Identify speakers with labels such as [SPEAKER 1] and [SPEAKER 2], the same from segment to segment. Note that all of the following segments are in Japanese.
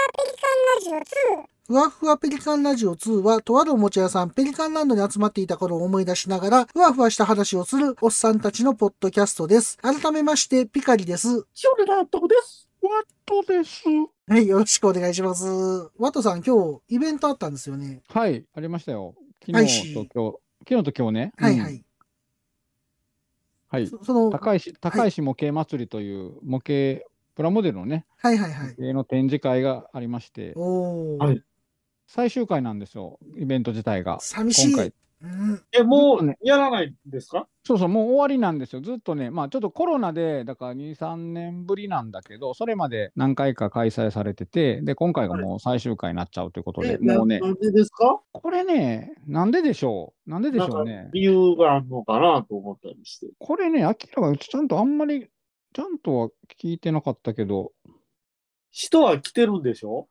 [SPEAKER 1] ジオ2
[SPEAKER 2] ふわふわペリカンラジオ2は、とあるおもちゃ屋さん、ペリカンランドに集まっていた頃を思い出しながら、ふわふわした話をするおっさんたちのポッドキャストです。改めまして、ピカリです。
[SPEAKER 3] ショルダーとです。ワットです。
[SPEAKER 2] はい、よろしくお願いします。ワトさん、今日、イベントあったんですよね。
[SPEAKER 3] はい、ありましたよ。昨
[SPEAKER 2] はい
[SPEAKER 3] 日と今日、昨日と今日ね。
[SPEAKER 2] はい
[SPEAKER 3] うん
[SPEAKER 2] は。い。
[SPEAKER 3] はい。
[SPEAKER 2] そその、
[SPEAKER 3] 高石、高石模型祭りという模型、プラモデルのね、
[SPEAKER 2] はいはいはい。
[SPEAKER 3] 模型の展示会がありまして、
[SPEAKER 2] おー、
[SPEAKER 4] はい
[SPEAKER 3] 最終回なんですよ、イベント自体が。
[SPEAKER 2] 寂しい。
[SPEAKER 3] 今回。
[SPEAKER 2] うん、
[SPEAKER 4] え、も
[SPEAKER 3] ずっと
[SPEAKER 4] う
[SPEAKER 3] ね
[SPEAKER 4] やらないんですか
[SPEAKER 3] そうそう、もう終わりなんですよ。ずっとね、まあちょっとコロナで、だから2、3年ぶりなんだけど、それまで何回か開催されてて、で、今回がもう最終回になっちゃうということで、もうね、
[SPEAKER 4] なんでですか
[SPEAKER 3] これね、なんででしょうなんででしょうね。
[SPEAKER 4] 理由があるのかなと思ったりして。
[SPEAKER 3] これね、アキラがうちちゃんとあんまり、ちゃんとは聞いてなかったけど、
[SPEAKER 4] 人は来てるんでしょ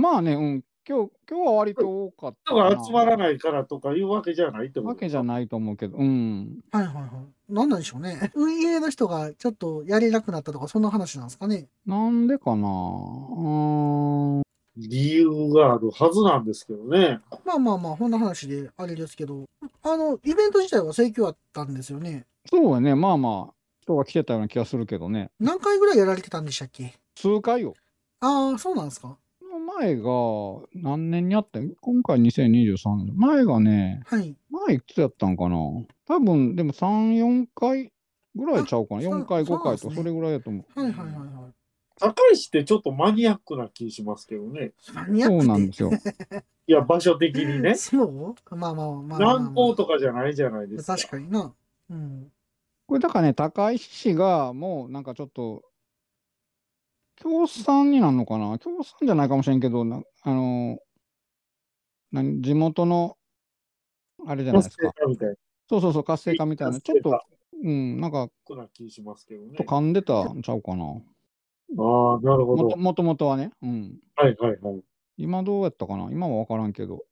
[SPEAKER 3] まあね、うん、今日、今日は割と多かった
[SPEAKER 4] 人
[SPEAKER 3] な。
[SPEAKER 4] が集まらないからとかいうわけじゃないってこと
[SPEAKER 3] わけじゃ
[SPEAKER 4] い。
[SPEAKER 3] ないと思うけど、うん。
[SPEAKER 2] はいはいはい。なんなんでしょうね。運営の人がちょっとやれなくなったとか、そんな話なんですかね。
[SPEAKER 3] なんでかなうーん。
[SPEAKER 4] 理由があるはずなんですけどね。
[SPEAKER 2] まあまあまあ、こんな話であれですけど、あの、イベント自体は盛況あったんですよね。
[SPEAKER 3] そうはね、まあまあ、人が来てたような気がするけどね。
[SPEAKER 2] 何回ぐらいやられてたんでしたっけ
[SPEAKER 3] 数回よ。
[SPEAKER 2] ああ、そうなんですか。
[SPEAKER 3] この前が、何年にあって、今回2023年。前がね、
[SPEAKER 2] はい。
[SPEAKER 3] 前いくつやったんかな多分、でも3、4回ぐらいちゃうかな。
[SPEAKER 2] あ
[SPEAKER 3] 4回、
[SPEAKER 2] そう
[SPEAKER 3] 5回
[SPEAKER 2] そうなんですね
[SPEAKER 3] とそれぐらいやと思う。
[SPEAKER 2] はいはいはいはい。
[SPEAKER 4] 高石ってちょっとマニアックな気しますけどね。
[SPEAKER 2] マニアッ
[SPEAKER 3] そ
[SPEAKER 2] ク
[SPEAKER 3] う
[SPEAKER 2] で。
[SPEAKER 3] なんですよ。
[SPEAKER 4] いや、場所的にね
[SPEAKER 2] そうまあまあまあまあまあ、
[SPEAKER 4] 南港とかじゃないじゃないですか。
[SPEAKER 2] 確かにな。うん。
[SPEAKER 3] これだからね、高石氏がもうなんかちょっと、共産になるのかな共産じゃないかもしれんけど、なあの何、地元の、あれじゃないですか。
[SPEAKER 4] みたい
[SPEAKER 3] そうそうそう、活性化みたいな。
[SPEAKER 4] 活
[SPEAKER 3] ちょっ
[SPEAKER 4] 性化
[SPEAKER 3] と、うん、なんか、
[SPEAKER 4] な気しますけどね。
[SPEAKER 3] ちょっと
[SPEAKER 4] あ
[SPEAKER 3] 噛んでたんちゃうかな。
[SPEAKER 4] あ、なる
[SPEAKER 3] も
[SPEAKER 4] ほど
[SPEAKER 3] と。もともとはね。うん。
[SPEAKER 4] はいはいはい。
[SPEAKER 3] 今どうやったかな今は分からんけど。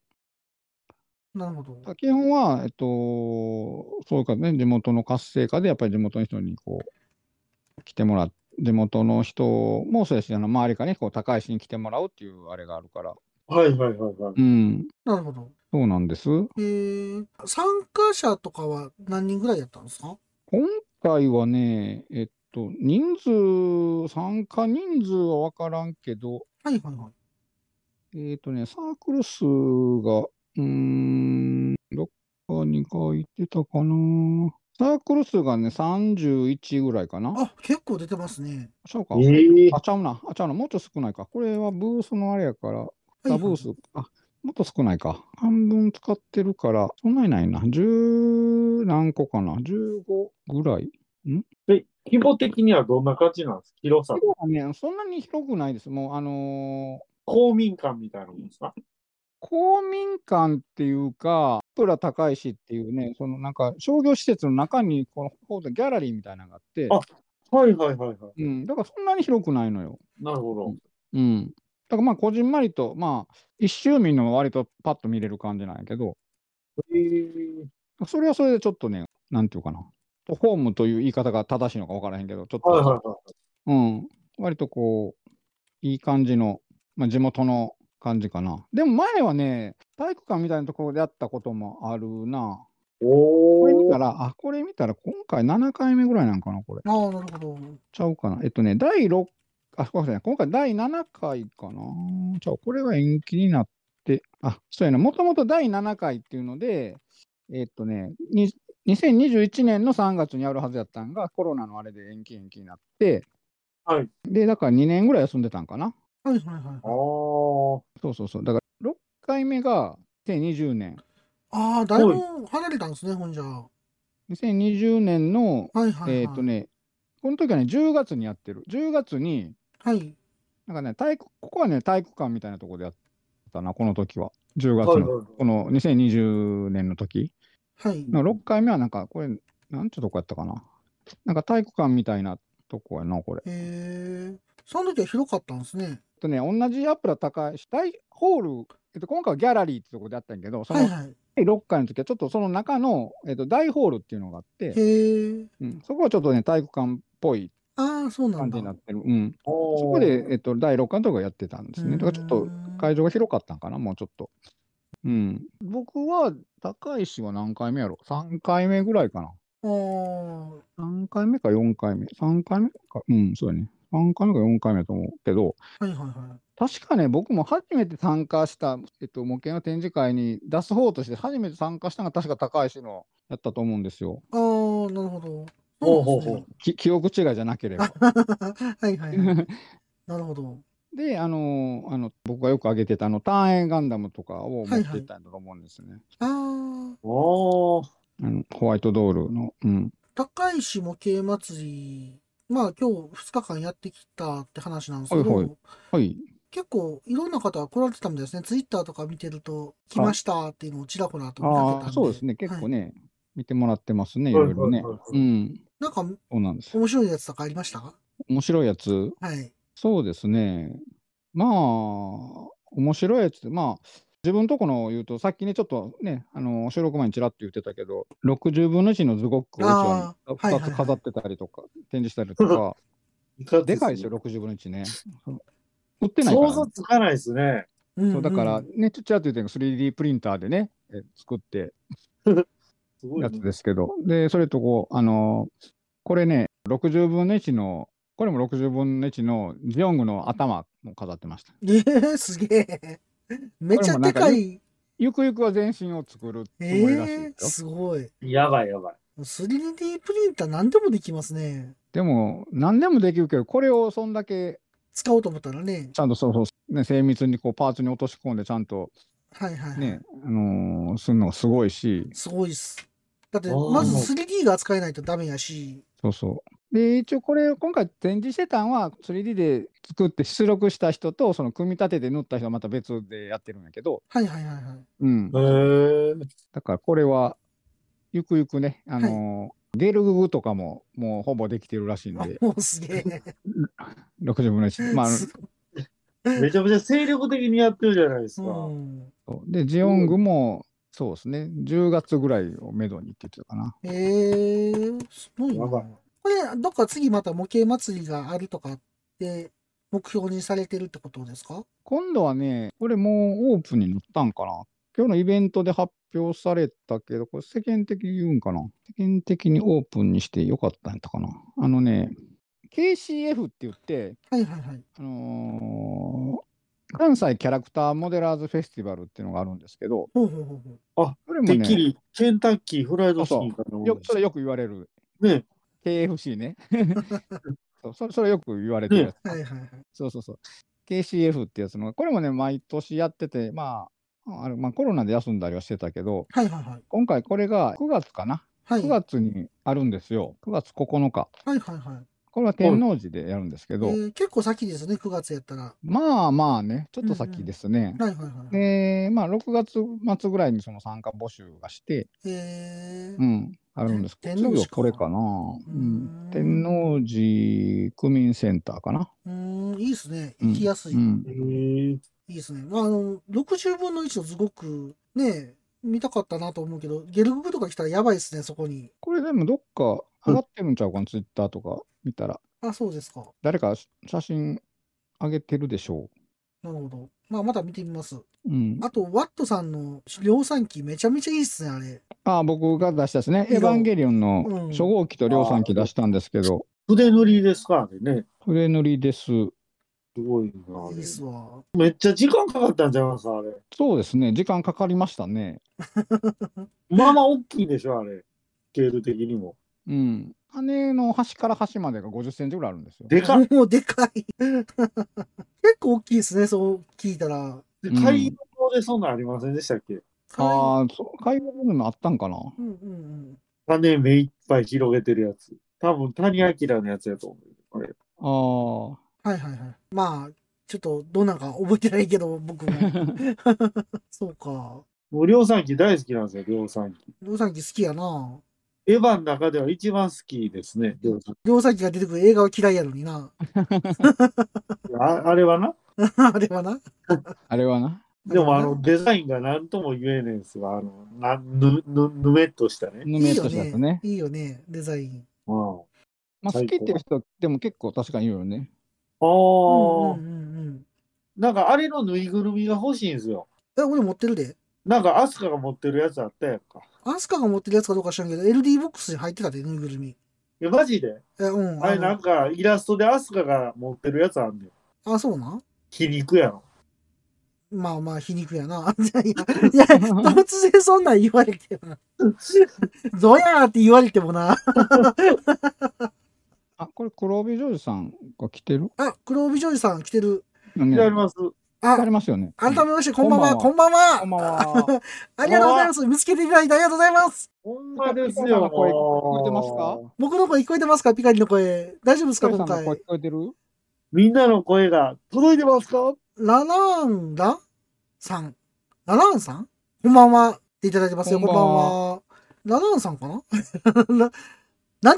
[SPEAKER 2] なるほど。
[SPEAKER 3] 基本は、えっと、そうかね、地元の活性化で、やっぱり地元の人にこう、来てもらって、地元の人もそうやし、あの周りからね、こう、高石に来てもらうっていうあれがあるから。
[SPEAKER 4] はいはいはいはい。
[SPEAKER 3] うん、
[SPEAKER 2] なるほど。
[SPEAKER 3] そうなんです。
[SPEAKER 2] えー、参加者とかは何人ぐらいやったんですか
[SPEAKER 3] 今回はね、えっと、人数、参加人数は分からんけど、
[SPEAKER 2] はいはいはい。
[SPEAKER 3] えっとね、サークル数が、うーん、どっかに書いてたかな。サークル数がね、31ぐらいかな。
[SPEAKER 2] あ、結構出てますね。
[SPEAKER 3] そうか。
[SPEAKER 4] ええ
[SPEAKER 3] あ、ちゃうな。あ、ちゃうな。もっと少ないか。これはブースのあれやから、
[SPEAKER 2] はいは
[SPEAKER 3] ダ
[SPEAKER 2] い
[SPEAKER 3] ブース、あ、もっと少ないか。半分使ってるから、そんなにないな。10何個かな。15ぐらい。
[SPEAKER 4] で、規模的にはどんな感じなんですか広さ。
[SPEAKER 3] 規模はね、そんなに広くないです。もう、あのー
[SPEAKER 4] 公民館みたいなもんですか
[SPEAKER 3] 公民館っていうか、プラ高石っていうね、そのなんか商業施設の中に、このほどギャラリーみたいなのがあって、
[SPEAKER 4] あはいはいはいはい。
[SPEAKER 3] うん、だからそんなに広くないのよ。
[SPEAKER 4] なるほど。
[SPEAKER 3] うん。だからまあ、こじんまりと、まあ、一周民の割とパッと見れる感じなんやけど、
[SPEAKER 4] ええ
[SPEAKER 3] それはそれでちょっとね、なんていうかな、ホームという言い方が正しいのか分からへんけど、ちょっと、
[SPEAKER 4] はいはいは
[SPEAKER 3] うん、割とこう、いい感じの、まあ、地元の感じかな。でも前はね、体育館みたいなところでやったこともあるな。
[SPEAKER 4] い。お
[SPEAKER 3] これ見
[SPEAKER 4] お
[SPEAKER 3] た。ら、あ、これ見たら、今回7回目ぐらいなんかな、これ。
[SPEAKER 2] ああ、なるほど。
[SPEAKER 3] ちゃうかな。えっとね、第6、あ、ごめんなさい、今回第7回かな。ちゃう、これが延期になって、あ、そうやな、もともと第7回っていうので、えっとね、に2021年の3月にやるはずやったんが、コロナのあれで延期延期になって、
[SPEAKER 4] はい。
[SPEAKER 3] で、だから2年ぐらい休んでたんかな。
[SPEAKER 2] はいはいはい。
[SPEAKER 4] ああ。
[SPEAKER 3] そうそうそう。だから6回目が2020年。
[SPEAKER 2] ああ、だいぶ離れたんですね、ほんじゃ。は
[SPEAKER 3] 2020年の、
[SPEAKER 2] いはい、はい。
[SPEAKER 3] えっと。ね、この時はね、10月にやってる。10月に、
[SPEAKER 2] はい。
[SPEAKER 3] なんかね、体育、ここはね、体育館みたいなところでやったな、この時は。10月の、
[SPEAKER 4] はいはい
[SPEAKER 3] この2020年の時
[SPEAKER 2] はい。
[SPEAKER 3] の6回目はなんか、これ、なんちゅうとこやったかな。なんか体育館みたいなとこやな、これ。え
[SPEAKER 2] へえその時は広かったんですね。
[SPEAKER 3] っとね、同じアプラ高い、大ホール、えっと、今回はギャラリーってとこでやったんやけど、そ
[SPEAKER 2] は
[SPEAKER 3] の
[SPEAKER 2] いはい。
[SPEAKER 3] 第6回の時は、ちょっとその中の、えっと、大ホールっていうのがあっ
[SPEAKER 2] へ
[SPEAKER 3] て、
[SPEAKER 2] え
[SPEAKER 3] うんそこはちょっとね、体育館っぽい
[SPEAKER 2] ああ、そうなん
[SPEAKER 3] 感じ
[SPEAKER 2] だ。
[SPEAKER 3] になってる。うん。そ
[SPEAKER 4] こ
[SPEAKER 3] こで、えっと、第6巻とかやってたんですね。だからちょっ
[SPEAKER 2] う
[SPEAKER 3] と
[SPEAKER 2] ん
[SPEAKER 3] 会場が広かったんかな、もうちょっと。うん。僕は、高石は何回目やろ ?3 回目ぐらいかな。
[SPEAKER 2] あー
[SPEAKER 3] 3回目か4回目。3回目か。うん、そうだね。3回目か4回目だと思うけど、
[SPEAKER 2] はいはいは
[SPEAKER 3] 確かね、僕も初めて参加した、えっと、模型の展示会に出す方として、初めて参加したのが確か高石のやったと思うんですよ。
[SPEAKER 2] い。ああ、なるほど。
[SPEAKER 4] ほうほうほう
[SPEAKER 3] き記憶違いじゃなければ。
[SPEAKER 2] はいはい はい。なるほど。
[SPEAKER 3] で、あのーあの、僕がよく挙げてた、あの、ターンエンガンダムとかを持
[SPEAKER 2] はい
[SPEAKER 3] っ
[SPEAKER 2] は
[SPEAKER 3] て
[SPEAKER 2] い
[SPEAKER 3] いったんだと思うんですね。
[SPEAKER 2] ああ、
[SPEAKER 4] ああ。
[SPEAKER 3] あのホワイトドールの。うん。
[SPEAKER 2] 高石模型祭り、まあ今日2日間やってきたって話なんですけど、
[SPEAKER 3] はいははい。
[SPEAKER 2] 結構いろんな方が来られてたんですね。ツイッターとか見てると、来ましたっていうのをちらほらと見かけたん
[SPEAKER 3] あ
[SPEAKER 2] で。
[SPEAKER 3] あ、そうですね。結構
[SPEAKER 2] はい
[SPEAKER 3] ね、見てもらってますね、いろいろね。
[SPEAKER 4] はいはいはいは
[SPEAKER 3] う
[SPEAKER 4] い
[SPEAKER 3] ん。
[SPEAKER 2] なんか
[SPEAKER 3] そうなんですよ。
[SPEAKER 2] 面白いやつとかありましたは
[SPEAKER 3] 面白いやつ。
[SPEAKER 2] い。
[SPEAKER 3] そうですね。まあ、面白いやつって、まあ、自分とこの言うと、さっきね、ちょっとね、あの収録前にちらっと言ってたけど、60分の1のズゴックをうちは
[SPEAKER 2] あーはいはい
[SPEAKER 3] 2
[SPEAKER 2] はい
[SPEAKER 3] つ飾ってたりとか、展示したりとか、でかいでしょ、
[SPEAKER 4] ょ。
[SPEAKER 3] 60分の1ね。売ってないから
[SPEAKER 4] 想
[SPEAKER 3] ね、
[SPEAKER 4] 像つかないですね。
[SPEAKER 2] うん
[SPEAKER 3] そうだから
[SPEAKER 2] ん
[SPEAKER 3] ね、ちっちゃいと言って 3D プリンターでね、え作って
[SPEAKER 4] すごい
[SPEAKER 3] や
[SPEAKER 4] ね。
[SPEAKER 3] つですけど、で、それとこう、あのーこれね、60分の1の、これも60分の1のジオングの頭も飾ってました。
[SPEAKER 2] ええすげえ。めちゃでかい。
[SPEAKER 3] ゆくゆくは全身を作るつ
[SPEAKER 2] ええ
[SPEAKER 3] もりらしいですよ。
[SPEAKER 2] すごい。
[SPEAKER 4] やばいやばい。
[SPEAKER 2] 3D プリンター何でもできますね。
[SPEAKER 3] でも、何でもできるけど、これをそんだけ、
[SPEAKER 2] 使おうと思ったらね。
[SPEAKER 3] ちゃんとそうそう、ね、精密にこうパーツに落とし込んで、ちゃんと
[SPEAKER 2] はいはいはい。
[SPEAKER 3] ね、あのーするのがすごいし、
[SPEAKER 2] すごいっす。だって、
[SPEAKER 4] あー
[SPEAKER 2] まず 3D が扱えないとダメやし。
[SPEAKER 3] そうそう。で、一応これ、今回展示してたんは、3D で作って出力した人と、その組み立てて塗った人はまた別でやってるんやけど、
[SPEAKER 2] はいはいはいはい。
[SPEAKER 3] うん。
[SPEAKER 4] へえ。
[SPEAKER 3] だからこれは、ゆくゆくね、あのーゲルググとかも、もうほぼできてるらしいんで
[SPEAKER 2] あ、もうすげえ。
[SPEAKER 3] 60分の1。まあ、
[SPEAKER 2] す
[SPEAKER 4] めちゃめちゃ精力的にやってるじゃないですか。
[SPEAKER 2] うん、
[SPEAKER 3] そうで、ジオングも、そうですね、10月ぐらいをめどにって言ってたかな。
[SPEAKER 2] えー、すごいな。
[SPEAKER 4] やばい
[SPEAKER 2] これ、どっか次また模型祭りがあるとかって、目標にされてるってことですか
[SPEAKER 3] 今度はね、これもうオープンになったんかな。今日のイベントで発表されたけど、これ世間的に言うんかな。世間的にオープンにしてよかったんやったかな。あのね、KCF って言って、
[SPEAKER 2] はいはいはい。
[SPEAKER 3] あのー関西キャラクターモデラーズフェスティバルっていうのがあるんですけど、
[SPEAKER 2] ほうほうほうほう。
[SPEAKER 3] これも
[SPEAKER 4] てっ
[SPEAKER 3] ね、
[SPEAKER 4] きり、ケンタッキーフライドチキンかな。
[SPEAKER 3] よそれよく言われる、
[SPEAKER 4] ね
[SPEAKER 3] KFC ね。そうそれそれよく言われてるやつ。
[SPEAKER 2] はいはいはい。
[SPEAKER 3] そうそうそう。KCF ってやつのが、これもね、毎年やってて、まあ、あれまあ、コロナで休んだりはしてたけど、
[SPEAKER 2] はいはいはい。
[SPEAKER 3] 今回これが9月かな。
[SPEAKER 2] はい
[SPEAKER 3] 9月にあるんですよ。9月9日。
[SPEAKER 2] はいはいはい。
[SPEAKER 3] これは天王寺でやるんですけ
[SPEAKER 2] え
[SPEAKER 3] ど、
[SPEAKER 2] ー結構先ですね、9月やったら。は
[SPEAKER 3] まあまあね、ちょっと先ですね
[SPEAKER 2] い。はいはい。
[SPEAKER 3] で、まあ、6月末ぐらいにその参加募集がして、
[SPEAKER 2] えー
[SPEAKER 3] うん、あるんですけど、
[SPEAKER 2] 天王寺か
[SPEAKER 3] 次はこれかな。う
[SPEAKER 2] うんん
[SPEAKER 3] 天王寺区民センターかな。
[SPEAKER 2] うーん、いいですね。
[SPEAKER 3] うん
[SPEAKER 2] 行きやすい。
[SPEAKER 3] うん
[SPEAKER 4] へえ。
[SPEAKER 2] いいですね。まあ、あの、60分の1のすごくね、見たかったなと思うけど、ゲルググとか来たらやばいですね、そこに。
[SPEAKER 3] これでもどっか上がってるんちゃうかな、ツイッターとか見たら。
[SPEAKER 2] あ、そうですか。
[SPEAKER 3] 誰か写真上げてるでしょ
[SPEAKER 2] なるほど。まあ、また見てみます。
[SPEAKER 3] う。うん、
[SPEAKER 2] あと、ワットさんの量産機めちゃめちゃいいっすね、あれ。
[SPEAKER 3] ああ、僕が出したですね。エ
[SPEAKER 2] いい
[SPEAKER 3] ヴァ
[SPEAKER 2] の
[SPEAKER 3] ンゲリオンの
[SPEAKER 2] うん
[SPEAKER 3] 初号機と量産機出したんですけど、
[SPEAKER 4] 筆塗りですからね。
[SPEAKER 3] 筆塗りです。
[SPEAKER 4] すごいな。あ
[SPEAKER 2] いいっ
[SPEAKER 4] れ
[SPEAKER 2] すわ。
[SPEAKER 4] めっちゃ時間かかったんじゃないですか、あれ。
[SPEAKER 3] そうですね、時間かかりましたね。
[SPEAKER 4] まあまあ大きいでしょ、あれ。スケール的にも。
[SPEAKER 3] うん。羽の端から端までが50センチぐらいあるんですよ。
[SPEAKER 4] でかい。
[SPEAKER 2] もうでかい。 結構大きいですね、そう聞いたら。
[SPEAKER 4] で
[SPEAKER 3] うん
[SPEAKER 4] 海洋でそんなんありませんでしたっけ
[SPEAKER 3] ああ、そう海外部のあったんかな。
[SPEAKER 2] うんうんうん。
[SPEAKER 4] 種目いっぱい広げてるやつ。多分谷明のやつやと思う。あれ
[SPEAKER 3] ああ。
[SPEAKER 2] はいはいはい。まあ、ちょっとどんなんか覚えてないけど、僕も。そうか。
[SPEAKER 4] もう量産機大好きなんですよ、量産機。
[SPEAKER 2] 量産機好きやな。
[SPEAKER 4] エヴァの中では一番好きですね、量産
[SPEAKER 2] 量産機が出てくる映画は嫌いやのに な。
[SPEAKER 4] 機。ああれはな。
[SPEAKER 2] あれはな。
[SPEAKER 3] あれはな。
[SPEAKER 4] でもあ
[SPEAKER 2] う
[SPEAKER 4] の
[SPEAKER 2] ん
[SPEAKER 4] デザインが何とも言えねえんですわ。あの、なぬ、ぬ、ぬめっとしたね。
[SPEAKER 3] ぬ
[SPEAKER 2] い
[SPEAKER 3] め
[SPEAKER 2] い
[SPEAKER 3] っ
[SPEAKER 2] よ
[SPEAKER 3] としたやつね。
[SPEAKER 2] いいよね、デザイン。
[SPEAKER 4] うん。
[SPEAKER 3] まあ、好
[SPEAKER 4] 最
[SPEAKER 3] き
[SPEAKER 4] 高
[SPEAKER 3] っていう人でも結構確かにいる よね。
[SPEAKER 4] ああ、
[SPEAKER 2] うんうんうんうん。
[SPEAKER 4] なんかあれのぬいぐるみが欲しいんですよ。
[SPEAKER 2] え、俺持ってるで。
[SPEAKER 4] なんかアスカが持ってるやつあったやんか。
[SPEAKER 2] アスカが持ってるやつかどうか知らんけど、LD ボックスに入ってたで、ぬいぐるみ。
[SPEAKER 4] いや、マジで
[SPEAKER 2] え、うん。
[SPEAKER 4] あれ
[SPEAKER 2] の
[SPEAKER 4] なんかイラストでアスカが持ってるやつあんねん。
[SPEAKER 2] あ、そうなん
[SPEAKER 4] 皮肉やろ。
[SPEAKER 2] まあまあ、皮肉やな。 いやいや、いや突然そんなん言われてもな。 どやーって言われてもな。
[SPEAKER 3] あ、これ、黒帯ジョージさんが来てる
[SPEAKER 2] あ、黒帯ジョージさん来てる。
[SPEAKER 3] ね
[SPEAKER 4] やります。
[SPEAKER 3] あ
[SPEAKER 2] あ
[SPEAKER 3] り、ますよね。
[SPEAKER 2] 改めまして、こんばんは、こ
[SPEAKER 3] こ
[SPEAKER 2] んばん
[SPEAKER 3] こん
[SPEAKER 2] は。
[SPEAKER 3] ばんは。
[SPEAKER 2] ありがとうございます。見つけていただいてありがとうございます。
[SPEAKER 4] ほんまです
[SPEAKER 3] ピカピカさん
[SPEAKER 4] よ。
[SPEAKER 3] の声聞こえてますか
[SPEAKER 2] 僕の声聞こえてますかピカリの声。大丈夫です
[SPEAKER 3] さ
[SPEAKER 2] か
[SPEAKER 3] ん
[SPEAKER 2] 今
[SPEAKER 3] の声
[SPEAKER 2] 回。
[SPEAKER 3] 聞こえてる
[SPEAKER 4] みんなの声が届いてますか
[SPEAKER 2] ラランラさん。ラランさんこんばんは。っていただいてますよ。こ
[SPEAKER 3] こ
[SPEAKER 2] ん
[SPEAKER 3] ん
[SPEAKER 2] ば
[SPEAKER 3] ば
[SPEAKER 2] ん
[SPEAKER 3] ん
[SPEAKER 2] は。ラランさんかな ラなんて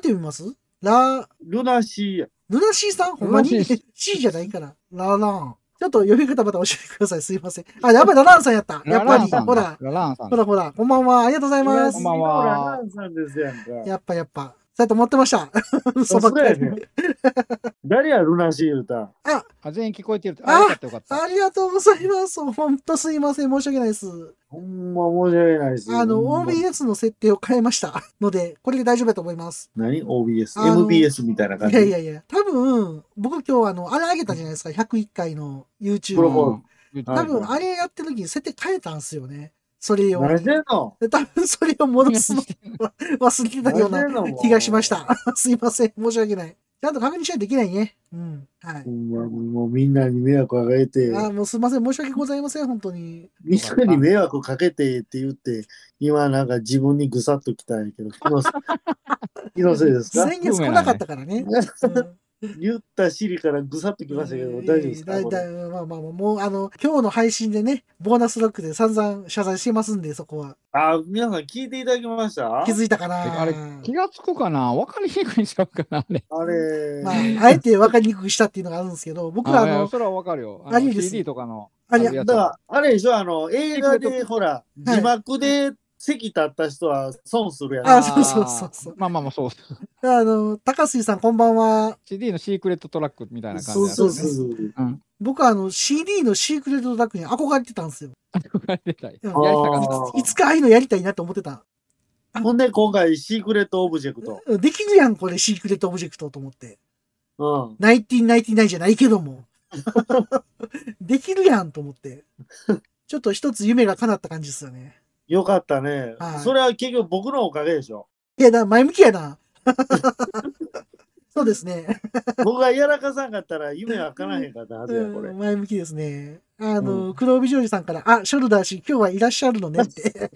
[SPEAKER 2] 読みますラ、
[SPEAKER 4] ルナシーや。
[SPEAKER 2] ルナシーさんほんまに
[SPEAKER 3] ルナシ
[SPEAKER 2] ?C じゃないから。ララン。ちょっと呼び方また教えてください。すいません。あ、やっぱりラランさんやった。やっぱり。
[SPEAKER 3] ラランさん
[SPEAKER 2] ほ
[SPEAKER 3] だ
[SPEAKER 2] ら。
[SPEAKER 3] ラランさん
[SPEAKER 2] ほ
[SPEAKER 3] だ。
[SPEAKER 2] らほら。こんばんは。ありがとうございます
[SPEAKER 3] こん。ばんは
[SPEAKER 4] ランさんですやんか。
[SPEAKER 2] やっぱやっぱ。そうやと思ってました。 嘘ばっかり
[SPEAKER 4] そうやね誰やルナシー言うたん
[SPEAKER 3] あ、全員聞こえてるって。
[SPEAKER 2] あ
[SPEAKER 3] あ、よかったよかった。
[SPEAKER 2] ありがとうございます。ほんとすいません。申し訳ないです。
[SPEAKER 4] ほんま申し訳ないです。
[SPEAKER 2] あの、
[SPEAKER 4] ほんま
[SPEAKER 2] OBS の設定を変えました。ので、これで大丈夫だと思い ます。
[SPEAKER 4] 何 ?OBS。
[SPEAKER 2] あの
[SPEAKER 4] MBS みたいな感
[SPEAKER 2] い
[SPEAKER 4] じ。
[SPEAKER 2] やいやいや、多分、僕今日あの、あれあげたじゃないですか、101回の
[SPEAKER 4] プロ
[SPEAKER 2] YouTube。
[SPEAKER 4] フォー
[SPEAKER 3] うん
[SPEAKER 2] 多
[SPEAKER 4] は
[SPEAKER 2] 分、
[SPEAKER 4] い
[SPEAKER 2] あれやってる時に設定変えたんすよね。それを。
[SPEAKER 4] 何してんの
[SPEAKER 2] で多分、それを戻す の忘れてたような気がしまし。た。 すいません。申し訳ない。ちゃんと確認しないといけないね。うん。は
[SPEAKER 4] ほ
[SPEAKER 2] い。
[SPEAKER 4] んまもうみんなに迷惑をかけて、
[SPEAKER 2] あーもうすいません。申し訳ございません。本当に。
[SPEAKER 4] みんなに迷惑かけてって言って、今なんか自分にぐさっときたんやけど、気 のせい気のせいですか
[SPEAKER 2] 先月来なかったから ね。うん
[SPEAKER 4] 言ったシリからぐさっときましたけど、大丈夫ですか
[SPEAKER 2] 大
[SPEAKER 4] こ
[SPEAKER 2] 体
[SPEAKER 4] れ
[SPEAKER 2] まあまあまあ、もうあの、今日の配信でね、ボーナスロックで散々謝罪してますんで、そこは。
[SPEAKER 4] あ、皆さん聞いていただきました
[SPEAKER 2] 気づいたかな
[SPEAKER 3] あれ、気がつくかなわかりにくいんちゃうかなあれ。
[SPEAKER 4] あれ、
[SPEAKER 2] まあ、あえて分かりにくくしたっていうのがあるんですけど、僕らあ
[SPEAKER 3] あいや
[SPEAKER 2] の、
[SPEAKER 3] それはわかるよ。あ
[SPEAKER 2] 何
[SPEAKER 3] の
[SPEAKER 2] です
[SPEAKER 3] CD とかの。
[SPEAKER 2] あれ
[SPEAKER 3] あるや
[SPEAKER 4] だ
[SPEAKER 3] つ
[SPEAKER 4] から、あれでしょ、あの、映画
[SPEAKER 3] 聞いて
[SPEAKER 4] で、ほら、
[SPEAKER 2] はい
[SPEAKER 4] 字幕で席立った人は損するやん。
[SPEAKER 2] あそうそうそうそう
[SPEAKER 3] あーまあまあまあ、そう。
[SPEAKER 2] あの、高杉さんこんばんは。
[SPEAKER 3] CD のシークレットトラックみたいな感じ
[SPEAKER 4] そ
[SPEAKER 3] な
[SPEAKER 4] うん
[SPEAKER 3] です
[SPEAKER 4] そ
[SPEAKER 3] ね
[SPEAKER 4] うそうそう。
[SPEAKER 2] 僕はあの、CD のシークレットダックに憧れてたんですよ。
[SPEAKER 3] 憧れてたり。
[SPEAKER 2] う
[SPEAKER 3] や
[SPEAKER 2] ん
[SPEAKER 3] りたかった。
[SPEAKER 4] あー
[SPEAKER 2] いつかああいうのやりたいなと思ってた。
[SPEAKER 4] ほんで、今回、シークレットオブジェクト。
[SPEAKER 2] うんできるやん、これ、シークレットオブジェクトと思って。
[SPEAKER 4] うん。
[SPEAKER 2] ナインティナインティナインじゃないけど も。できるやんと思って。ちょっと一つ夢が叶った感じですよね。
[SPEAKER 4] よかったね
[SPEAKER 2] はい。
[SPEAKER 4] それは結局僕のおかげでしょ。
[SPEAKER 2] いや、だ前向きや な。そうですね。
[SPEAKER 4] 僕がやらかさんかったら夢は叶へんかったはずや、これ
[SPEAKER 2] うん。前向きですね。あの、
[SPEAKER 4] うん
[SPEAKER 2] 黒帯ジョージさんから、あ、ショルダー氏、今日はいらっしゃるのね って。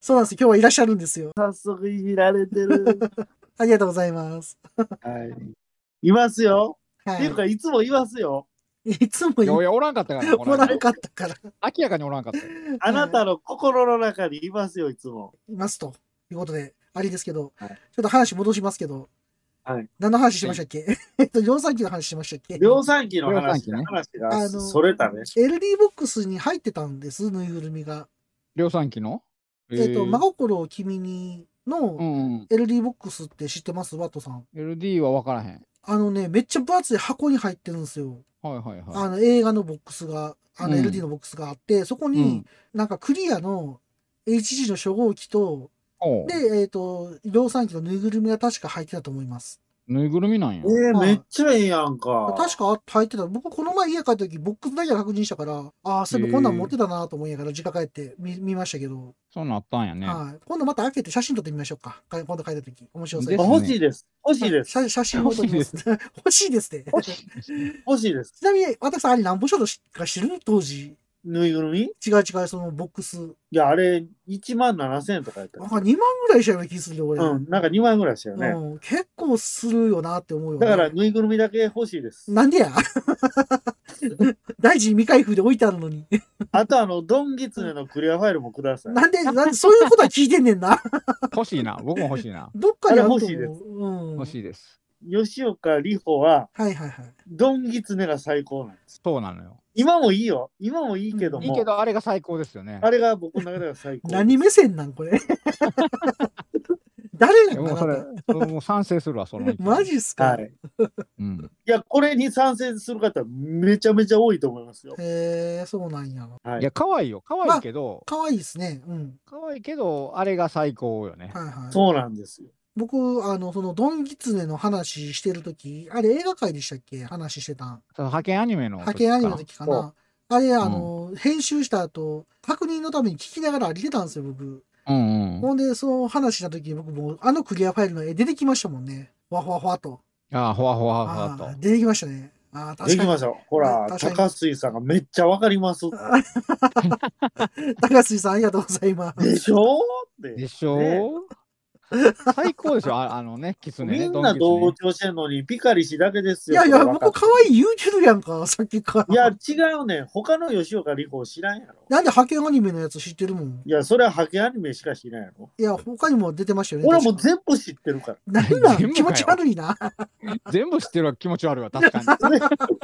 [SPEAKER 2] そうなんですよ。今日はいらっしゃるんですよ。
[SPEAKER 4] 早速いじられてる。
[SPEAKER 2] ありがとうございます。
[SPEAKER 4] はい。いますよ。っ
[SPEAKER 2] は
[SPEAKER 4] ていうか、いつもいますよ。
[SPEAKER 2] い。いつも
[SPEAKER 3] いやい
[SPEAKER 2] い
[SPEAKER 3] や、おらんかったから。こ
[SPEAKER 2] お
[SPEAKER 3] の
[SPEAKER 2] ら
[SPEAKER 3] 間
[SPEAKER 2] んかったから、
[SPEAKER 3] 明らかにおらんかったよ。
[SPEAKER 4] あなたの心の中にいますよ、いつも。
[SPEAKER 2] いますということで、あれですけど、
[SPEAKER 4] はい
[SPEAKER 2] ちょっと話戻しますけど、
[SPEAKER 4] はい
[SPEAKER 2] 何の話しましたっけ えっと、量産機の話しましたっけ
[SPEAKER 4] 量産機の
[SPEAKER 3] 量産
[SPEAKER 4] 話
[SPEAKER 3] 機ね
[SPEAKER 4] 話
[SPEAKER 2] あ
[SPEAKER 4] が
[SPEAKER 2] の
[SPEAKER 4] それたね。
[SPEAKER 2] LD ボックスに入ってたんです、ぬいぐるみが。
[SPEAKER 3] 量産機の
[SPEAKER 2] えっ、と、真
[SPEAKER 3] 孫
[SPEAKER 2] 心を君に
[SPEAKER 3] う
[SPEAKER 2] の
[SPEAKER 3] んうん。
[SPEAKER 2] LD ボックスって知ってます、ワットさん。
[SPEAKER 3] LD は分からへん。
[SPEAKER 2] あのね、めっちゃ分厚い箱に入ってるんですよ。
[SPEAKER 3] はいはい
[SPEAKER 2] あ
[SPEAKER 3] は
[SPEAKER 2] の映画のボックスが、あの
[SPEAKER 3] うん
[SPEAKER 2] LD のボックスがあって、そこ
[SPEAKER 3] い。
[SPEAKER 2] に。なんかクリアの HG の初号機と、
[SPEAKER 3] おう
[SPEAKER 2] で、えっ、と、量産機のぬいぐるみが確か入ってたと思います。
[SPEAKER 3] ぬいぐるみなんや
[SPEAKER 4] え。ー、
[SPEAKER 2] はい
[SPEAKER 4] めっちゃええやんか。
[SPEAKER 2] 確か入ってた。僕、この前家帰った時、ボックスだけは確認したから、ああ、そういえばこんなん持ってたなと思いながら、実家帰って見見ましたけど、
[SPEAKER 3] そうなったんやね。
[SPEAKER 2] はい。今度また開けて写真撮ってみましょうか。か今度帰った時。面白そう
[SPEAKER 3] で
[SPEAKER 4] あ
[SPEAKER 3] す
[SPEAKER 4] 欲しいです。欲しいです。
[SPEAKER 2] 写写真を撮ります。 欲しいですね。
[SPEAKER 3] 欲しいですね
[SPEAKER 4] 欲しいです。
[SPEAKER 2] ちなみに、私さん、あれ何本ショートかしてる当時。
[SPEAKER 4] ぬいぐるみい
[SPEAKER 2] 違う違う、そのボックス。
[SPEAKER 4] や、あれ、1万7000円とかやった
[SPEAKER 2] あ、2万ぐらいしたような気するで、俺。
[SPEAKER 4] うん、なんか2万ぐらいしたよね。
[SPEAKER 2] うん結構するよなって思うよね、
[SPEAKER 4] だから、ぬいぐるみだけ欲しいです。
[SPEAKER 2] なんでや 大臣未開封で置いてあるのに。
[SPEAKER 4] あと、あの、ドンギツネのクリアファイルもください。
[SPEAKER 2] なんで、なんで、そういうことは聞いてんねん な。
[SPEAKER 3] 欲しいな。僕も欲しいな。
[SPEAKER 2] どっかにあると思う。
[SPEAKER 4] あれ欲しいです
[SPEAKER 2] うん。
[SPEAKER 3] 欲しいです。
[SPEAKER 4] 吉岡里帆は、
[SPEAKER 2] はいはいはい。
[SPEAKER 4] ドンギツネが最高なんです。
[SPEAKER 3] そうなのよ。
[SPEAKER 4] 今もいいよ。今もいいけども、
[SPEAKER 3] いいけど、あれが最高ですよね。
[SPEAKER 4] あれが僕の中では最高。
[SPEAKER 2] 何目線なんこれ。 誰なん
[SPEAKER 3] もう
[SPEAKER 2] か
[SPEAKER 3] そ
[SPEAKER 2] な
[SPEAKER 3] れ
[SPEAKER 2] って、
[SPEAKER 3] もう賛成するわ、その意見。
[SPEAKER 2] マジっすか、
[SPEAKER 4] はい。
[SPEAKER 3] うん。
[SPEAKER 4] いや、これに賛成する方、めちゃめちゃ多いと思いますよ。
[SPEAKER 2] へえ、そうなんや。
[SPEAKER 4] はいい。
[SPEAKER 3] や、可愛いよ。可愛いけど、
[SPEAKER 2] 可愛いですね。うん。
[SPEAKER 3] 可愛いけど、あれが最高よね。
[SPEAKER 2] はいはい。
[SPEAKER 4] そうなんですよ。
[SPEAKER 2] 僕、あの、その、ドンギツネの話してるとき、あれ映画界でしたっけ話してたん。
[SPEAKER 3] その派遣アニメの。
[SPEAKER 2] 派遣アニメの時かな。あれ、あの、編集した後、確認のために聞きながら歩いてたんですよ、僕。
[SPEAKER 3] うんうん。
[SPEAKER 2] ほんで、その話した時に僕も、あのクリアファイルの絵出てきましたもんね。わほわほわと。
[SPEAKER 3] ああ、ほわほわほわ
[SPEAKER 2] あ
[SPEAKER 3] と
[SPEAKER 2] ー。出てきましたね。ああ、
[SPEAKER 4] で
[SPEAKER 2] 確
[SPEAKER 4] きま
[SPEAKER 2] か
[SPEAKER 4] したよ。ほら、
[SPEAKER 2] 確かに
[SPEAKER 4] 高杉さんがめっちゃわかりますって。
[SPEAKER 2] に。高杉さん、ありがとうございま。
[SPEAKER 4] ですしょーって。
[SPEAKER 3] でしょ
[SPEAKER 4] ね
[SPEAKER 3] 最高でしょああ のね、キツネ
[SPEAKER 4] み
[SPEAKER 3] ね。
[SPEAKER 4] んな
[SPEAKER 3] ドン
[SPEAKER 4] 同
[SPEAKER 3] キツ
[SPEAKER 4] 調してんのに、ピカリ氏だけです
[SPEAKER 2] い
[SPEAKER 4] よ。
[SPEAKER 2] やいや、
[SPEAKER 4] わかっ
[SPEAKER 2] 僕、可愛い言うてるやんか、さっきから。
[SPEAKER 4] いや、違うねん。他の吉岡里帆知らんやろ。
[SPEAKER 2] なんで派遣アニメのやつ知ってるもん。
[SPEAKER 4] いや、それは派遣アニメしか知らんやろ。
[SPEAKER 2] いや、他にも出てましたよね。
[SPEAKER 4] 俺はもう
[SPEAKER 2] 確か
[SPEAKER 4] 全部知ってるから。
[SPEAKER 2] なんなん
[SPEAKER 3] 全部か
[SPEAKER 2] 気
[SPEAKER 3] よ
[SPEAKER 2] 持ち悪いな。
[SPEAKER 3] ネ全部知ってるわ、気持ち悪いわ、確かに。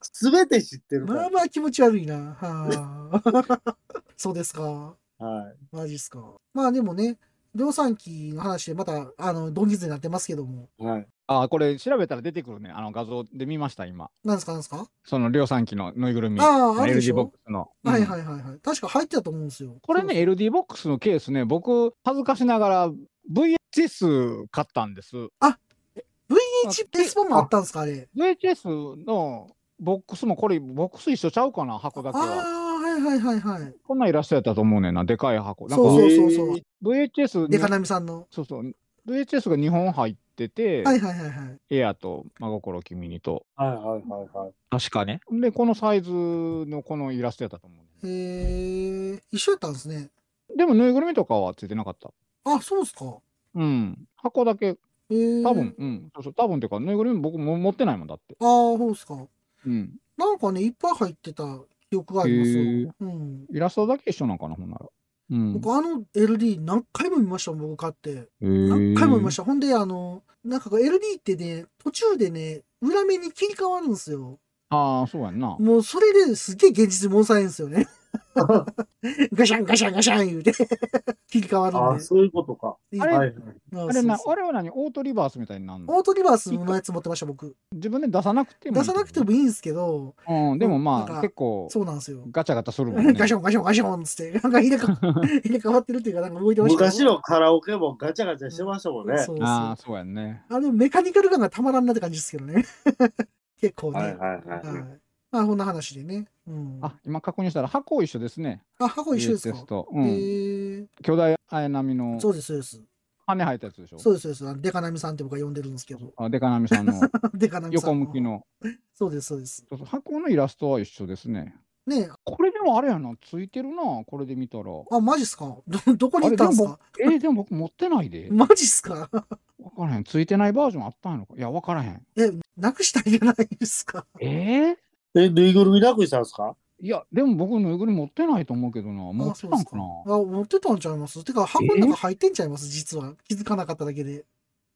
[SPEAKER 4] すべて知ってるか
[SPEAKER 2] まあまあ気持ち悪いな。はあ。 そうですか。
[SPEAKER 4] ら。はい。
[SPEAKER 2] マジっすか。まあでもね、量産機の話でまた、あの、ドンキズになってますけども。
[SPEAKER 4] はい。
[SPEAKER 3] ああ、これ調べたら出てくるね。あの画像で見ました、今。
[SPEAKER 2] なんですかなんですか、
[SPEAKER 3] その量産機のぬいぐるみ。
[SPEAKER 2] ああ、あるでし
[SPEAKER 3] LD ボッ
[SPEAKER 2] ょ
[SPEAKER 3] クスの。
[SPEAKER 2] はい
[SPEAKER 3] うん
[SPEAKER 2] はいはいはい。確か入ってたと思うんですよ。
[SPEAKER 3] これね、LD ボックスのケースね、僕、恥ずかしながら VHS 買ったんです。
[SPEAKER 2] そうそう。VHS 本もあったんですかあれ。
[SPEAKER 3] VHS のボックスもこれ、ボックス一緒ちゃうかな、箱だけ
[SPEAKER 2] ああ
[SPEAKER 3] は。
[SPEAKER 2] ー、はいはいはいはい。
[SPEAKER 3] こんなんイラストやったと思うねんな、でかい箱。なんか
[SPEAKER 2] そうそうそう
[SPEAKER 4] な
[SPEAKER 2] そ
[SPEAKER 4] ん
[SPEAKER 2] う。
[SPEAKER 3] VHS
[SPEAKER 2] でかなみさんの。
[SPEAKER 3] そうそう。VHS が2本入ってて、
[SPEAKER 2] はいはいはいはい。
[SPEAKER 3] エアと真心君にと。
[SPEAKER 4] はいはいはいはい。
[SPEAKER 3] 確かね。で、このサイズのこのイラストやったと思う。
[SPEAKER 2] へえ、一緒やったんですね。
[SPEAKER 3] でも、ぬいぐるみとかはついてなかった。
[SPEAKER 2] あ、そうですか。
[SPEAKER 3] うん。箱だけ、
[SPEAKER 2] へえ。
[SPEAKER 3] 多分、うん。そうそう、多分っていうか、ぬいぐるみ僕も持ってないもんだって。
[SPEAKER 2] ああ、そうですか。
[SPEAKER 3] うん。
[SPEAKER 2] なんかね、いっぱい入ってた記憶があります
[SPEAKER 3] へ
[SPEAKER 2] よ
[SPEAKER 3] え。
[SPEAKER 2] うん。
[SPEAKER 3] イラストだけ一緒なんかな、ほんなら。うん。
[SPEAKER 2] 僕、あの LD 何回も見ましたもん、僕買って。何
[SPEAKER 3] 何。
[SPEAKER 2] 回も見ましたた。ほんで、あの、なんかこう LD ってね、途中でね、裏目に切り替わるんですよ。
[SPEAKER 3] ああ、そうやんな。
[SPEAKER 2] もうそれですげえ現実もんさえんですよね。ガシャンガシャンガシャン言うて、 切り替わ
[SPEAKER 4] あ
[SPEAKER 2] るん
[SPEAKER 4] あ、
[SPEAKER 2] で。
[SPEAKER 4] そういうことか。
[SPEAKER 2] いい
[SPEAKER 3] あれ
[SPEAKER 4] はいはい。
[SPEAKER 2] うん
[SPEAKER 3] あれな
[SPEAKER 2] そう、そう
[SPEAKER 3] あれは何オートリバースみたいになるの
[SPEAKER 2] オートリバースのやつ持ってました、僕。
[SPEAKER 3] 自分で出さなくてもい
[SPEAKER 2] 出
[SPEAKER 3] い
[SPEAKER 2] さなくてもいいんですけど、
[SPEAKER 3] うん、でも
[SPEAKER 2] なん
[SPEAKER 3] ま
[SPEAKER 2] か
[SPEAKER 3] あ、結構、
[SPEAKER 2] そうなんですよ。
[SPEAKER 3] ガチャガチャするもんね。
[SPEAKER 2] ガションガションガションっつって、なんか入れか入れ替わってるっていうか、なんか動いてましたよ。
[SPEAKER 4] 昔のカラオケもガチャガチャしてましたもんね。
[SPEAKER 2] そうそう
[SPEAKER 3] ああ、そうやんね。
[SPEAKER 2] あのメカニカル感がたまらんなって感じですけどね。 結構ね。
[SPEAKER 4] は
[SPEAKER 2] はいい
[SPEAKER 4] はいはい。
[SPEAKER 2] まあ、こんな話でね。うん、あ
[SPEAKER 3] あ、今確認したら箱一緒ですね。
[SPEAKER 2] 箱一緒ですか
[SPEAKER 3] VHS。と。う
[SPEAKER 2] え
[SPEAKER 3] ん。巨大綾波の
[SPEAKER 2] そうです、そうです。
[SPEAKER 3] 羽生えたやつでしょ。
[SPEAKER 2] そうです、そうですあの。デカナミさんって僕は呼んでるんですけど。
[SPEAKER 3] あデカナミさんの
[SPEAKER 2] デカナミさん。
[SPEAKER 3] 横向き。の。
[SPEAKER 2] そうです、そうです。
[SPEAKER 3] そうそう箱のイラストは一緒ですね。
[SPEAKER 2] ねえ
[SPEAKER 3] これでもあれやな、ついてるな、これで見たら。
[SPEAKER 2] あ、マジっすかど、 どこに行ったんですか
[SPEAKER 3] えー、でも僕持ってないで。
[SPEAKER 2] マジっすか
[SPEAKER 3] わからへん。ついてないバージョンあったんやろか。いや、わからへん。
[SPEAKER 2] え、なくしたんじゃないですか
[SPEAKER 3] えー、
[SPEAKER 4] え、ぬいぐるみなくしたんですか
[SPEAKER 3] いや、でも僕ぬいぐるみ持ってないと思うけどな。 持
[SPEAKER 2] あ、
[SPEAKER 3] って
[SPEAKER 2] そ
[SPEAKER 3] た
[SPEAKER 2] うで
[SPEAKER 3] ん
[SPEAKER 2] す
[SPEAKER 3] かな。
[SPEAKER 2] あ、持ってたんちゃいますてか、箱の中入ってんちゃいます実は。気づかなかっただけで。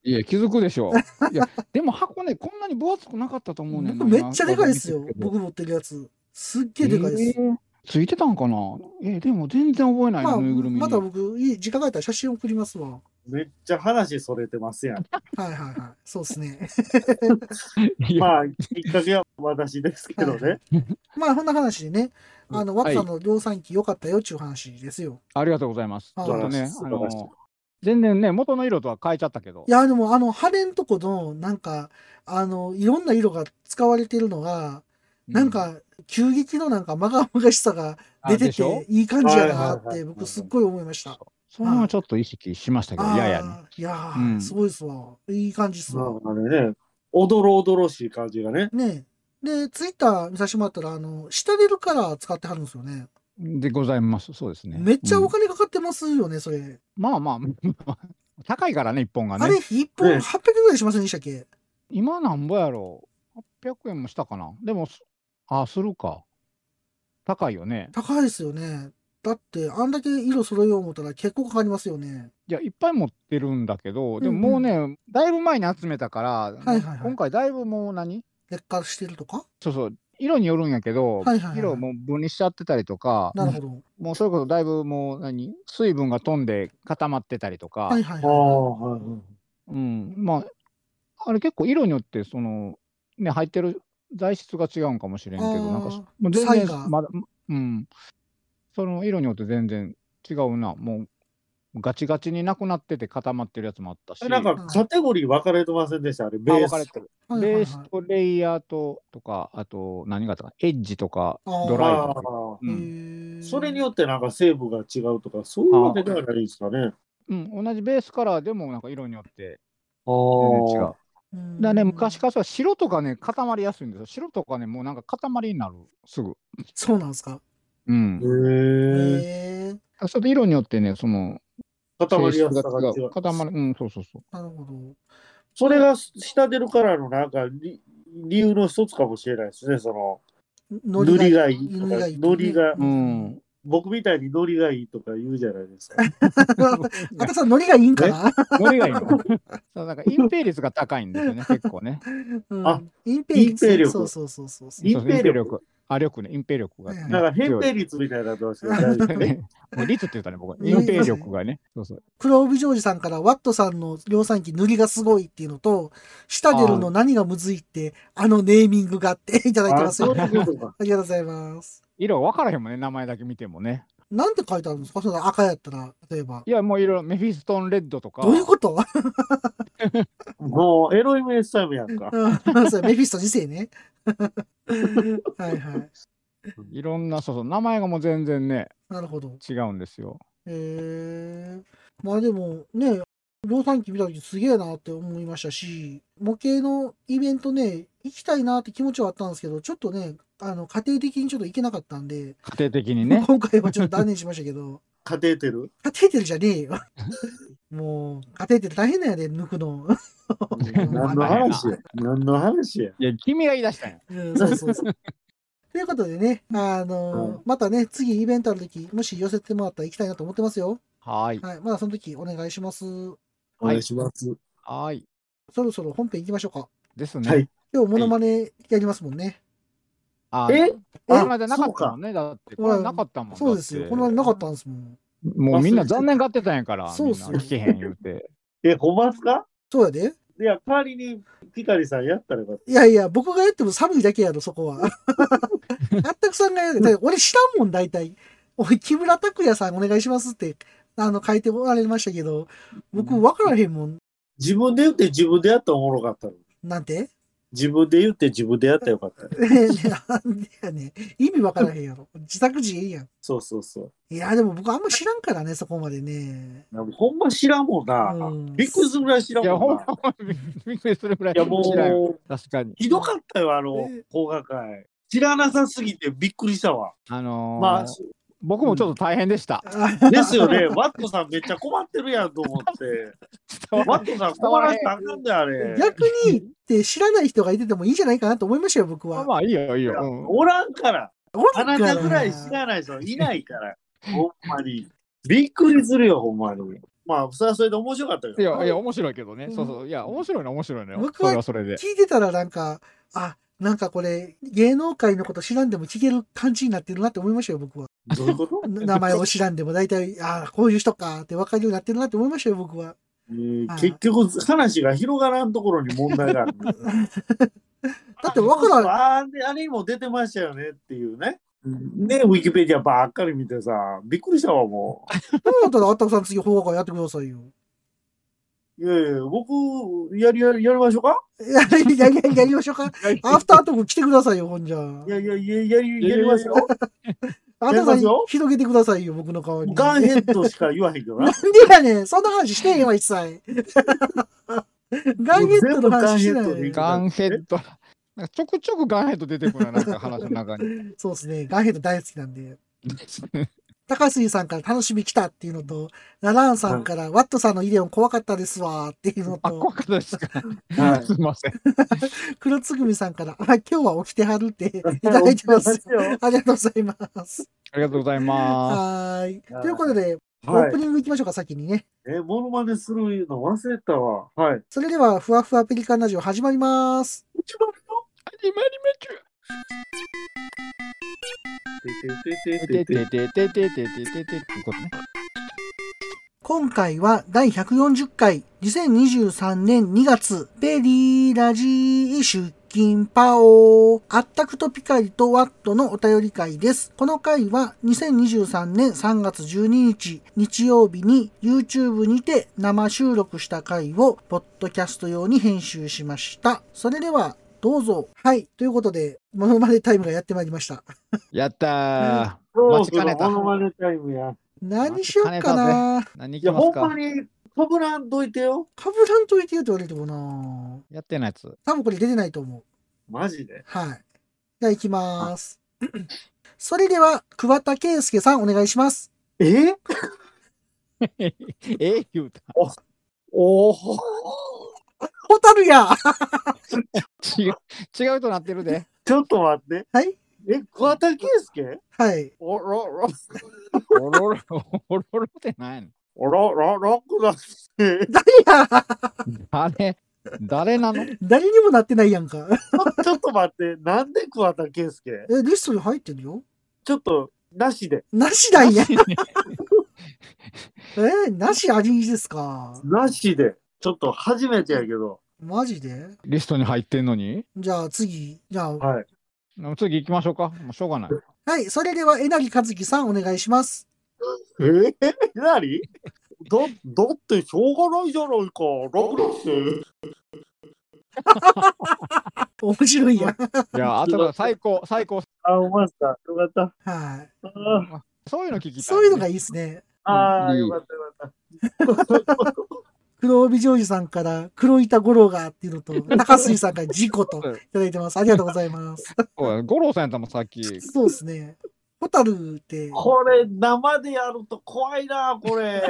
[SPEAKER 3] いや、気づくでしょう。いや、でも箱ね、こんなに分厚くなかったと思うねんな。
[SPEAKER 2] 僕めっちゃでかいですよ
[SPEAKER 3] 今。
[SPEAKER 2] 僕持ってるやつ。すっげえでかいです。
[SPEAKER 3] えーついてたんかなえーでも全然覚えないな、
[SPEAKER 2] まあ、
[SPEAKER 3] ぬいぐるみに。
[SPEAKER 2] また僕、いい時間があったら写真送りますわ。
[SPEAKER 4] めっちゃ話それてますやん。
[SPEAKER 2] はいはいはい。そうですね。
[SPEAKER 3] いや
[SPEAKER 4] まあ、きっかけは私ですけどね。
[SPEAKER 2] まあ、こんな話でね、あの、ワ
[SPEAKER 3] は
[SPEAKER 2] ク
[SPEAKER 3] い
[SPEAKER 2] さんの量産機良かったよっていう話ですよ。
[SPEAKER 3] ありがとうございます。ち
[SPEAKER 2] あ
[SPEAKER 3] ょ
[SPEAKER 2] ー
[SPEAKER 3] っとね、
[SPEAKER 4] 素
[SPEAKER 3] あ
[SPEAKER 4] 晴らしい
[SPEAKER 3] の、全然ね、元の色とは変えちゃったけど
[SPEAKER 2] い。や、でも、あの、羽んとこの、なんか、あの、いろんな色が使われてるのが、
[SPEAKER 3] う
[SPEAKER 2] なん、か、急激のなんか、まがまがしさが
[SPEAKER 3] あ
[SPEAKER 2] 出て
[SPEAKER 3] でしょ
[SPEAKER 2] て、いい感じやな
[SPEAKER 4] はいはい
[SPEAKER 2] っ
[SPEAKER 4] はい
[SPEAKER 2] て、
[SPEAKER 4] はい
[SPEAKER 2] 僕、すっごい思いました。
[SPEAKER 3] そのままちょっと意識しましたけど、
[SPEAKER 2] あー
[SPEAKER 3] いややね。
[SPEAKER 2] いや
[SPEAKER 3] う
[SPEAKER 2] ー、
[SPEAKER 3] ん
[SPEAKER 2] すごいですわ。いい感じっす
[SPEAKER 4] な
[SPEAKER 2] わ
[SPEAKER 4] ん。かね、おどろおどろしい感じがね。
[SPEAKER 2] ねで、ツイッター見させてもらったら、あの、下出るカラー使ってはるんですよね。
[SPEAKER 3] でございます。そうですね。
[SPEAKER 2] めっちゃ
[SPEAKER 3] うん
[SPEAKER 2] お金かかってますよね、それ。
[SPEAKER 3] まあまあ、 高いからね、一本が
[SPEAKER 2] あれ、
[SPEAKER 3] ね。
[SPEAKER 2] 1本
[SPEAKER 4] ね
[SPEAKER 2] 800ぐらいしませんでしたっけ
[SPEAKER 3] 今なんぼやろ。800円もしたかな。でも、すあ、するか。高いよね。
[SPEAKER 2] 高いですよね。だって、あんだけ色揃えよう思ったら結構かかりますよね。
[SPEAKER 3] いや、いっぱい持ってるんだけど、で
[SPEAKER 2] うんうん
[SPEAKER 3] ももうね、だいぶ前に集めたから、
[SPEAKER 2] はいはいはい
[SPEAKER 3] 今回だいぶもう何
[SPEAKER 2] 劣化してるとか
[SPEAKER 3] そうそう、色によるんやけど、
[SPEAKER 2] はいはいはい
[SPEAKER 3] 色をもう分離しちゃってたりとか、
[SPEAKER 2] なるほど。
[SPEAKER 3] もうそれこそだいぶもう何、水分が飛んで固まってたりとか、
[SPEAKER 2] はいはいは
[SPEAKER 4] あ
[SPEAKER 2] い。
[SPEAKER 4] あ、はいはい。
[SPEAKER 3] うん、まあ、あれ結構色によって、その、ね、入ってる材質が違うんかもしれんけ
[SPEAKER 2] あー
[SPEAKER 3] ど、なんか、もう全
[SPEAKER 2] 差異
[SPEAKER 3] 然
[SPEAKER 2] が、
[SPEAKER 3] まだ、うん、その色によって全然違うな、もう、ガチガチになくなってて固まってるやつもあったし、
[SPEAKER 4] なんかカテゴリー分かれてませんでした、あれ、ベ
[SPEAKER 3] あ
[SPEAKER 4] ー
[SPEAKER 3] 分
[SPEAKER 4] ス。
[SPEAKER 3] かれてる
[SPEAKER 2] はいはい
[SPEAKER 3] ベ
[SPEAKER 2] は
[SPEAKER 3] ー
[SPEAKER 2] い
[SPEAKER 3] スとレイヤーと、とか、あと、何があったか、エッジとか、
[SPEAKER 2] あー
[SPEAKER 3] ドライとか。
[SPEAKER 4] あ
[SPEAKER 3] う
[SPEAKER 2] へー
[SPEAKER 3] ん
[SPEAKER 4] あそれによってなんか成分が違うとか、そういうわけではないですかね。
[SPEAKER 3] うん、同じベースカラーでもなんか色によって
[SPEAKER 4] あ
[SPEAKER 3] 全然違う。だか
[SPEAKER 2] うん
[SPEAKER 3] らね、昔からそう白とかね、固まりやすいんですよ。白とかね、もうなんか塊になる、すぐ。
[SPEAKER 2] そうなんですか。
[SPEAKER 3] うん。
[SPEAKER 2] へ
[SPEAKER 4] へえ。
[SPEAKER 2] え。
[SPEAKER 3] あそれ色によってね、その、
[SPEAKER 4] 固まりやすさが
[SPEAKER 3] 性
[SPEAKER 4] 違
[SPEAKER 3] 質
[SPEAKER 4] う。
[SPEAKER 3] 固まる、うん、そうそうそう。
[SPEAKER 2] なるほど。
[SPEAKER 4] それが下出るからのなんか理理由の一つかもしれないですね、その、
[SPEAKER 2] ノ
[SPEAKER 4] ノリがいいと
[SPEAKER 2] ノリ
[SPEAKER 4] か
[SPEAKER 2] がいい、
[SPEAKER 4] ノリが
[SPEAKER 3] う、ん。
[SPEAKER 4] 僕みたいにノリがいいとか言うじゃないです か。
[SPEAKER 2] あたさん、ノリがいいんかな
[SPEAKER 3] ノリがいいの。 そう、なんか隠蔽率が高いんですよね、結構ね。
[SPEAKER 2] うん
[SPEAKER 4] あ
[SPEAKER 2] 隠蔽
[SPEAKER 4] 隠蔽力
[SPEAKER 2] そうそうそうそうそう。
[SPEAKER 4] 隠蔽力
[SPEAKER 3] そうそう隠蔽力。あ、力ね、隠蔽力が、ね。
[SPEAKER 2] うん
[SPEAKER 4] だから扁
[SPEAKER 3] 強い
[SPEAKER 4] 平率みたいになってますけど大丈夫です ね、
[SPEAKER 3] ねもう率って言ったね、僕。
[SPEAKER 2] うん
[SPEAKER 3] 隠蔽力がね。そうそう。
[SPEAKER 2] 黒帯ジョージさんからワットさんの量産機塗りがすごいっていうのと、下出るの何がむずいって、あのネーミングがあって いただいてま
[SPEAKER 4] あ
[SPEAKER 2] す
[SPEAKER 4] そう
[SPEAKER 2] よ。
[SPEAKER 4] いうことか。
[SPEAKER 2] ありがとうございます。
[SPEAKER 3] 色分からへんもんね、名前だけ見てもね。
[SPEAKER 2] なんて書いてあるんですかそれ赤やったら、例えば。
[SPEAKER 3] いや、もういろいろ、メフィストンレッドとか。
[SPEAKER 2] どういうこと
[SPEAKER 4] もうエロイムエスタイムやんか。
[SPEAKER 2] うんそうメフィスト2世ね。 はいはい。
[SPEAKER 3] いろんな、そうそう、名前がもう全然ね、
[SPEAKER 2] なるほど。
[SPEAKER 3] 違うんですよ。
[SPEAKER 2] へえまあでもね、量産機見た時すげえなって思いましたし、模型のイベントね、行きたいなって気持ちはあったんですけど、ちょっとね、あの家庭的にちょっと行けなかったんで、
[SPEAKER 3] 家庭的 にね。
[SPEAKER 2] 今回はちょっと断念しましたけ ど、
[SPEAKER 4] カテーテル。
[SPEAKER 2] カテーテルじゃねえよ。もう、カテーテル大変なんやで、抜くの。
[SPEAKER 4] 何の話 や。何の話や。
[SPEAKER 3] いや、君が言い出したんや。
[SPEAKER 2] うん、そうそうそう。ということでね、あのー
[SPEAKER 4] うん
[SPEAKER 2] またね、次イベントある時もし寄せてもらったら行きたいなと思ってますよ。
[SPEAKER 3] はーい。
[SPEAKER 2] はい、まだその時お願いします。
[SPEAKER 4] お願いします。
[SPEAKER 3] はーい。
[SPEAKER 2] そろそろ本編行きましょうか。
[SPEAKER 3] ですね。
[SPEAKER 4] はい
[SPEAKER 2] 今日モノマネやりますもんね。
[SPEAKER 3] あ
[SPEAKER 4] え
[SPEAKER 3] これ
[SPEAKER 4] あ
[SPEAKER 3] までなかったもんね。だって、これなかったもん
[SPEAKER 2] そうですよ。この前なかったんですもん。
[SPEAKER 3] た。もうみんな残念がってたんやから、
[SPEAKER 2] そうっすよ
[SPEAKER 3] みんな聞けへん言うて。
[SPEAKER 4] え、ほんまっすか
[SPEAKER 2] そうやで。
[SPEAKER 4] いや、代わりにピカリさんやったらよかっ
[SPEAKER 2] いやいや、僕がやっても寒いだけやろ、そこは。あったくさんがやる。だって俺知らんもん、大体。おい、木村拓哉さんお願いしますって、あの、書いておられましたけど、僕分からへんもん。
[SPEAKER 4] 自分で言って自分でやったらおもろかったの。
[SPEAKER 2] なんて
[SPEAKER 4] 自分で言って自分でやったらよかった。
[SPEAKER 2] ねなんでやねん意味分からへんやろ。自作自演やん。
[SPEAKER 4] そうそうそ
[SPEAKER 2] いや、でも僕あんま知らんからね、そこまでね。
[SPEAKER 4] う。ほんま知らんもんな。
[SPEAKER 2] うん
[SPEAKER 4] びっくりするぐらい知ら
[SPEAKER 3] い
[SPEAKER 4] ん
[SPEAKER 3] や、ほ
[SPEAKER 4] も
[SPEAKER 3] ん
[SPEAKER 4] ん
[SPEAKER 3] ま
[SPEAKER 4] な。
[SPEAKER 3] びっくりするぐらい。
[SPEAKER 4] いや、
[SPEAKER 3] 知らんよ
[SPEAKER 4] もう、
[SPEAKER 3] 確かに。
[SPEAKER 4] ひどかったよ、あの
[SPEAKER 2] え、
[SPEAKER 4] 講画会。知らなさすぎてびっくりしたわ。
[SPEAKER 3] あのー、
[SPEAKER 4] ま
[SPEAKER 3] 僕もちょっと大変で した。
[SPEAKER 4] あ、 ですよね。ワットさんめっちゃ困ってるやんと思って。
[SPEAKER 3] 伝わ
[SPEAKER 4] ワットさん困らせたらあかんで、あれ。
[SPEAKER 2] 逆にって知らない人がいててもいいんじゃないかなと思いましたよ、僕
[SPEAKER 3] まあ
[SPEAKER 2] は。
[SPEAKER 3] まあ、いいよ、いいよ。うん
[SPEAKER 4] おらんから。
[SPEAKER 2] おる
[SPEAKER 4] あなたぐらい知らない人いないから、ほんまに。びっくりするよ、ほんまに。まあ、それはそれで面白かった
[SPEAKER 3] い
[SPEAKER 4] けど。
[SPEAKER 3] や、いや、面白いけどね。そうそう。いや、面白いの面白いのよ。
[SPEAKER 2] 僕
[SPEAKER 3] そ
[SPEAKER 2] は
[SPEAKER 3] れはそれで。
[SPEAKER 2] 聞いてたらなんか、あ、なんかこれ、芸能界のこと知らんでも聞ける感じになってるなって思いましたよ、僕 は。
[SPEAKER 4] どういうこと、
[SPEAKER 2] な名前を知らんでも大体、あこういう人かって分かるようになってるなって思いましたよ、僕は。
[SPEAKER 4] えー
[SPEAKER 2] はい
[SPEAKER 4] 結局、話が広がらんところに問題がある。
[SPEAKER 2] だってわからん
[SPEAKER 4] ああれあれにも出てましたよねっていうね。ね、ウィキペディアばっかり見てさ、びっくりしたわ、も
[SPEAKER 2] そうだったら、あったくさん次、放課後やってください よ。
[SPEAKER 4] う。いやいや、僕、やりやりやりましょうか
[SPEAKER 2] いやいやいや、やりましょうか。アフタートーク来てくださいよ、ほんじゃ。
[SPEAKER 4] いやいやいや、やり、やりますよ。
[SPEAKER 2] あんたさ
[SPEAKER 4] やりま
[SPEAKER 2] ん
[SPEAKER 4] すよ
[SPEAKER 2] 広げてくださいよ、僕の代わりに。
[SPEAKER 4] ガンヘッドしか言わへんけど
[SPEAKER 2] な
[SPEAKER 4] な。
[SPEAKER 2] んでやねん、そんな話してへんわ、 一切。ガンヘッドの話してな
[SPEAKER 4] 全部ガンヘッドでい
[SPEAKER 2] い
[SPEAKER 4] い。
[SPEAKER 3] ガンヘッド。なんかちょくちょくガンヘッド出てくるな、なんか話の中に。
[SPEAKER 2] そうですね、ガンヘッド大好きなんで。高杉さんから楽しみ来たっていうのと、ラランさんから、ワットさんのイデオン怖かったですわっていうの
[SPEAKER 3] あ、
[SPEAKER 2] と
[SPEAKER 3] 怖、かったですか。
[SPEAKER 4] はい
[SPEAKER 3] すいません。
[SPEAKER 2] 黒つぐみさんから、あ、今日は起きてはる っていただいてます。ありがとうござい ます。
[SPEAKER 3] ありがとうございま
[SPEAKER 2] はーい。
[SPEAKER 4] はい
[SPEAKER 2] ということで、オ
[SPEAKER 4] は
[SPEAKER 2] ー
[SPEAKER 4] い
[SPEAKER 2] プ。ニング行きましょうか、先にね。
[SPEAKER 4] え、モノマネするの忘れたわ。はい。
[SPEAKER 2] それでは、ふわふわペリカンラジオ始まります。
[SPEAKER 4] 一番
[SPEAKER 3] す。始まりまちゅ。ててててててててててってことね。
[SPEAKER 2] 今回は第140回2023年2月ペリーラジー出勤パオーあったくとピカリとワットのお便り会です。この回は2023年3月12日日曜日に YouTube にて生収録した回をポッドキャスト用に編集しました。それではどうぞ。はい。ということで、モノマネタイムがやってまいりました。
[SPEAKER 3] やったー。
[SPEAKER 4] そう
[SPEAKER 3] 待ちかねた
[SPEAKER 4] モノマネタイムや。
[SPEAKER 2] 何しよっかな。
[SPEAKER 3] 何い
[SPEAKER 4] い
[SPEAKER 3] き
[SPEAKER 4] や、
[SPEAKER 3] ます
[SPEAKER 4] ほんま
[SPEAKER 3] か
[SPEAKER 4] に、かぶらんといてよ。
[SPEAKER 2] かぶらんといてよって言われてもな。
[SPEAKER 3] やってないやつ。
[SPEAKER 2] 多分これ出てないと思う。
[SPEAKER 4] マジで。
[SPEAKER 2] はい。じゃあ行きます。それでは、桑田佳祐さんお願いします。
[SPEAKER 4] え
[SPEAKER 3] え言うた。
[SPEAKER 4] おほ
[SPEAKER 2] ホタルや
[SPEAKER 3] 違う、違うとなってるで。
[SPEAKER 4] ちょっと待って。
[SPEAKER 2] はい
[SPEAKER 4] え、桑田佳祐
[SPEAKER 2] はい。
[SPEAKER 4] おろろ、
[SPEAKER 3] おろろ、おろろってないの。
[SPEAKER 4] おろろ、ロックだっ
[SPEAKER 2] い
[SPEAKER 4] て。
[SPEAKER 2] や、
[SPEAKER 3] 誰誰なの
[SPEAKER 2] 誰にもなってないやんか。
[SPEAKER 4] ちょっと待って。なんで桑田佳祐
[SPEAKER 2] え、リストに入ってるよ。
[SPEAKER 4] ちょっと、なしで。
[SPEAKER 2] なしだんや。
[SPEAKER 3] マジで
[SPEAKER 2] えー、なし味にですか。
[SPEAKER 4] なしで。ちょっと初めてやけど。
[SPEAKER 2] マジで
[SPEAKER 3] リストに入ってんのに
[SPEAKER 2] じゃあ次。じゃあ、は
[SPEAKER 4] はい。
[SPEAKER 3] 次行きましょうか。もうしょうがない。
[SPEAKER 2] い。それでは、えなぎかずきさんお願いします。
[SPEAKER 4] えー、なにだ、だってしょうがないじゃないか。ロックだって。
[SPEAKER 2] 面白いやん。
[SPEAKER 3] いや、あとが最高、最高。
[SPEAKER 4] あ、おました。よかった。
[SPEAKER 2] は
[SPEAKER 4] あ
[SPEAKER 3] そういうの聞きたい、
[SPEAKER 2] い。そういうのがいいですね。
[SPEAKER 4] あー、
[SPEAKER 3] いい
[SPEAKER 4] よかったよかった。
[SPEAKER 2] 黒帯ジョージさんから黒板五郎がっていうのと、高杉さんから事故といただいてます。ありがとうございます。
[SPEAKER 3] そうや五郎さんやったもん、さっき。
[SPEAKER 2] そうですね。ホタルって
[SPEAKER 4] これ、生でやると怖いな、これ。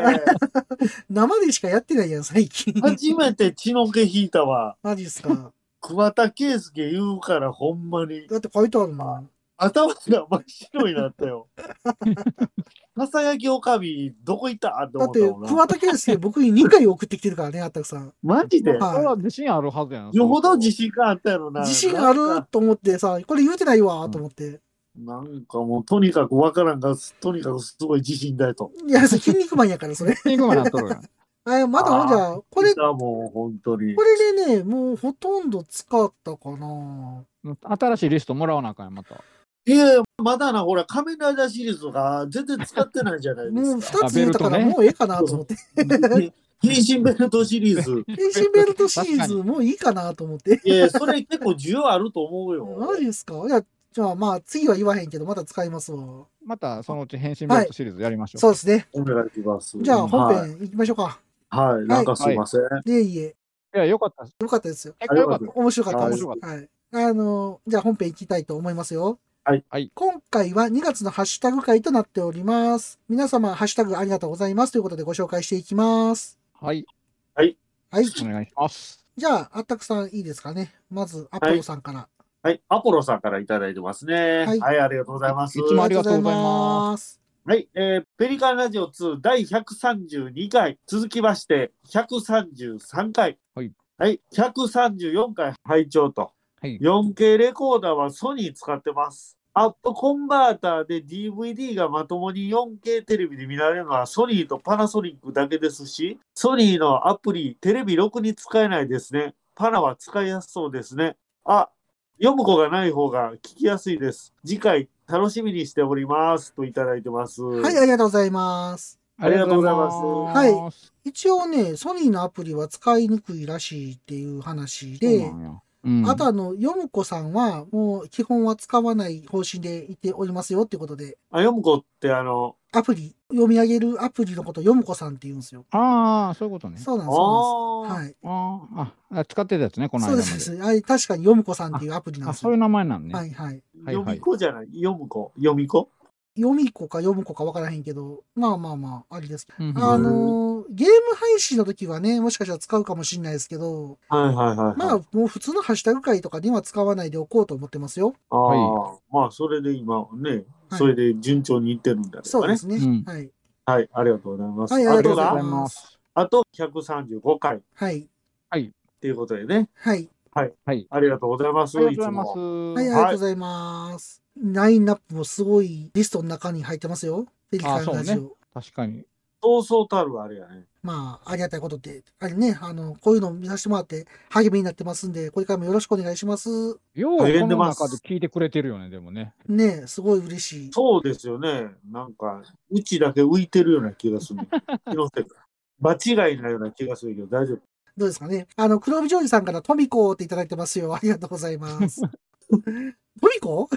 [SPEAKER 2] 生でしかやってないやん、最近。
[SPEAKER 4] 初めて血の毛引いたわ。
[SPEAKER 2] マジっすか。
[SPEAKER 4] 桑田佳祐言うから、ほんまに。
[SPEAKER 2] だって書いてあるもん。
[SPEAKER 4] 頭が真っ白になった よ。笠焼きおかみ、どこ行ったって
[SPEAKER 2] だ
[SPEAKER 4] 思
[SPEAKER 2] っ
[SPEAKER 4] ってたもん、な。
[SPEAKER 2] 桑田佳祐僕に2回送ってきてるからね、あったくさん。
[SPEAKER 4] マジで
[SPEAKER 3] それは自信あるはずやん。
[SPEAKER 4] よほど自信があったやろな。
[SPEAKER 2] 自信あると思ってさ、これ言うてないわ、と思って。
[SPEAKER 4] なんかもう、とにかくわからんが、とにかくすごい自信だよと。
[SPEAKER 2] いや、それ筋肉マンやから、 それ。
[SPEAKER 3] 信がなっとるやん。
[SPEAKER 2] えまだほんじゃ、これ、こ
[SPEAKER 4] だもう、本当に。
[SPEAKER 2] れでね、もうほとんど使ったかな。
[SPEAKER 3] 新しいリストもらわなあかんやん、また。
[SPEAKER 4] いやいや、まだな、ほら、仮面ライダーシリーズとか、全然使ってないじゃないで
[SPEAKER 2] もう
[SPEAKER 4] すか。
[SPEAKER 2] 2つ言うたから、もうええかなと思って。
[SPEAKER 4] 変身ベルトシリーズ。
[SPEAKER 2] 変身ベルトシリーズもういいかなと思って。
[SPEAKER 4] いやいや、それ結構需要あると思うよ
[SPEAKER 2] マ。ジですかいや、じゃあまあ次は言わへんけど、また使いますわ。
[SPEAKER 3] またそのうち変身ベルトシリーズやりましょう。
[SPEAKER 2] そうですね。
[SPEAKER 4] お願いします。
[SPEAKER 2] じゃあ本
[SPEAKER 4] はい。
[SPEAKER 2] 編行きましょうか。
[SPEAKER 4] はい、なんかすいません。
[SPEAKER 2] いえいえ、
[SPEAKER 3] いや、よかったです。
[SPEAKER 2] よかったですよ。
[SPEAKER 3] 結構よかっ
[SPEAKER 4] ありがとうございま
[SPEAKER 3] た。
[SPEAKER 2] 面白かったです。
[SPEAKER 3] は
[SPEAKER 2] はいい。あの、じゃあ本編行きたいと思いますよ。
[SPEAKER 4] はい
[SPEAKER 3] はい
[SPEAKER 2] 今回は2月のハッシュタグ会となっております。皆様、ハッシュタグありがとうございますということでご紹介していきます。
[SPEAKER 3] はい、
[SPEAKER 2] はい。
[SPEAKER 3] お願いします。
[SPEAKER 2] じゃあ、あったくさんいいですかね。まず、アポロさんから。
[SPEAKER 4] はい、アポロさんからいただいてますね。
[SPEAKER 2] は
[SPEAKER 4] はいい、ありがとうございます。
[SPEAKER 3] いつもありがとう
[SPEAKER 2] す。
[SPEAKER 4] はい、えーペリカンラジオ2第132回、続きまして、133回、
[SPEAKER 3] はい、
[SPEAKER 4] はい、134回拝聴と。
[SPEAKER 3] はい。
[SPEAKER 4] 4K レコーダーはソニー使ってます。アップコンバーターで DVD がまともに 4K テレビで見られるのはソニーとパナソニックだけですし、ソニーのアプリ、テレビ6に使えないですね。パナは使いやすそうですね。あ、読む子がない方が聞きやすいです。次回楽しみにしております。といただいてます。
[SPEAKER 2] はい、ありがとうございます。
[SPEAKER 4] ありがとうございます
[SPEAKER 3] ありがとうございます。
[SPEAKER 2] 一応ね、ソニーのアプリは使いにくいらしいっていう話
[SPEAKER 3] そう
[SPEAKER 2] で
[SPEAKER 3] な、んやうん
[SPEAKER 2] あとあの、ヨムコさんはもう基本は使わない方針でいておりますよってことで、
[SPEAKER 4] あ、読む子ってあの、
[SPEAKER 2] アプリ、読み上げるアプリのことをヨムコさんって言うんですよ。
[SPEAKER 3] ああ、そういうことね。
[SPEAKER 2] そうなんです、そうな
[SPEAKER 4] ああ
[SPEAKER 2] ん
[SPEAKER 4] ー、
[SPEAKER 2] です。
[SPEAKER 3] あーあ、使ってたやつね、この
[SPEAKER 2] はい。そ
[SPEAKER 3] 間
[SPEAKER 2] う
[SPEAKER 3] ま
[SPEAKER 2] で、
[SPEAKER 3] です
[SPEAKER 2] そうです。あれ確かにヨムコさんっていうアプリなん
[SPEAKER 3] あ、
[SPEAKER 2] です
[SPEAKER 3] そう
[SPEAKER 2] よ。
[SPEAKER 3] いう名前なんね。
[SPEAKER 2] はいはい。
[SPEAKER 3] はいはい
[SPEAKER 4] 読み子じゃない。読む子。読み子。
[SPEAKER 2] 読み子か読む子か分からへんけど、まあまあまあ、あれです。
[SPEAKER 3] うんうん
[SPEAKER 2] あのーゲーム配信の時はね、もしかしたら使うかもしれないですけど、
[SPEAKER 4] はいはいはい、はい。
[SPEAKER 2] まあもう普通のハッシュタグ会とかには使わないでおこうと思ってますよ。
[SPEAKER 4] ああ、
[SPEAKER 3] は
[SPEAKER 4] まあ、それで今ね、
[SPEAKER 2] はい
[SPEAKER 4] それで順調にいってるんだけ
[SPEAKER 2] そ
[SPEAKER 4] ど
[SPEAKER 2] う
[SPEAKER 4] ね。
[SPEAKER 2] ですね。
[SPEAKER 3] うん
[SPEAKER 2] はい。
[SPEAKER 4] はい、ありがとうございます。
[SPEAKER 2] はい、ありがとうござい
[SPEAKER 4] あと
[SPEAKER 2] ます。
[SPEAKER 4] があと135回っ
[SPEAKER 2] はい。
[SPEAKER 4] ていうことでね。
[SPEAKER 2] はい。
[SPEAKER 4] ありがとうございます。
[SPEAKER 3] ありがとうござい
[SPEAKER 4] いつ
[SPEAKER 3] ま
[SPEAKER 4] も
[SPEAKER 3] す。。
[SPEAKER 2] はい、ありがとうございます。ラインナップもすごいリストの中に入ってますよ。ペリカンラジ
[SPEAKER 3] あ
[SPEAKER 2] オ。
[SPEAKER 3] そう確かに。
[SPEAKER 4] そうそうたるあれやね。
[SPEAKER 2] まあ、ありがたいことって、あれね、あの、こういうのを見させてもらって励みになってますんで、これからもよろしくお願いします。
[SPEAKER 3] よう、こ
[SPEAKER 4] 励んで
[SPEAKER 3] の
[SPEAKER 4] ます
[SPEAKER 3] 中で聞いてくれてるよね、でもね。
[SPEAKER 2] ねえ、すごい嬉しい。
[SPEAKER 4] そうですよね。なんか、うちだけ浮いてるような気がする。気のせいか場違いなような気がするけど、大丈夫。
[SPEAKER 2] どうですかね。あの、黒帯ジョージさんからトミコっていただいてますよ。ありがとうござい ます。トミコ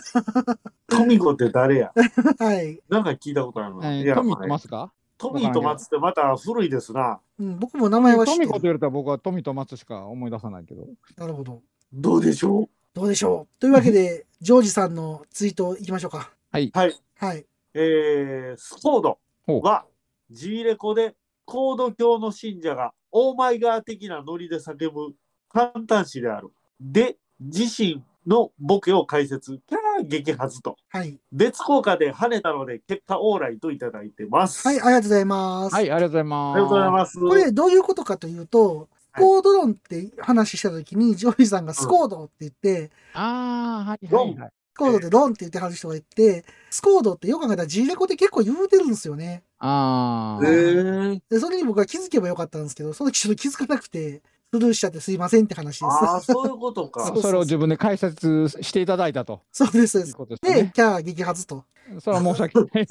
[SPEAKER 4] トミコって誰や
[SPEAKER 2] はい、
[SPEAKER 4] なんか聞いたことある
[SPEAKER 3] え
[SPEAKER 4] の、い
[SPEAKER 3] ー
[SPEAKER 4] や
[SPEAKER 3] トミーと
[SPEAKER 4] まあ
[SPEAKER 3] 松か
[SPEAKER 4] トミーと松ってまた古いですな。
[SPEAKER 2] うん。僕も名前は知って
[SPEAKER 3] トミーこと
[SPEAKER 2] る。
[SPEAKER 3] 言われたら僕はトミーと松しか思い出さないけど。
[SPEAKER 2] なるほど。
[SPEAKER 4] どうでしょ
[SPEAKER 2] どうでしょう。というわけで、ジョージさんのツイートいきましょうか。
[SPEAKER 3] はい。
[SPEAKER 4] うはい。
[SPEAKER 2] はい。
[SPEAKER 4] えー、スコード
[SPEAKER 3] ほう
[SPEAKER 4] は G レコでコード教の信者がオーマイガー的なノリで叫ぶ簡単詞である。で、自身のボケを解説、キャー激発と。
[SPEAKER 2] はい。
[SPEAKER 4] 別効果で跳ねたので結果オーライといただいてます。
[SPEAKER 2] はい、ありがとうございます。
[SPEAKER 3] はい、ありがとうございます。
[SPEAKER 4] ありがとうございます。
[SPEAKER 2] これどういうことかというと、ス
[SPEAKER 4] はい
[SPEAKER 2] コード論って話したときに、ジョージさんがスコードって言って、
[SPEAKER 3] ああ、はい
[SPEAKER 4] ど
[SPEAKER 3] は
[SPEAKER 4] う
[SPEAKER 3] い、
[SPEAKER 4] も
[SPEAKER 3] はい。
[SPEAKER 2] スコードでロンって言ってはる人がいて、スコードってよく考えたら G レコで結構言うてるんですよね。
[SPEAKER 3] あ
[SPEAKER 4] え
[SPEAKER 3] あ、
[SPEAKER 4] ー、
[SPEAKER 2] で、それに僕は気づけばよかったんですけど、その時ちょっと気づかなくて、スルーしちゃってすいませんって話で
[SPEAKER 4] ああ、そういうこと
[SPEAKER 3] そ
[SPEAKER 4] か
[SPEAKER 2] う。
[SPEAKER 3] それを自分で解説していただいたと
[SPEAKER 2] す。そうです、そう
[SPEAKER 3] い
[SPEAKER 2] で
[SPEAKER 3] う
[SPEAKER 2] す。
[SPEAKER 3] ことですよ
[SPEAKER 2] で
[SPEAKER 3] ね、。
[SPEAKER 2] キャー激発と。
[SPEAKER 3] それは申し訳ない。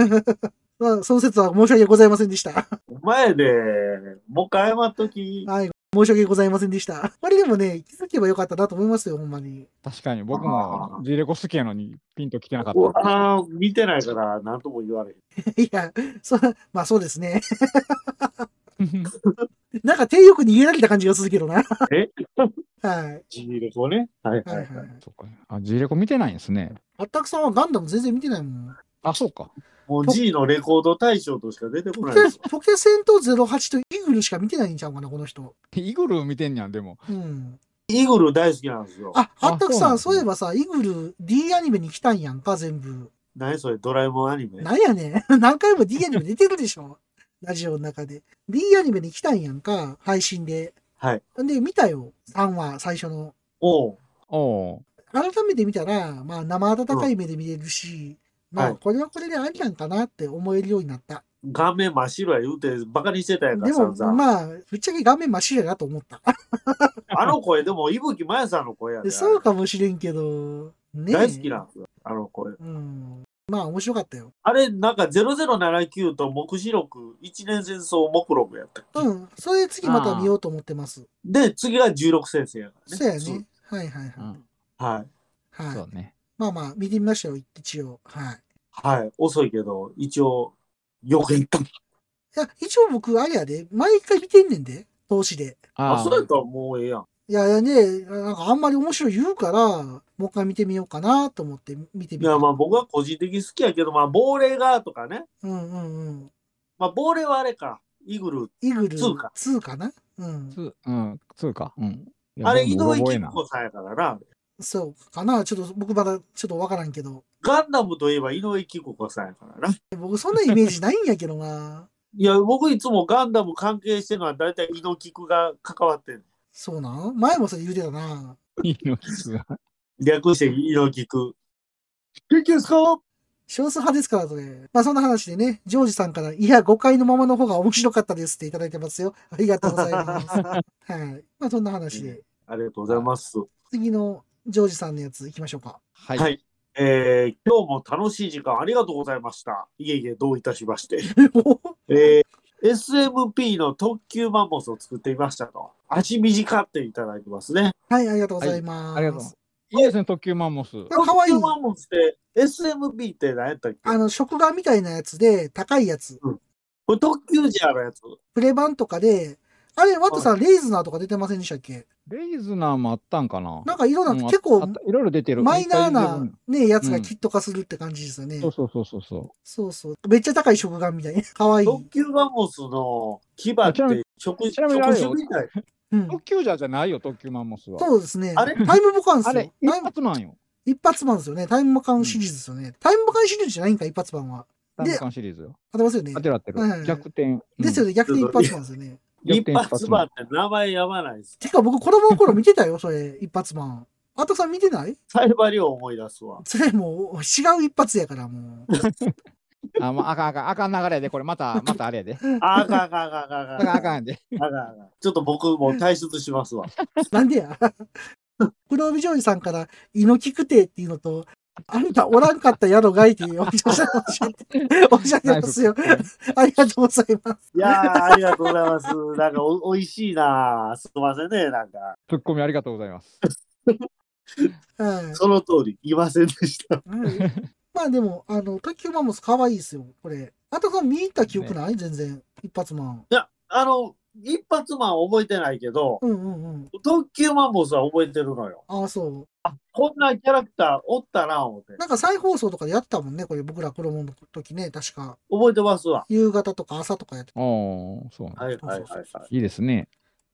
[SPEAKER 2] まあその説は申し訳ございませんでした。
[SPEAKER 4] 前で、もう一回謝っとき。
[SPEAKER 2] はい。申し訳ございませんでした。あれでもね、気づけばよかったなと思いますよ、ほんまに。
[SPEAKER 3] 確かに僕
[SPEAKER 4] あ
[SPEAKER 3] も
[SPEAKER 4] ー
[SPEAKER 3] G レコ好きやのにピンと来てなかっ
[SPEAKER 4] う
[SPEAKER 3] た。
[SPEAKER 4] わー見てないから何とも言われへん。
[SPEAKER 2] いや、そ、まあそうですね。なんか手よく逃げられた感じがするけどな。
[SPEAKER 4] え
[SPEAKER 2] はい。
[SPEAKER 4] ジーレコね。はい
[SPEAKER 2] は
[SPEAKER 4] はいい
[SPEAKER 2] は
[SPEAKER 4] はい
[SPEAKER 2] い。はい。
[SPEAKER 3] そうかあ G レコ見てないんですね。
[SPEAKER 2] あったくさんはガンダム全然見てないもん。
[SPEAKER 3] あ、そうか。
[SPEAKER 4] もう G のレコード大賞としか出て
[SPEAKER 2] ポ
[SPEAKER 4] こ
[SPEAKER 2] ケ
[SPEAKER 4] ないです。
[SPEAKER 2] ポケセント08とイーグルしか見てないんちゃうかな、この人。
[SPEAKER 3] イグルー見てんやん、でも。
[SPEAKER 2] うん。
[SPEAKER 4] イーグル大好きなんですよ。
[SPEAKER 2] あ、あったくさん、そ
[SPEAKER 3] そうう
[SPEAKER 2] い
[SPEAKER 3] な
[SPEAKER 2] え
[SPEAKER 3] ん
[SPEAKER 2] ばさ、イーグル D アニメに来たんやんか、全部。
[SPEAKER 4] 何それ、ドラえもんアニメ。
[SPEAKER 2] なんやねん。 何回も D アニメ出てるでしょ。ラジオの中で。D アニメに来たんやんか、配信で。
[SPEAKER 4] はい。
[SPEAKER 2] で、見たよ。3話、最初の。
[SPEAKER 4] おう
[SPEAKER 3] おう
[SPEAKER 2] 改めて見たら、まあ、生温かい目で見れるし、
[SPEAKER 4] ん
[SPEAKER 2] ま
[SPEAKER 4] は
[SPEAKER 2] あ、
[SPEAKER 4] い
[SPEAKER 2] これはこれでありなんかなって思えるようになった。
[SPEAKER 4] 顔面真っ白や言うて、バカにしてたやんか
[SPEAKER 2] で
[SPEAKER 4] ら、
[SPEAKER 2] も、
[SPEAKER 4] 散々。
[SPEAKER 2] まあ、ぶっちゃけ画面真っ白やなと思った。
[SPEAKER 4] あの声、でも、伊吹まやさんの声やで。
[SPEAKER 2] そうかもしれんけど、ねえ
[SPEAKER 4] 大好きなんですよ、あの声。
[SPEAKER 2] うん。まあ、面白かったよ。
[SPEAKER 4] あれ、なんか0079と目視録、一年戦争目録やったっけ、
[SPEAKER 2] うん。それで次また見ようと思ってます。
[SPEAKER 4] で、次が16先生やからね。
[SPEAKER 2] そうやね。はいはいはい。
[SPEAKER 3] うん
[SPEAKER 4] はい。
[SPEAKER 2] はい
[SPEAKER 3] そうね。
[SPEAKER 2] まあまあ、見てみましたよ、一応。はい。
[SPEAKER 4] はい。遅いけど、一応、よく言った。
[SPEAKER 2] いや、一応僕、あれやで、毎回見てんねんで、投資で。
[SPEAKER 4] あ、
[SPEAKER 3] あ
[SPEAKER 4] そうやったらもうええやん。
[SPEAKER 2] いやいやね、なんかあんまり面白い言うから、もう一回見てみようかなと思って見て
[SPEAKER 4] い
[SPEAKER 2] みた。
[SPEAKER 4] や、まあ僕は個人的に好きやけど、まあ、亡霊がとかね。
[SPEAKER 2] うんうんうん。
[SPEAKER 4] まあ、亡霊はあれか。イグル。
[SPEAKER 2] イグル
[SPEAKER 4] ツーか
[SPEAKER 2] 2かなうん。
[SPEAKER 3] つうん、そうか。うん。いや
[SPEAKER 4] あれ、井
[SPEAKER 3] 僕
[SPEAKER 4] 上
[SPEAKER 3] 覚え
[SPEAKER 4] 貴
[SPEAKER 3] な
[SPEAKER 4] 子さんやからな。
[SPEAKER 2] そうかなちょっと僕まだちょっとわからんけど。
[SPEAKER 4] ガンダムといえば井上貴子さんやからな。
[SPEAKER 2] 僕そんなイメージないんやけどな。
[SPEAKER 4] いや、僕いつもガンダム関係してるのは大体井上貴子が関わってる。
[SPEAKER 2] そうなん前もそれ言うてたな。
[SPEAKER 3] い いのですが
[SPEAKER 4] 略して井上貴子。元気ですか
[SPEAKER 2] 少数派ですから、それ。まあそんな話でね、ジョージさんから、いや、誤解のままの方が面白かったですっていただいてますよ。ありがとうござい ます。はい。まあそんな話で。
[SPEAKER 4] ありがとうございます。
[SPEAKER 2] 次のジョージさんのやついきましょうか。
[SPEAKER 3] はい。
[SPEAKER 4] はいえー今日も楽しい時間ありがとうございました。いえいえ、どういたしまして。えー SMP の特急マンモスを作ってみましたと。足短っていただきますね。
[SPEAKER 2] はい、ありがとうございます。
[SPEAKER 3] ありがとうございます。いいですね、特急マンモス。
[SPEAKER 2] あかわいい
[SPEAKER 4] 特急マンモスって、SMP って何やったっけ
[SPEAKER 2] あの、食玩みたいなやつで、高いやつ。
[SPEAKER 4] これ特急じゃのやつ。
[SPEAKER 2] プレ版とかで、あれ、ワットさん、レイズナーとか出てませんでしたっけ
[SPEAKER 3] レイズナーもあったんかな
[SPEAKER 2] なんか色な
[SPEAKER 3] うんん
[SPEAKER 2] か
[SPEAKER 3] あ
[SPEAKER 2] 結
[SPEAKER 3] あ
[SPEAKER 2] 構
[SPEAKER 3] ったいろいろ出てる。
[SPEAKER 2] マイナー
[SPEAKER 3] いっぱい出て
[SPEAKER 2] な
[SPEAKER 3] る
[SPEAKER 2] ね、やつがキット化するって感じですよね
[SPEAKER 3] そう。そうそうそうそう。
[SPEAKER 2] そうそう。めっちゃ高い食玩みたい。 かわいい。
[SPEAKER 4] 特急マンモスの牙
[SPEAKER 3] ち
[SPEAKER 4] っ
[SPEAKER 3] なみ
[SPEAKER 4] て食
[SPEAKER 3] ちなみにあ
[SPEAKER 4] 食
[SPEAKER 3] れよ
[SPEAKER 4] 種みたい。
[SPEAKER 2] うん
[SPEAKER 3] 特急じゃじゃないよ、特急マンモスは。
[SPEAKER 2] そうですね。
[SPEAKER 4] あれ
[SPEAKER 2] タイムボカンで
[SPEAKER 3] あ
[SPEAKER 2] す
[SPEAKER 3] れ
[SPEAKER 2] よ、。
[SPEAKER 3] 一
[SPEAKER 2] タイム
[SPEAKER 3] 発マンよ。
[SPEAKER 2] 一発版ですよね。タイムボカンシリーズですよね。タイムボカンシリーズじゃないんか、一発版は。
[SPEAKER 3] 単ンシリーズよ。
[SPEAKER 2] 当てますよね
[SPEAKER 3] 当。てらって
[SPEAKER 2] はいはいは
[SPEAKER 3] る。
[SPEAKER 2] い
[SPEAKER 3] 逆転。
[SPEAKER 2] ですよ
[SPEAKER 3] ね。
[SPEAKER 2] ね。逆転一発版ですよね。
[SPEAKER 4] 一発マン
[SPEAKER 3] マ
[SPEAKER 4] っ。て名前やばないです。
[SPEAKER 2] てか僕子供の頃見てたよ、それ、一発マン。あたさん見てない
[SPEAKER 4] サイバリを思い出 すわ。
[SPEAKER 2] それもう違う一発やからもう。
[SPEAKER 3] あ、もうあかんあかん、あかん流れやで、これ また、またあれやで。
[SPEAKER 4] ああかんあかんあかん
[SPEAKER 3] あかん
[SPEAKER 4] あかん
[SPEAKER 3] あ
[SPEAKER 4] あかん。
[SPEAKER 3] かんで。
[SPEAKER 4] あかんあかんちょっと僕も退出しま すわ。
[SPEAKER 2] なんでや黒帯女優さんから「猪木くて」っていうのと「あんたおらんかったやろがい」っていうおっしゃっておっしゃってますよ。ありがとうございます。
[SPEAKER 4] いやー、ありがとうございます。なんかお、おいしいなーすみませんね、なんか。
[SPEAKER 3] ツッコミありがとうございます。
[SPEAKER 2] はい
[SPEAKER 4] その通り、言いませんでした。
[SPEAKER 2] はいまあでも、あの、卓球マンも可愛いですよ、これ。あんたさん見に行った記憶ない全然。一発マン。
[SPEAKER 4] あの、一発マン覚えてないけど、
[SPEAKER 2] うんうんうん。
[SPEAKER 4] 特急マンボスは覚えてるのよ。
[SPEAKER 2] ああ、そう。
[SPEAKER 4] こんなキャラクターおったな、思って。
[SPEAKER 2] なんか再放送とかでやってたもんね、これ僕ら子供の時ね、確か。
[SPEAKER 4] 覚えてますわ。
[SPEAKER 2] 夕方とか朝とかやって
[SPEAKER 3] おお、そうなんだ。
[SPEAKER 4] はいはいはいはい。
[SPEAKER 3] いいですね。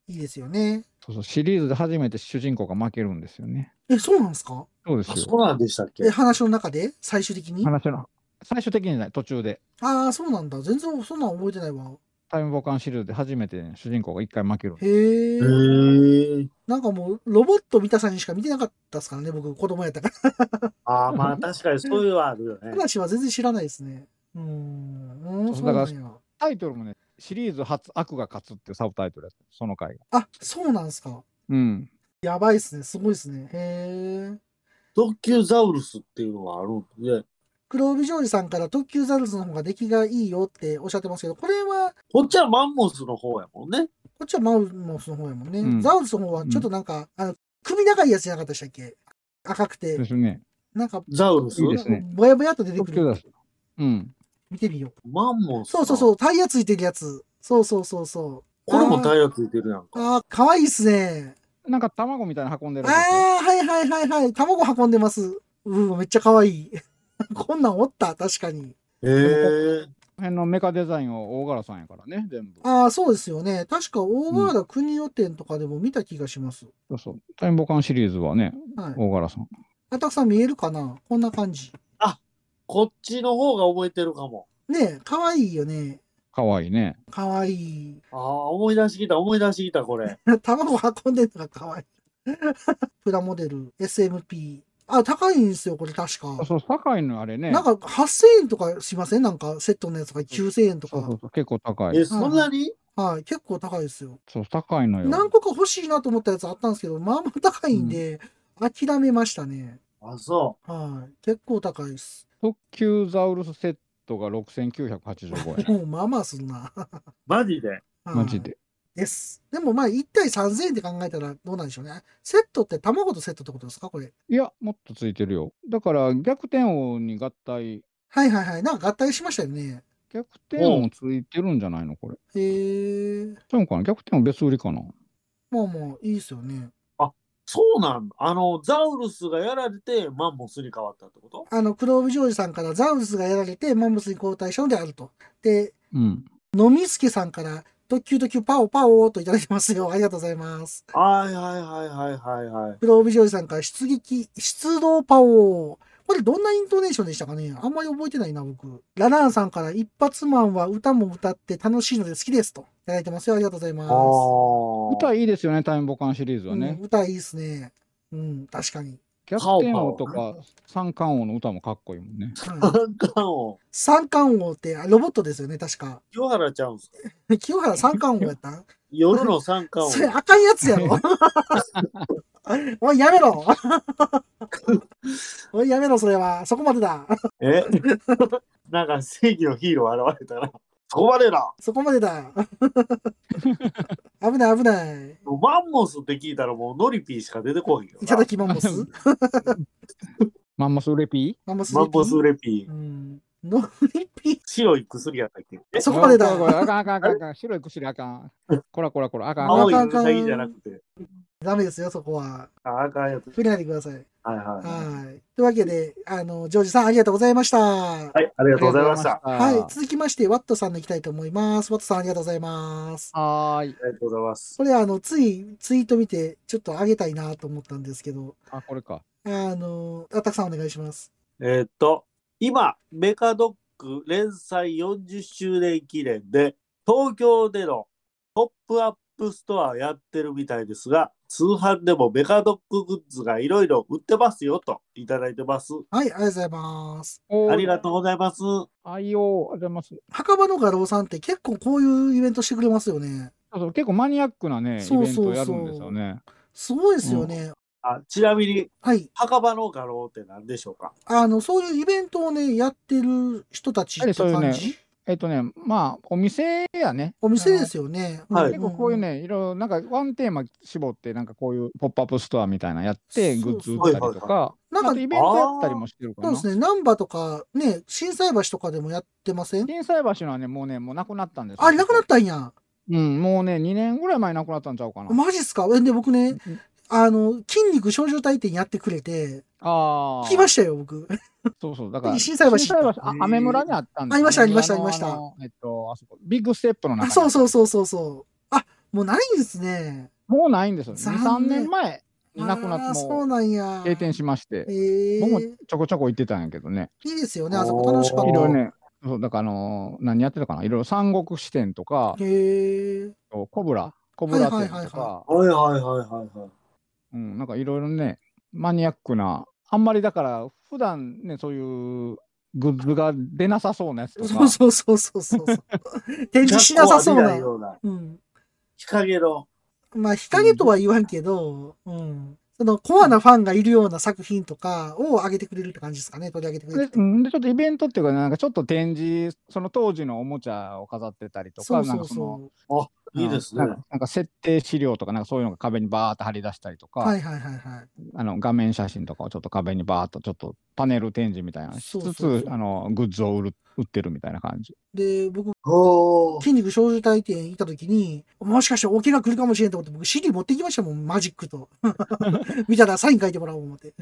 [SPEAKER 2] いいですよね。
[SPEAKER 3] そうそう、シリーズで初めて主人公が負けるんですよね。
[SPEAKER 2] え、そうなんですか
[SPEAKER 3] そうで
[SPEAKER 4] あ、
[SPEAKER 3] す
[SPEAKER 4] そ
[SPEAKER 3] よ。
[SPEAKER 4] うなんでしたっけ
[SPEAKER 2] え、話の中で最終的に
[SPEAKER 3] 話の、最終的にじゃない、途中で。
[SPEAKER 2] ああ、そうなんだ。全然そんなん覚えてないわ。
[SPEAKER 3] タイムボカンシリーズで初めてね主人公が一回負けるんです。
[SPEAKER 2] へえ
[SPEAKER 4] へ。ー。
[SPEAKER 2] なんかもう、ロボット見たさにしか見てなかったっすからね、僕、子供やったから。
[SPEAKER 4] ああ、まあ確かにそういうのはあるよね。
[SPEAKER 2] 話は全然知らないですね。うーん。うん、
[SPEAKER 3] そ
[SPEAKER 2] そううな
[SPEAKER 3] だから
[SPEAKER 2] んや。
[SPEAKER 3] タイトルもね、シリーズ初悪が勝つっていうサブタイトルやったその回が。
[SPEAKER 2] あ、そうなんすか。
[SPEAKER 3] うん。
[SPEAKER 2] やばいっすね。すごいっすね。へえ。
[SPEAKER 4] 特急ザウルスっていうのがあるんで、
[SPEAKER 2] 黒帯ジョージさんから特急ザルスの方が出来がいいよっておっしゃってますけど、これは、
[SPEAKER 4] こっちはマンモスの方やもんね。
[SPEAKER 2] こっちはマウモスの方やもんね。
[SPEAKER 3] うん
[SPEAKER 2] ザウルスの方はちょっとなんか、あの、首長いやつじゃなかったでしたっけ赤くて
[SPEAKER 3] で、すね。
[SPEAKER 2] なんか、
[SPEAKER 4] ザウルス
[SPEAKER 3] いいですね
[SPEAKER 2] ぼやぼやっと出てく
[SPEAKER 3] 特急
[SPEAKER 2] る
[SPEAKER 3] だ。す。うん。
[SPEAKER 2] 見てみよう。
[SPEAKER 4] マンモス。
[SPEAKER 2] そうそう
[SPEAKER 4] う。
[SPEAKER 2] そう、タイヤついてるやつ。そうそうそうそう。
[SPEAKER 4] これもタ
[SPEAKER 2] イヤ。
[SPEAKER 4] イヤついてるやんか。
[SPEAKER 2] あー、かわいいっすね。
[SPEAKER 3] なんか卵みたいなの運んでるんですよ
[SPEAKER 2] ああ、はいはいはいはい。卵運んでます。うん、めっちゃかわいい。 こんなんおった、確かに。
[SPEAKER 4] へえ。
[SPEAKER 3] この辺のメカデザインは大柄さんやからね、全部。
[SPEAKER 2] ああ、そうですよね。確か、大河原国予店とかでも見た気がします。
[SPEAKER 3] そうそう。タイムボカンシリーズはね、
[SPEAKER 2] はい。
[SPEAKER 3] 大柄さん。
[SPEAKER 2] あたくさん見えるかなこんな感じ。
[SPEAKER 4] こっちの方が覚えてるかも。
[SPEAKER 2] ねえ、かわいいよね。
[SPEAKER 3] かわいいね。
[SPEAKER 2] かわいい。
[SPEAKER 4] ああ、思い出してきた、思い出してきた、これ。
[SPEAKER 2] 卵運んでるのがかわいい。 プラモデル、SMP。あ、高いんですよ、これ確か
[SPEAKER 3] そう。そう、高いのあれね。
[SPEAKER 2] なんか8000円とかしませんなんかセットのやつが9000円と
[SPEAKER 3] そうそう
[SPEAKER 2] か。
[SPEAKER 3] そう、結構高
[SPEAKER 4] え、
[SPEAKER 3] い。
[SPEAKER 4] そんなに
[SPEAKER 2] はい、結構高いですよ。
[SPEAKER 3] そう、高いのよ。
[SPEAKER 2] 何個か欲しいなと思ったやつあったんですけど、まあまあ高いんで、諦めましたね。
[SPEAKER 4] あ、そ
[SPEAKER 2] はい、結構高いです。
[SPEAKER 3] 特急ザウルスセットが6985円。
[SPEAKER 2] もうまあまあすんな。は
[SPEAKER 4] う。マジで。
[SPEAKER 2] い
[SPEAKER 3] マジ。で。
[SPEAKER 2] です。でもまあ1対3000円って考えたらどうなんでしょうね。セットって卵とセットってことですかこれ。
[SPEAKER 3] いや、もっとついてるよ。だから逆転王に合体、
[SPEAKER 2] はいはいはい。なんか合体しましたよね。
[SPEAKER 3] 逆転王もついてるんじゃないのこれ。
[SPEAKER 2] へえ。
[SPEAKER 3] そうかな逆転王別売りかな
[SPEAKER 2] まあまあいいですよね。
[SPEAKER 4] そうなんあの、ザウルスがやられて、マンモスに変わったってこと
[SPEAKER 2] あの、黒帯ジョージさんからザウルスがやられてマンモスに交代したのであると。で、
[SPEAKER 3] うん。
[SPEAKER 2] のみすけさんから、特急特急パオパオといただきますよ。ありがとうございます。
[SPEAKER 4] はいはいはいはいはいはい。
[SPEAKER 2] 黒帯ジョージさんから、出撃、出動パオこれどんなイントネーションでしたかねあんまり覚えてないな、僕。ララーンさんから、一発マンは歌も歌って楽しいので好きですと。いただいてますよ。ありがとうございます。
[SPEAKER 4] ああ。
[SPEAKER 3] 歌いいですよね、タイムボカンシリーズはね。
[SPEAKER 2] うん、歌いいですね。うん、確かに。
[SPEAKER 3] 逆転王とか三冠王の歌もかっこいいもんね。
[SPEAKER 2] はい
[SPEAKER 4] あかんを。
[SPEAKER 2] 三冠王って、あロボットですよね、確か。
[SPEAKER 4] 清原ちゃうんすか
[SPEAKER 2] 清原三冠王やったん
[SPEAKER 4] 夜の三 冠
[SPEAKER 2] それあかんやつやろ。おい、やめろ。おい、やめろ、それは。そこまでだ。
[SPEAKER 4] 王。え なんか正義のヒーロー現れたら、そこまでだ
[SPEAKER 2] そこまでだ。 危ない、危ない。
[SPEAKER 4] もうマンモスって聞いたらもうノリピーしか出てこへんけど
[SPEAKER 2] い
[SPEAKER 4] な
[SPEAKER 2] ただきマンモス。
[SPEAKER 3] マンモスレピ
[SPEAKER 2] マンモス
[SPEAKER 4] マ
[SPEAKER 2] レ
[SPEAKER 4] ン
[SPEAKER 2] ピ
[SPEAKER 4] モス
[SPEAKER 2] ー。
[SPEAKER 4] レピ
[SPEAKER 2] う
[SPEAKER 4] ー。
[SPEAKER 2] ん。ノリピ
[SPEAKER 4] 白い薬やったっけえ
[SPEAKER 2] ー。そこまでだ。
[SPEAKER 3] これこれあかんあかんあかんあかん。白い薬あかん。こらこらこらあかんあかん。
[SPEAKER 4] 青い
[SPEAKER 2] あ
[SPEAKER 4] ウサギじゃなくて。
[SPEAKER 2] ダメですよ、そこは。
[SPEAKER 4] ああかんやつ。
[SPEAKER 2] 触れないでください。
[SPEAKER 4] はいはい。はい
[SPEAKER 2] はい。というわけで、あの、ジョージさん、ありがとうございました。は
[SPEAKER 4] はい、あり
[SPEAKER 3] あ
[SPEAKER 4] がとうございました。
[SPEAKER 3] り
[SPEAKER 4] あ
[SPEAKER 3] が
[SPEAKER 2] い
[SPEAKER 3] とうございま。し
[SPEAKER 2] 続きまして、ワットさんに行きたいと思います。ワットさん、ありがとうございます。
[SPEAKER 3] た。はーい。
[SPEAKER 4] りがとうございます。
[SPEAKER 2] これ、あの、つい、ツイート見て、ちょっと上げたいなと思ったんですけど、
[SPEAKER 3] あ、これか。
[SPEAKER 2] あの、あたくさんお願いします。
[SPEAKER 4] えーっと、今、メカドック連載40周年記念で、東京でのポップアップストアやってるみたいですが、通販でもメカドックグッズがいろいろ売ってますよといただいてます。
[SPEAKER 2] はい、ありがとうございます。
[SPEAKER 3] お
[SPEAKER 4] ありがとうございます。
[SPEAKER 3] あいよう、ありがとうございます。
[SPEAKER 2] 墓場の画廊さんって結構こういうイベントしてくれますよね。
[SPEAKER 3] そうそう結構マニアックなね、イ
[SPEAKER 2] そう
[SPEAKER 3] ベン
[SPEAKER 2] そうそう
[SPEAKER 3] トやるんですよね。
[SPEAKER 2] すごいですよね。
[SPEAKER 4] あちなみに、
[SPEAKER 2] はい。
[SPEAKER 4] 墓場の画廊って何でしょうか
[SPEAKER 2] あの、そういうイベントをね、やってる人たちって
[SPEAKER 3] やは
[SPEAKER 2] 感
[SPEAKER 3] りそう
[SPEAKER 2] じ、
[SPEAKER 3] えっとね、まあ、お店やね。
[SPEAKER 2] お店ですよね。
[SPEAKER 4] は
[SPEAKER 2] ん
[SPEAKER 4] いん
[SPEAKER 3] 結構こういう。ね、いろいろなんかワンテーマ絞って、なんかこういうポップアップストアみたいなのやって、
[SPEAKER 2] そ
[SPEAKER 3] グ
[SPEAKER 2] う
[SPEAKER 3] ッズ売ったりとか、
[SPEAKER 2] なん
[SPEAKER 3] あ
[SPEAKER 2] か
[SPEAKER 3] と、イベントやったりもしてるか
[SPEAKER 2] そう
[SPEAKER 3] な。
[SPEAKER 2] ですね、難波とか、ね、心斎橋とかでもやってません
[SPEAKER 3] 天才橋のはね、もうね、もうなくなったんですよ
[SPEAKER 2] あれ、なくなったんや。
[SPEAKER 3] うん、もうね、2年ぐらい前になくなったんちゃうかな。
[SPEAKER 2] マジっすかえで、僕ね
[SPEAKER 3] うん、
[SPEAKER 2] あの、筋肉少女体験やってくれて、
[SPEAKER 3] ああ。
[SPEAKER 2] 来ましたよ、僕。
[SPEAKER 3] そうそう、だから、
[SPEAKER 2] 心斎橋
[SPEAKER 3] 心斎橋、あ、アメ村にあったんです
[SPEAKER 2] ありましたありました
[SPEAKER 3] 村の
[SPEAKER 2] ありました
[SPEAKER 3] あのえっと、あそこ、ビッグステップの中
[SPEAKER 2] あ、
[SPEAKER 3] に
[SPEAKER 2] そうそうそうそうそう。あ、もうないんですね。
[SPEAKER 3] もうないんですよ。2、3
[SPEAKER 2] 残念
[SPEAKER 3] 年前になくな
[SPEAKER 2] あー
[SPEAKER 3] って、
[SPEAKER 2] そ
[SPEAKER 3] も
[SPEAKER 2] う
[SPEAKER 3] う
[SPEAKER 2] なんや。
[SPEAKER 3] 閉店しまして
[SPEAKER 2] え、ー
[SPEAKER 3] 僕もちょこちょこ行ってたんやけどね。
[SPEAKER 2] いいですよね、あそこ楽しか
[SPEAKER 4] あ
[SPEAKER 2] っ
[SPEAKER 4] ー
[SPEAKER 3] いろいろ
[SPEAKER 2] た。
[SPEAKER 3] ね、そうだから、あのー何やってたかな、いろいろ三国支店とか、
[SPEAKER 2] へー
[SPEAKER 3] コブラ、コブラ
[SPEAKER 2] はいは
[SPEAKER 3] 店
[SPEAKER 2] いはいはい
[SPEAKER 3] とか、
[SPEAKER 4] はいはいはいはいはい。
[SPEAKER 3] うん、なんかいろいろね、マニアックな、あんまりだから、普段ね、そういうグッズが出なさそうなやつとか
[SPEAKER 2] そ、うそうそうそうそう。 展示しなさそう
[SPEAKER 4] 脚
[SPEAKER 2] な
[SPEAKER 4] 光を浴びない。ような
[SPEAKER 2] うん。
[SPEAKER 4] 日陰の。
[SPEAKER 2] まあ、日陰とは言わんけど、うん。そのコアなファンがいるような作品とかを上げてくれるって感じですかね、取り上げてくれ
[SPEAKER 3] で
[SPEAKER 2] る。
[SPEAKER 3] うんでちょっとイベントっていうか、なんかちょっと展示、その当時のおもちゃを飾ってたりと
[SPEAKER 2] そ
[SPEAKER 3] か、
[SPEAKER 2] う
[SPEAKER 3] なん
[SPEAKER 2] そ
[SPEAKER 3] か
[SPEAKER 2] う
[SPEAKER 3] その、
[SPEAKER 2] そ
[SPEAKER 3] うん
[SPEAKER 4] いいですね。
[SPEAKER 3] なんかなんか設定資料とか、なんかそういうのが壁にバーって貼り出したりと
[SPEAKER 2] う。
[SPEAKER 3] か、
[SPEAKER 2] はいはいはいはい。
[SPEAKER 3] あの画面写真とかをちょっと壁にバーっとちょっとパネル展示みたいなのし
[SPEAKER 2] そうそ
[SPEAKER 3] つ
[SPEAKER 2] うそう
[SPEAKER 3] つ、あのグッズを売る売ってるみたいな感じ。
[SPEAKER 2] で、僕、
[SPEAKER 4] おー
[SPEAKER 2] 筋肉少女体験行った時に、もしかして大怪我来るかもしれんと思って、僕 CD 持ってきましたもん、マジックと。 見たらサイン書いてもらおう思って。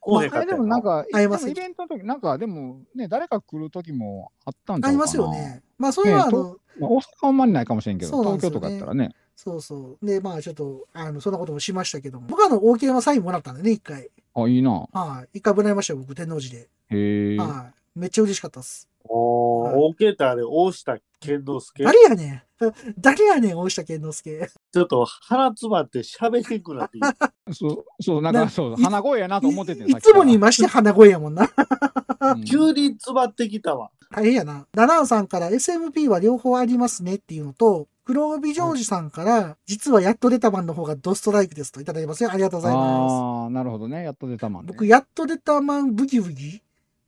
[SPEAKER 4] こうへん
[SPEAKER 3] あ
[SPEAKER 4] かった
[SPEAKER 3] れで
[SPEAKER 4] よ
[SPEAKER 3] もなんか、
[SPEAKER 2] 会え
[SPEAKER 3] で
[SPEAKER 2] ます
[SPEAKER 3] もイベントの時なんかでもね、誰か来る時もあったんちゃ
[SPEAKER 2] あ
[SPEAKER 3] うかな
[SPEAKER 2] りますよね。まあ、それは、
[SPEAKER 3] ね
[SPEAKER 2] あ
[SPEAKER 3] と
[SPEAKER 2] の、
[SPEAKER 3] まあ大阪はあんまりないかもしれんけ
[SPEAKER 2] そ
[SPEAKER 3] ど、
[SPEAKER 2] うなん
[SPEAKER 3] 東
[SPEAKER 2] ですよね
[SPEAKER 3] 京とかやったらね。
[SPEAKER 2] そうそう。で、まあちょっと、あの、そんなこともしましたけども、僕はあの、王権はサインもらったんでね、一回。
[SPEAKER 3] あ、いいな。
[SPEAKER 2] はい。一回ぶられましたよ、僕、天王寺で。
[SPEAKER 3] へえ。
[SPEAKER 2] はい。めっちゃ嬉しかったっす。
[SPEAKER 4] おー、オーケーターで大下健之介。
[SPEAKER 2] 誰やねん 誰やねん、大下健之介。
[SPEAKER 4] ちょっと腹詰まって喋れんくなってきた。
[SPEAKER 3] そう、そう、なん
[SPEAKER 2] な
[SPEAKER 3] かそう、
[SPEAKER 2] い
[SPEAKER 3] 鼻声やなと思ってて
[SPEAKER 2] いい
[SPEAKER 3] さっき
[SPEAKER 2] つ
[SPEAKER 3] か
[SPEAKER 2] も
[SPEAKER 3] ら
[SPEAKER 2] にまして鼻声やもんな。
[SPEAKER 3] うん
[SPEAKER 4] 急に詰まってきたわ。
[SPEAKER 2] 大変やな。ダナンさんから SMP は両方ありますねっていうのと、黒帯ジョージさんから、実はやっと出た版の方がドストライクですといただきますよ。ありがとうございま
[SPEAKER 3] ああ、なるほどね。やっと出たもん
[SPEAKER 2] す。
[SPEAKER 3] ね。
[SPEAKER 2] 僕、やっと出た版ブギブギ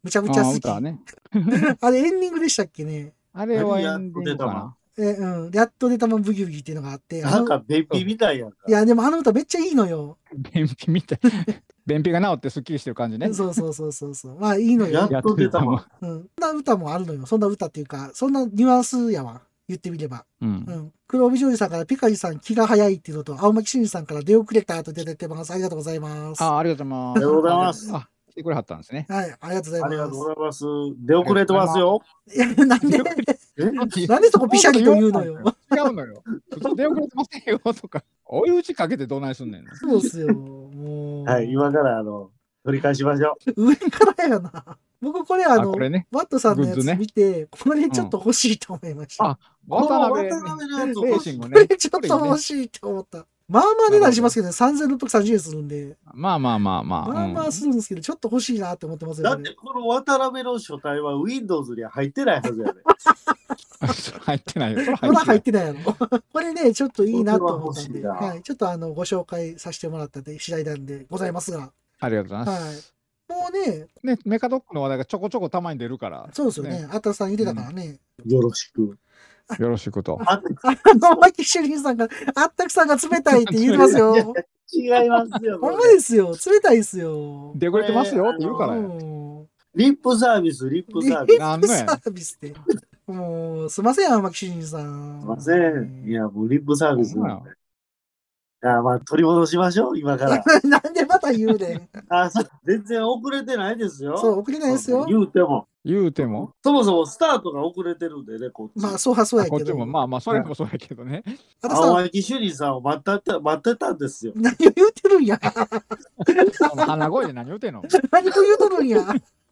[SPEAKER 2] むちゃくちゃ
[SPEAKER 3] あー
[SPEAKER 2] 好き。
[SPEAKER 3] 歌はね。
[SPEAKER 2] あれエンディングでしたっけね
[SPEAKER 3] あれはエンディング
[SPEAKER 4] やっと出たも
[SPEAKER 3] か
[SPEAKER 4] ん
[SPEAKER 2] えうん、やっと出たまブギウギっていうのがあって、あ
[SPEAKER 4] な
[SPEAKER 2] の
[SPEAKER 4] んか便秘みたいやんか
[SPEAKER 2] い。や、でもあの歌めっちゃいいのよ。
[SPEAKER 3] な。便秘みたい。 便秘が治ってすっきりしてる感じね。
[SPEAKER 2] そうそうそうそうそう。まあいいの
[SPEAKER 4] や
[SPEAKER 2] よ
[SPEAKER 4] っ。と出たもん
[SPEAKER 3] やっと
[SPEAKER 2] うん。そんな歌もあるのよ。そんな歌っていうか、そんなニュアンスやわ。言ってみれば。
[SPEAKER 3] 出たもん。
[SPEAKER 2] う
[SPEAKER 3] うん
[SPEAKER 2] ん。黒帯ジョージさんからピカリさん気が早いっていうのと、青巻真司さんから出遅れたと出てます。ありがとうございます。は
[SPEAKER 3] あ
[SPEAKER 2] い。
[SPEAKER 3] ー、ありがとうございます。
[SPEAKER 4] ありがとうございます
[SPEAKER 3] あ、来てくれはったんですね。
[SPEAKER 2] ありがとうござい
[SPEAKER 4] あ
[SPEAKER 2] ます。
[SPEAKER 4] りがとうございます。出遅れてますよ。
[SPEAKER 2] いや、なんで、
[SPEAKER 4] え
[SPEAKER 2] なんでそこピシャリと言うのよ。
[SPEAKER 3] 違うのよ。普通電話くれてませんよ とか。追い打ちかけてどないすんねんの。
[SPEAKER 2] そうっすよ。もう。
[SPEAKER 4] はい、今からあの、取り返しましょ
[SPEAKER 2] 上からやな。僕これあ
[SPEAKER 3] あ、
[SPEAKER 2] の
[SPEAKER 3] こ、れね。
[SPEAKER 2] ワットさんのや
[SPEAKER 3] グッズ
[SPEAKER 2] つ
[SPEAKER 3] ね
[SPEAKER 2] 見て、これちょっと欲しいと思いました。
[SPEAKER 3] うんあ
[SPEAKER 4] う。こ
[SPEAKER 3] 渡
[SPEAKER 4] の
[SPEAKER 3] 辺
[SPEAKER 4] 渡辺のやつ
[SPEAKER 3] レーシング
[SPEAKER 2] こ
[SPEAKER 3] ね
[SPEAKER 2] れ。ちょっと欲しいと思った。まあまあ値段しますけどね、3630円するんで、
[SPEAKER 3] まあまあまあまあ。
[SPEAKER 2] まあま
[SPEAKER 3] う
[SPEAKER 2] あ
[SPEAKER 3] ん
[SPEAKER 2] するんですけど、ちょっと欲しいなって思ってますよ、
[SPEAKER 4] だ
[SPEAKER 2] こ
[SPEAKER 4] っ
[SPEAKER 2] れ
[SPEAKER 4] てこの渡辺の書体は Windows には入ってないはずやね。
[SPEAKER 3] 入ってないよ。それ
[SPEAKER 2] まだ
[SPEAKER 3] 入ってな
[SPEAKER 2] 入っ
[SPEAKER 3] い。
[SPEAKER 2] てないやろ。 これね、ちょっといいなと思ったんで、
[SPEAKER 4] これは欲しいな
[SPEAKER 2] はい、ちょっとあのご紹介させてもらったで次第なんでございますが、
[SPEAKER 3] ありがとうございま
[SPEAKER 2] は
[SPEAKER 3] す。
[SPEAKER 2] い、もうね、
[SPEAKER 3] ね、メカドックの話題がちょこちょこたまに出るから。
[SPEAKER 2] そうですよね、あたさん言ってたからね、
[SPEAKER 4] よろしく。
[SPEAKER 3] よろしくと。
[SPEAKER 4] あ
[SPEAKER 2] あの、マキシュリンさんが、あったくさんが冷たいって言ってます
[SPEAKER 4] い
[SPEAKER 2] よ。
[SPEAKER 4] や違いますよ。
[SPEAKER 2] ほんまですよ、冷たいですよ。
[SPEAKER 3] 出遅れてますよって言うから
[SPEAKER 2] う
[SPEAKER 3] や。
[SPEAKER 2] ん
[SPEAKER 4] リップサービス、リップサービ
[SPEAKER 2] リ
[SPEAKER 4] ス。
[SPEAKER 2] ップサービスって。もう、すいません、天木真司さん。
[SPEAKER 4] すいません。いや、もうリップサービス
[SPEAKER 3] ほんまや。
[SPEAKER 4] あまあ、取り戻しましょう、今から。
[SPEAKER 2] なんでまた言うね ん。
[SPEAKER 4] あそう全然遅れてないですよ。
[SPEAKER 2] そう、遅れないですよ。
[SPEAKER 4] 言うても。
[SPEAKER 3] 言うても。
[SPEAKER 4] そもそもスタートが遅れてるんでね、こっち。
[SPEAKER 2] まあ、そうはそうや
[SPEAKER 3] こっ
[SPEAKER 2] け
[SPEAKER 3] ち
[SPEAKER 2] ど。
[SPEAKER 3] もまあまあ、それもそうやけどね。
[SPEAKER 2] あたさん、
[SPEAKER 4] 青木朱里さんを待ってた待ってたんですよ。
[SPEAKER 2] 何を言うてるんや。
[SPEAKER 3] あの鼻声で何言うて んの
[SPEAKER 2] 何を言うとるんや。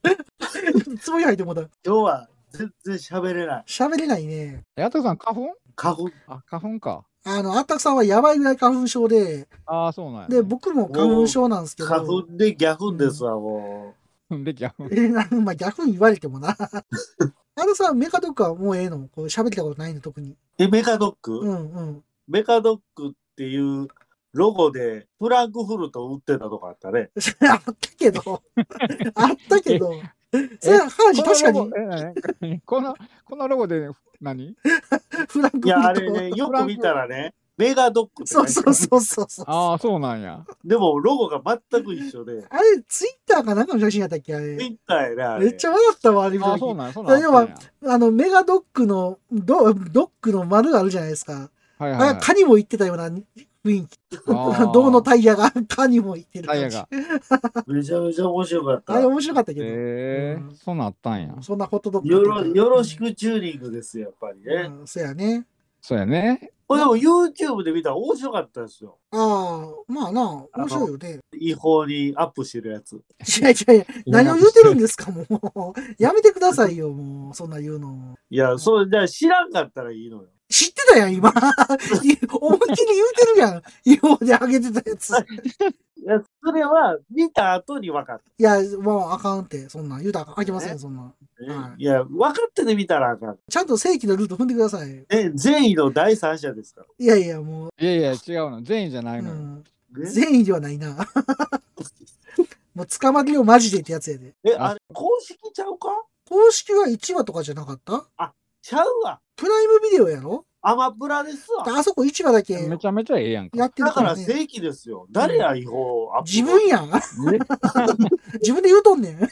[SPEAKER 2] つぼり入ってもうた。
[SPEAKER 4] 今日は全然喋れない。
[SPEAKER 2] 喋れないね。
[SPEAKER 3] やとさん、花粉
[SPEAKER 4] 花粉。
[SPEAKER 3] あ、花粉か。
[SPEAKER 2] あの、あったくさんはやばいぐらい花粉症で、
[SPEAKER 3] ああ、そうなんや、ね。
[SPEAKER 2] で、 僕も花粉症なんですけど。
[SPEAKER 4] 花粉でギャフンですわ、も
[SPEAKER 3] で、ギャフン。
[SPEAKER 2] えーなまあ逆に言われて もな。あのさ、メカドックはもうええのこう喋ったことないの、特に。
[SPEAKER 4] う。え、メカドック、
[SPEAKER 2] うんうん。
[SPEAKER 4] メカドックっていうロゴでフランクフルト売ってたとかあったね。
[SPEAKER 2] あったけ ど。あったけど。それは話確かに
[SPEAKER 3] このロゴえ何 この、このロゴで何
[SPEAKER 2] フランク
[SPEAKER 4] い
[SPEAKER 2] フ
[SPEAKER 4] や、あれ
[SPEAKER 2] ル
[SPEAKER 4] ね、
[SPEAKER 2] ト。
[SPEAKER 4] よく見たらね、メガドックって書
[SPEAKER 2] そ
[SPEAKER 4] いう
[SPEAKER 2] そ
[SPEAKER 4] て
[SPEAKER 2] うそうそうそう。あ
[SPEAKER 3] ああ、そうなんや。
[SPEAKER 4] でも、ロゴが全く一 緒で、
[SPEAKER 2] れ、ツイッターかなんかの写真やったっけあ
[SPEAKER 4] ツイ
[SPEAKER 2] れ。
[SPEAKER 4] ッターやな、あれ
[SPEAKER 2] めっちゃ笑ったわ、あれ見
[SPEAKER 3] あ
[SPEAKER 2] た
[SPEAKER 3] あ、そう
[SPEAKER 2] 時。
[SPEAKER 3] なんや。そうなんや。
[SPEAKER 2] 要はあの、メガドックの、ドドックの丸あるじゃないですか。
[SPEAKER 3] はいはい、は
[SPEAKER 2] あ
[SPEAKER 3] い
[SPEAKER 2] れ。蚊にも行ってたような雰囲気。
[SPEAKER 3] あー
[SPEAKER 2] 銅のタイヤが蚊にも行ってる
[SPEAKER 3] タイ
[SPEAKER 2] 感
[SPEAKER 3] ヤ
[SPEAKER 2] じ。
[SPEAKER 3] が。
[SPEAKER 4] めちゃめちゃ面白かっ
[SPEAKER 2] あ
[SPEAKER 4] た。
[SPEAKER 2] れ
[SPEAKER 4] よ
[SPEAKER 2] 面白かったけど。
[SPEAKER 3] ええ
[SPEAKER 2] うん
[SPEAKER 3] そうなったんや。
[SPEAKER 2] そんなホットドッグ
[SPEAKER 4] ろよろしくチューニングです、やっぱりね。
[SPEAKER 2] うん、そやね。
[SPEAKER 3] そうやね。
[SPEAKER 4] これでも YouTube で見たら面白かったですよ。
[SPEAKER 2] ああ、まあな、面白いよね。
[SPEAKER 4] 違法にアップしてるやつ。
[SPEAKER 2] いやいやいや、何を言うてるんですか、もう。やめてくださいよ、もう、そんな言うの。
[SPEAKER 4] いや、そう、じゃあ知らんかったらいいのよ。
[SPEAKER 2] 知ってたやん、 今。思いっきり言うてるやん。今まで上げてたやつ。
[SPEAKER 4] いや、それは見た後に分かっ
[SPEAKER 2] いや、もうあかんって、そんなん言うたらあきません、そんなん。
[SPEAKER 4] た、ね
[SPEAKER 2] はい
[SPEAKER 4] いや、分かってて見たらあかん。
[SPEAKER 2] ちゃんと正規のルート踏んでください。
[SPEAKER 4] ね、善意の第三者ですから。
[SPEAKER 2] いやいや、もう、
[SPEAKER 3] いやいや、違うの。善意じゃな
[SPEAKER 2] う
[SPEAKER 3] いのよ。
[SPEAKER 2] ん、
[SPEAKER 4] ね
[SPEAKER 2] 善意ではないな。 もう、捕まりをマジでってやつやで。
[SPEAKER 4] え、あれ、公式ちゃうか
[SPEAKER 2] 公式は1話とかじゃなかった
[SPEAKER 4] ちゃうわ。
[SPEAKER 2] プライムビデオやろ
[SPEAKER 4] アマプラですわ。
[SPEAKER 2] あそこ1話だけ
[SPEAKER 3] めちゃめちゃええやんか。
[SPEAKER 2] やってる
[SPEAKER 4] だ
[SPEAKER 2] か
[SPEAKER 4] からら
[SPEAKER 2] ね。
[SPEAKER 4] 正規ですよ。誰や違法アップ
[SPEAKER 2] 自分やん。
[SPEAKER 3] ね
[SPEAKER 2] 自分で言うとんねん。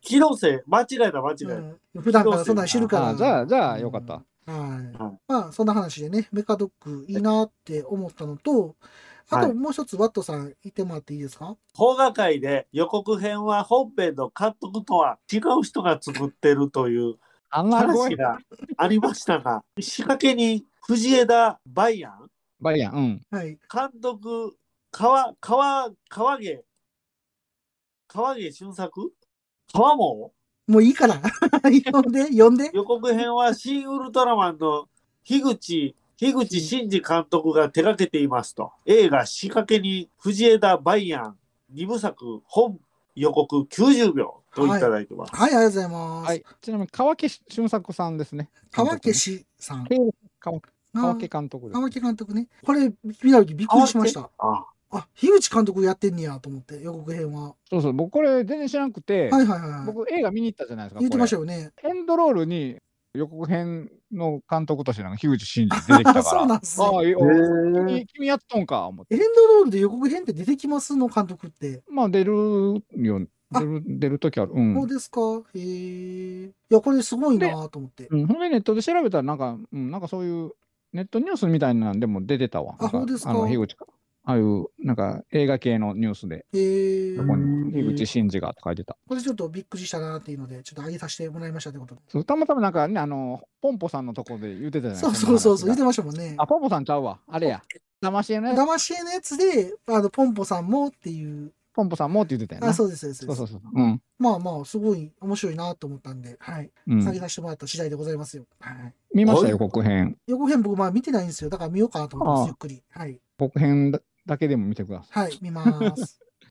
[SPEAKER 4] 広瀬、間違えた間違えた。
[SPEAKER 2] うん普段からそんなん知るから。
[SPEAKER 3] ああ、じゃあ、じゃあ、よかっ
[SPEAKER 2] う
[SPEAKER 3] た
[SPEAKER 2] ん。はい
[SPEAKER 4] はい
[SPEAKER 2] まあ、そんな話でね、メカドックいいなって思ったのと、あ
[SPEAKER 4] は
[SPEAKER 2] と
[SPEAKER 4] い
[SPEAKER 2] もう一つ、ワットさん言ってもらっていいですか
[SPEAKER 4] 邦画界で予告編は本編の監督とは違う人が作ってるという
[SPEAKER 3] あんな怖
[SPEAKER 4] 話
[SPEAKER 3] い。
[SPEAKER 4] がありましたが、仕掛けに藤枝バイアン、
[SPEAKER 3] バイアン、うん。
[SPEAKER 2] はい。
[SPEAKER 4] 監督、川、川、川毛、川毛俊作川も
[SPEAKER 2] もういいから。 呼んで、呼んで。
[SPEAKER 4] 予告編は新ウルトラマンの樋口、樋口真嗣監督が手掛けていますと。映画仕掛けに藤枝バイアン2部作本予告90秒といただいてます。
[SPEAKER 2] はい、ありがとうございます。
[SPEAKER 3] はい。ちなみに、川家俊作さんですね。
[SPEAKER 2] 川家しさん。
[SPEAKER 3] 川
[SPEAKER 2] あー
[SPEAKER 3] 川家監督です。
[SPEAKER 2] 川家監督ね。これ、見た時びっくりしました。
[SPEAKER 4] あ
[SPEAKER 2] あ、樋口監督やってんねやと思って、予告編は。
[SPEAKER 3] そうそう、僕これ全然知らなくて、
[SPEAKER 2] はいはいはい。
[SPEAKER 3] 僕映画見に行ったじゃないですか。
[SPEAKER 2] 言ってました
[SPEAKER 3] こ
[SPEAKER 2] よね。
[SPEAKER 3] れエンドロールに予告編の監督としてなんか樋口真嗣出てきたか ら。
[SPEAKER 2] あそうなんすね
[SPEAKER 3] ああいいよ
[SPEAKER 4] へ
[SPEAKER 3] 君君やっとんか、思って。
[SPEAKER 2] エンドロールで予告編って出てきますの監督って。
[SPEAKER 3] まあ出るよ、
[SPEAKER 2] あ
[SPEAKER 3] 出る、出るときある。う。
[SPEAKER 2] そうんですかへえ。いや、これすごいなと思って。
[SPEAKER 3] うん、ほんでネットで調べたら、なんか、うん、なんかそういうネットニュースみたいなんでも出てたわ。
[SPEAKER 2] あ
[SPEAKER 3] なん
[SPEAKER 2] そうですか
[SPEAKER 3] あの、樋口か。ああいう、なんか映画系のニュースで、
[SPEAKER 2] へえ
[SPEAKER 3] そ。こ
[SPEAKER 4] うん
[SPEAKER 3] に樋口真嗣がって書いてた。
[SPEAKER 2] これちょっとびっくりしたなっていうので、ちょっと上げさせてもらいましたってことで。
[SPEAKER 3] そうたまたまなんかね、あの、ポンポさんのとこで言ってたじゃない
[SPEAKER 2] そうそう そうそう、言っ
[SPEAKER 3] の話
[SPEAKER 2] て
[SPEAKER 3] が
[SPEAKER 2] ましたもんね
[SPEAKER 3] あ、。ポンポさんちゃうわ。あれや。魂のやつ、
[SPEAKER 2] 騙し絵のやつで、あの、ポンポさんもっていう。
[SPEAKER 3] ポンポさんもって言ってたよね。
[SPEAKER 2] あ、そうです、そうです。
[SPEAKER 3] そうそうそう。うん。
[SPEAKER 2] まあまあ、すごい面白いなと思ったんで、はい。
[SPEAKER 3] うん
[SPEAKER 2] 下げさせてもらった次第でございますよ。はい。
[SPEAKER 3] 見まし
[SPEAKER 4] は
[SPEAKER 3] た
[SPEAKER 4] い
[SPEAKER 3] よ、予告編。
[SPEAKER 2] 予告編僕まあ見てないんですよ。だから見ようかなと思ってま
[SPEAKER 3] ああ
[SPEAKER 2] す、ゆっくり。はい。
[SPEAKER 3] 予告編だだけでも見てください。
[SPEAKER 2] はい、見 ます。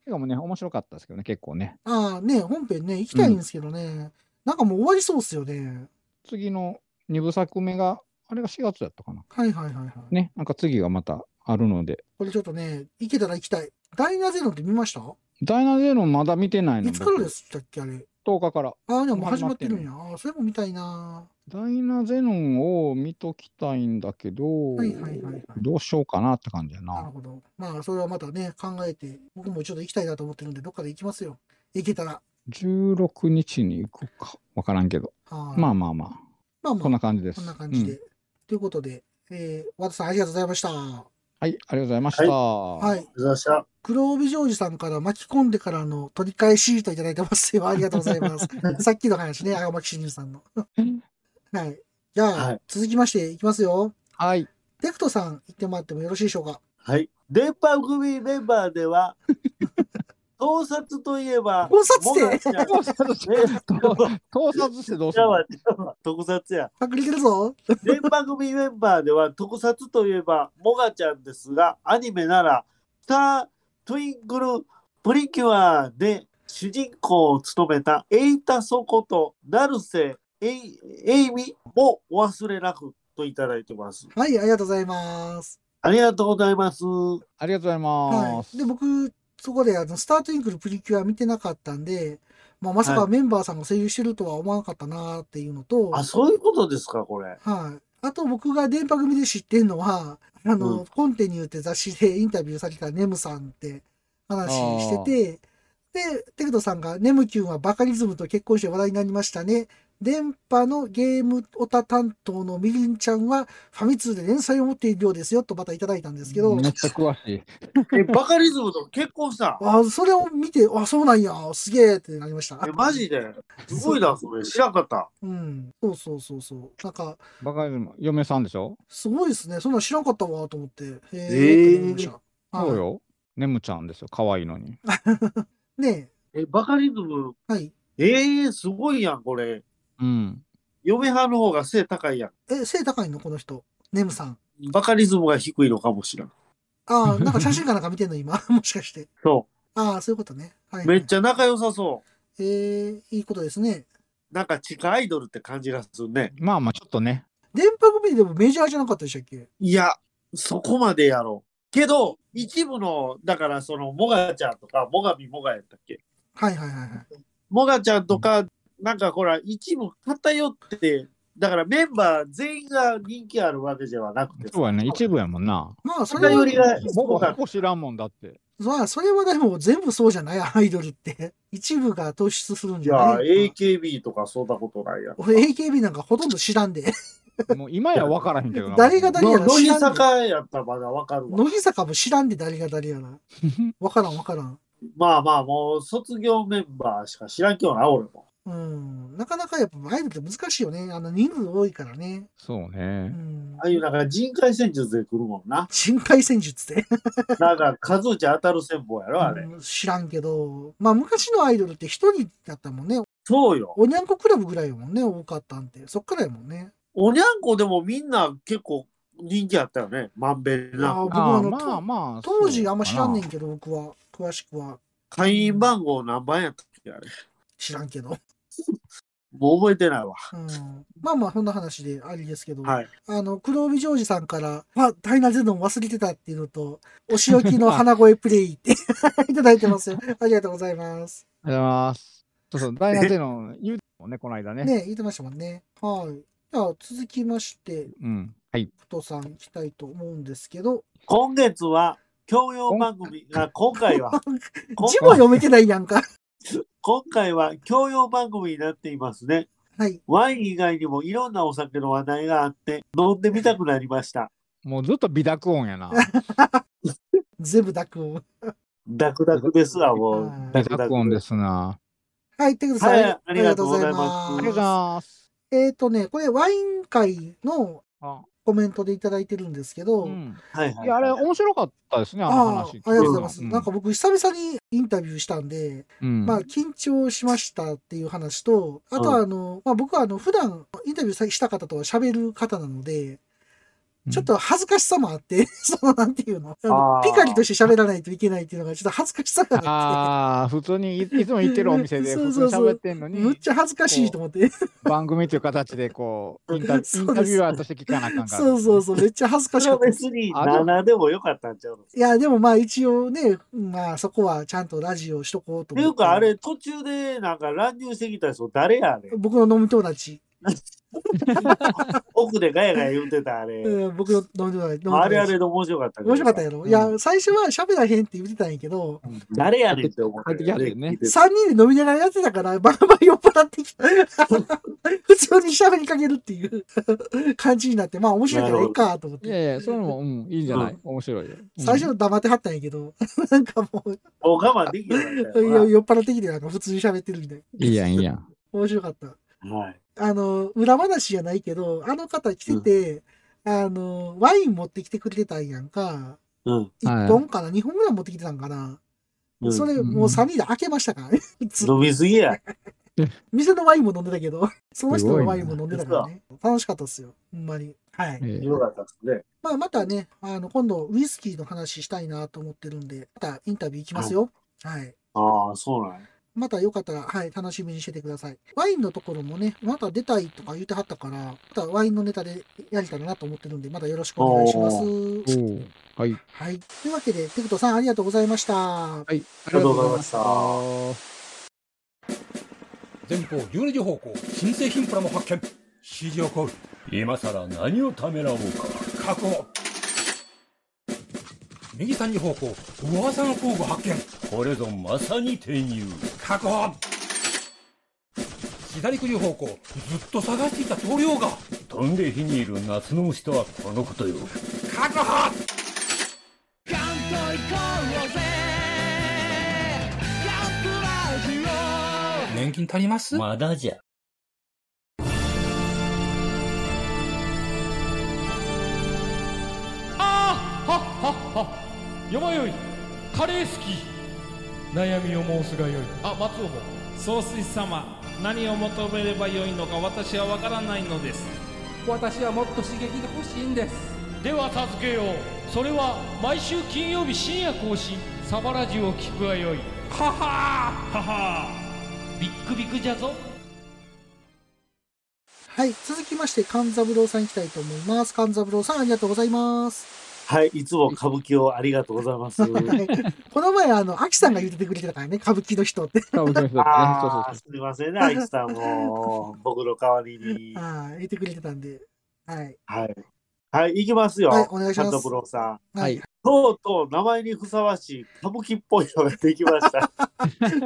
[SPEAKER 3] しかもね、面白かったですけどね、結構ね。
[SPEAKER 2] ああ、ね、本編ね、行きたいんですけどね。なんかもう終わりそうっすよね。
[SPEAKER 3] 次の2部作目が、あれが4月だったかな。
[SPEAKER 2] はいはいはいはい。
[SPEAKER 3] ね、なんか次がまたあるので。
[SPEAKER 2] これちょっとね、行けたら行きたい。ダイナゼロンって見ました
[SPEAKER 3] ダイナゼロンまだ見てないの
[SPEAKER 2] いつからで
[SPEAKER 3] 僕
[SPEAKER 2] したっけあれ。
[SPEAKER 3] 10日から。
[SPEAKER 2] ああ、でももう始
[SPEAKER 3] 始
[SPEAKER 2] ま
[SPEAKER 3] ま
[SPEAKER 2] っ
[SPEAKER 3] ってて
[SPEAKER 2] る
[SPEAKER 3] る
[SPEAKER 2] んや。ああ、それも見たいな。
[SPEAKER 3] ダイナゼロンを見ときたいんだけど、
[SPEAKER 2] はいはいはいはい
[SPEAKER 3] どうしようかなって感じや
[SPEAKER 2] なる
[SPEAKER 3] な。
[SPEAKER 2] ほど。まあ、それはまたね、考えて、僕もちょっと行きたいなと思ってるんで、どっかで行きますよ。行けたら。
[SPEAKER 3] 16日に行くか。わからんけど。
[SPEAKER 2] はい
[SPEAKER 3] まあまあま
[SPEAKER 2] まあ
[SPEAKER 3] あ、
[SPEAKER 2] ま
[SPEAKER 3] こ
[SPEAKER 2] あ
[SPEAKER 3] ん、な感じです。
[SPEAKER 2] こんな感じで。
[SPEAKER 3] うん
[SPEAKER 2] ということで、えー、和田さんありがとうございました。は
[SPEAKER 3] はい、ありがとうございました。
[SPEAKER 2] い。
[SPEAKER 4] りがとうございました。
[SPEAKER 2] 黒帯ジョージさんから巻き込んでからの取り返しといただいてますよ。ありがとうござい ます。さっきの話ね、青巻真二さんの。はい。じゃあ、
[SPEAKER 4] はい
[SPEAKER 2] 続きましていきますよ。
[SPEAKER 3] はい
[SPEAKER 2] テクトさん、行ってもらってもよろしいでしょうか。
[SPEAKER 4] はい。電波組メンバーでは、盗撮といえば、
[SPEAKER 2] 盗撮って
[SPEAKER 4] もがちゃん
[SPEAKER 3] 盗撮して
[SPEAKER 4] え
[SPEAKER 3] 盗撮してどうす
[SPEAKER 4] じ
[SPEAKER 3] る
[SPEAKER 4] ゃあ
[SPEAKER 3] の
[SPEAKER 4] はじゃあは特 撮や。
[SPEAKER 2] パクリてるぞ。
[SPEAKER 4] 全番組メンバーでは特撮といえばモガちゃんですがアニメなら「スター・トゥイングル・プリキュア」で主人公を務めたエイタ・ソコと成瀬エイエイミもお忘れなくといただいてます。
[SPEAKER 2] はい、ありがとうございます。
[SPEAKER 4] ありがとうございます。
[SPEAKER 3] ありがとうございま
[SPEAKER 2] は
[SPEAKER 3] す。
[SPEAKER 2] い。で、僕、そこで、あの、スタートインクルプリキュア見てなかったんで、まあ、まさか
[SPEAKER 4] は
[SPEAKER 2] メンバーさんが声優してるとは思わなかったなーっていうのと、は
[SPEAKER 4] あ
[SPEAKER 2] い。
[SPEAKER 4] そういうことですかこれ。
[SPEAKER 2] あと僕が電波組で知ってるのは、あの、
[SPEAKER 4] うん
[SPEAKER 2] コンテニューって雑誌でイ ンタビューされたネムさんって話してて、で、テクトさんが、ネムキュンはバカリズムと結婚して話題になりましたね。電波のゲームオタ担当のみりんちゃんはファミ通で連載を持っているようですよとまたいただいたんですけど、
[SPEAKER 3] めっちゃ詳しい。
[SPEAKER 4] えバカリズムと結婚した
[SPEAKER 2] あそれを見て、あそうなんや、すげえってなりました。
[SPEAKER 4] えマジですごいなそれ知らんかった。
[SPEAKER 2] うん、そうそうそうそう。なんか、
[SPEAKER 3] バカリズム、嫁さんでしょ
[SPEAKER 2] すごいですね。そんなん知らんかったわと思って。へえ
[SPEAKER 4] え
[SPEAKER 2] って
[SPEAKER 4] ー
[SPEAKER 2] 思いました
[SPEAKER 3] そう
[SPEAKER 2] は
[SPEAKER 3] よ。ネムちゃんですよ。可愛いのに。
[SPEAKER 2] い。ね
[SPEAKER 4] えバカリズム
[SPEAKER 2] え、はい。
[SPEAKER 4] えー、すごいやんこれ。
[SPEAKER 3] うん。
[SPEAKER 4] 嫁派の方が背高いやん。
[SPEAKER 2] え、背高いのこの人。ネムさん。
[SPEAKER 4] バカリズムが低いのかもしれん。
[SPEAKER 2] ああ、なんか写真かなんか見てんの今。 もしかして。
[SPEAKER 4] そ
[SPEAKER 2] ああ、そういうことね。はい、は
[SPEAKER 4] う。
[SPEAKER 2] い。
[SPEAKER 4] めっちゃ仲良さそう。
[SPEAKER 2] えー、いいことですね。
[SPEAKER 4] なんか地下アイドルって感じがするね。
[SPEAKER 3] まあまあ、ちょっとね。
[SPEAKER 2] 電波組でもメジャーじゃなかったでしたっけ
[SPEAKER 4] いや、そこまでやろう。けど、一部の、だからその、モガちゃんとか、モガミモガやったっけ
[SPEAKER 2] はいはいはいはい。
[SPEAKER 4] モガちゃんとか、なんかほら、一部偏って、だからメンバー全員が人気あるわけではなくて
[SPEAKER 3] そうやね。一部やもんな。
[SPEAKER 2] まあ、それ
[SPEAKER 4] 偏り
[SPEAKER 2] は、
[SPEAKER 4] が
[SPEAKER 3] 僕
[SPEAKER 4] 僕
[SPEAKER 3] は
[SPEAKER 4] が
[SPEAKER 3] ここ知らんもんだって。
[SPEAKER 2] まあ、それはでも全部そうじゃない アイドルって。一部が突出するん
[SPEAKER 4] い
[SPEAKER 2] じゃな
[SPEAKER 4] や、
[SPEAKER 2] い
[SPEAKER 4] AKB とかそんなことないやん。
[SPEAKER 2] 俺 AKB なんかほとんど知らんで。
[SPEAKER 3] もう今や分からへんけどな。
[SPEAKER 2] 誰が誰
[SPEAKER 4] の
[SPEAKER 2] やら
[SPEAKER 4] 乃
[SPEAKER 2] 知
[SPEAKER 4] 木
[SPEAKER 2] らんで
[SPEAKER 4] 坂やったらまだわかるわ。
[SPEAKER 2] 乃木坂も知らんで誰が誰や ら。わからんわからん。
[SPEAKER 4] まあまあ、もう卒業メンバーしか知らんけどな、俺も。
[SPEAKER 2] うん。なかなかやっぱアイドルって難しいよね。あの人数多いからね。
[SPEAKER 3] そう
[SPEAKER 2] う
[SPEAKER 3] ね。
[SPEAKER 2] ん。
[SPEAKER 4] あ。あいうなんか人海戦術で来るもんな
[SPEAKER 2] 深海戦術って、
[SPEAKER 4] なんか数打ち当たる戦法やろ、あれ。
[SPEAKER 2] うん知らんけど。まあ昔のアイドルって一人だったもんね。
[SPEAKER 4] そうよ。
[SPEAKER 2] おにゃんこクラブぐらいやもんね。多かったんて。そっからやもんね。
[SPEAKER 4] おにゃんこでもみんな結構人気あったよね。まんべん
[SPEAKER 2] あ
[SPEAKER 4] な
[SPEAKER 2] ー
[SPEAKER 4] く。
[SPEAKER 2] 僕
[SPEAKER 3] あ
[SPEAKER 2] は
[SPEAKER 3] あ
[SPEAKER 2] あの、
[SPEAKER 3] まあまあ。
[SPEAKER 2] と当時あんま知らんね
[SPEAKER 3] そ
[SPEAKER 2] んけど、僕は。詳しくは
[SPEAKER 4] 会員番号何番やったっけ、あれ。
[SPEAKER 2] 知らんけど。
[SPEAKER 4] もう覚えてないわ。
[SPEAKER 2] うん。まあまあ、そんな話でありですけど。
[SPEAKER 4] はい。
[SPEAKER 2] あの、黒帯ジョージさんから、あ、ダイナゼノン忘れてたっていうのと、お仕置き の鼻声プレイって いただいてますよ。ありがとうございます。
[SPEAKER 3] うやな。ありがとうございます。そうそう、大学生の言うてたもんね、この間ね。
[SPEAKER 2] ね、言ってましたもんね。はい。じゃあ、続きまして、
[SPEAKER 3] うん。はい。
[SPEAKER 2] ふとさん行きたいと思うんですけど、
[SPEAKER 4] 今月は、教養番組、あ今回 は、今
[SPEAKER 2] 字も読めてないやんか。
[SPEAKER 4] 今回は教養番組になっていますね。
[SPEAKER 2] はい。
[SPEAKER 4] ワイン以外にもいろんなお酒の話題があって、飲んでみたくなりました。
[SPEAKER 3] もうずっと美濁 音やな。
[SPEAKER 2] 全部濁音。
[SPEAKER 4] ダクダクですわ、もう。
[SPEAKER 2] はい。
[SPEAKER 3] 美濁音ですすな。
[SPEAKER 2] はい、テクさん、
[SPEAKER 4] はいありがとうござい
[SPEAKER 3] あ
[SPEAKER 4] ます
[SPEAKER 3] りがとうございます。
[SPEAKER 2] えっ、とね、これ、ワイン会の
[SPEAKER 3] あ、
[SPEAKER 2] コメントでいただいてるんですけど、
[SPEAKER 3] うん。
[SPEAKER 4] はいはい。
[SPEAKER 3] いや、あれ、面白かったですね、あの
[SPEAKER 2] ああ、あ
[SPEAKER 3] 話。
[SPEAKER 2] りがとうございます。
[SPEAKER 3] うん
[SPEAKER 2] なんか、僕、久々にインタビューしたんで、
[SPEAKER 3] うん
[SPEAKER 2] まあ、緊張しましたっていう話と、あとはあの、まあ、僕はあの普段インタビューした方とは喋る方なので、ちょっ、と恥ずかしさもあって、 そのなんていうの、あの
[SPEAKER 4] あー
[SPEAKER 2] ピカリとして喋らないといけないっていうのがちょっと恥ずかしさ
[SPEAKER 3] う
[SPEAKER 2] が
[SPEAKER 3] ん
[SPEAKER 2] あっ
[SPEAKER 3] ああ、普通にいいつも行ってるお店で、
[SPEAKER 2] そう
[SPEAKER 3] 普通
[SPEAKER 2] そ
[SPEAKER 3] に
[SPEAKER 2] うそう
[SPEAKER 3] 喋ってんの
[SPEAKER 2] て、むっ
[SPEAKER 3] に、
[SPEAKER 2] ちゃ恥ずかしいと思って、
[SPEAKER 3] 番組という形で、こう、インタイン
[SPEAKER 2] そうです
[SPEAKER 3] タビュアーとして聞かなあかんから。
[SPEAKER 2] そうそうそう、めっちゃ恥ずかし
[SPEAKER 4] それ
[SPEAKER 2] かっ
[SPEAKER 4] は
[SPEAKER 2] た です。
[SPEAKER 4] 別に7でもよかったんちゃうの
[SPEAKER 2] いや、でもまあ一応ね、まあそこはちゃんとラジオしとこうと
[SPEAKER 4] ってい
[SPEAKER 2] 思っ
[SPEAKER 4] う
[SPEAKER 2] て。
[SPEAKER 4] か、あれ、途中でなんか乱入してきた人、誰やあれ
[SPEAKER 2] 僕の飲み友達、
[SPEAKER 4] 奥でガヤガヤ言うてたあれ。
[SPEAKER 2] うん、僕の飲み友達、飲み友達
[SPEAKER 4] あれあれで面白かったけど
[SPEAKER 2] 面白かったやろ、いや
[SPEAKER 3] う、
[SPEAKER 2] 最初は喋らへんって言ってたんやけど、
[SPEAKER 4] 誰やねんって思って。
[SPEAKER 3] 帰ってきはるよね
[SPEAKER 4] あれ聞いてた
[SPEAKER 2] 三人で飲みながらやってたから、バラバラ酔っ払ってきた。 普通に喋りかけるっていう 感じになって、まあ面白いからいいかと思っ
[SPEAKER 3] い
[SPEAKER 2] て。
[SPEAKER 3] やいや、それも、うん、いいんじゃない面白いよ。うん
[SPEAKER 2] 最初黙ってはったんやけど、 なんかもう、
[SPEAKER 4] もう我慢できなかった
[SPEAKER 2] よ
[SPEAKER 4] よ
[SPEAKER 2] 酔っ払ってきて、なんか普通に喋ってるみたいな。
[SPEAKER 3] いいやん、いいやん。
[SPEAKER 2] 面白かった。
[SPEAKER 4] な。はい。
[SPEAKER 2] あの、裏話じゃないけど、あの方来てて、あの、ワイン持ってきてくれてたんやんか。
[SPEAKER 4] うん。
[SPEAKER 2] 1本かな、2本ぐらい持ってきてたんかな。
[SPEAKER 4] うん
[SPEAKER 2] それもう3人で開けましたからね。 普通
[SPEAKER 4] 飲みすぎや。
[SPEAKER 2] 店のワインも飲んでたけど、 その人
[SPEAKER 3] すご
[SPEAKER 2] の
[SPEAKER 3] いな
[SPEAKER 2] ワインも飲んでたからね。楽しかったですよ。ほんまに。はい。
[SPEAKER 3] え
[SPEAKER 4] よ
[SPEAKER 3] ー
[SPEAKER 4] かったですね。
[SPEAKER 2] まあ、またね、あの、今度、ウイスキーの話したいなと思ってるんで、またインタビュー行きますよ。はい。
[SPEAKER 4] ああ、そうなんや。
[SPEAKER 2] またよかったら、はい、楽しみにしててください。ワインのところもね、また出たいとか言ってはったから、またワインのネタでやりたいなと思ってるんで、またよろしくお願いします。
[SPEAKER 3] おーはい。あ
[SPEAKER 2] はい。というわけで、テクトさんありがとうございました。
[SPEAKER 3] り
[SPEAKER 4] りがとうございました
[SPEAKER 3] ありがとうございました
[SPEAKER 1] 前方12時方向新製品プラも発見指示を行う
[SPEAKER 5] 今さら何をためらおうか。
[SPEAKER 1] 確保右3時方向噂の工具発見
[SPEAKER 5] これぞまさに転入。
[SPEAKER 1] 確保左9時方向ずっと探していた棟梁が
[SPEAKER 5] 飛んで火にいる夏の虫とはこのことよ。
[SPEAKER 1] 確保年金足ります
[SPEAKER 5] まだじゃ。
[SPEAKER 6] あーはっはっは山よいカレー好き悩みを申すがよいあ松尾も
[SPEAKER 7] 総帥様何を求めればよいのか私は分からないのです
[SPEAKER 6] 私はもっと刺激が欲しいんですでは助けようそれは毎週金曜日深夜更新サバラジュを聞くがよいははははビックビックじゃぞ
[SPEAKER 2] はい。続きまして、勘三郎さん行きたいと思います。勘三郎さんありがとうございます。
[SPEAKER 4] はい、いつも歌舞伎を ありがとうございます。
[SPEAKER 2] この前、あの、アキさんが言っててくれてたからね、歌舞伎の人って。
[SPEAKER 3] 歌舞伎の人だったね。そう
[SPEAKER 4] あ
[SPEAKER 3] そう
[SPEAKER 4] あ、
[SPEAKER 3] そ
[SPEAKER 4] すみませんね、アイスさんも、 僕の代わりに。は
[SPEAKER 2] はい。言ってくれてたんで。はい。
[SPEAKER 4] い。はい、いきますよ。
[SPEAKER 2] はいお願いします
[SPEAKER 4] ちゃんとブローさん。
[SPEAKER 2] はい。
[SPEAKER 4] とうとう名前にふさわしい歌舞伎っぽいのができ ました。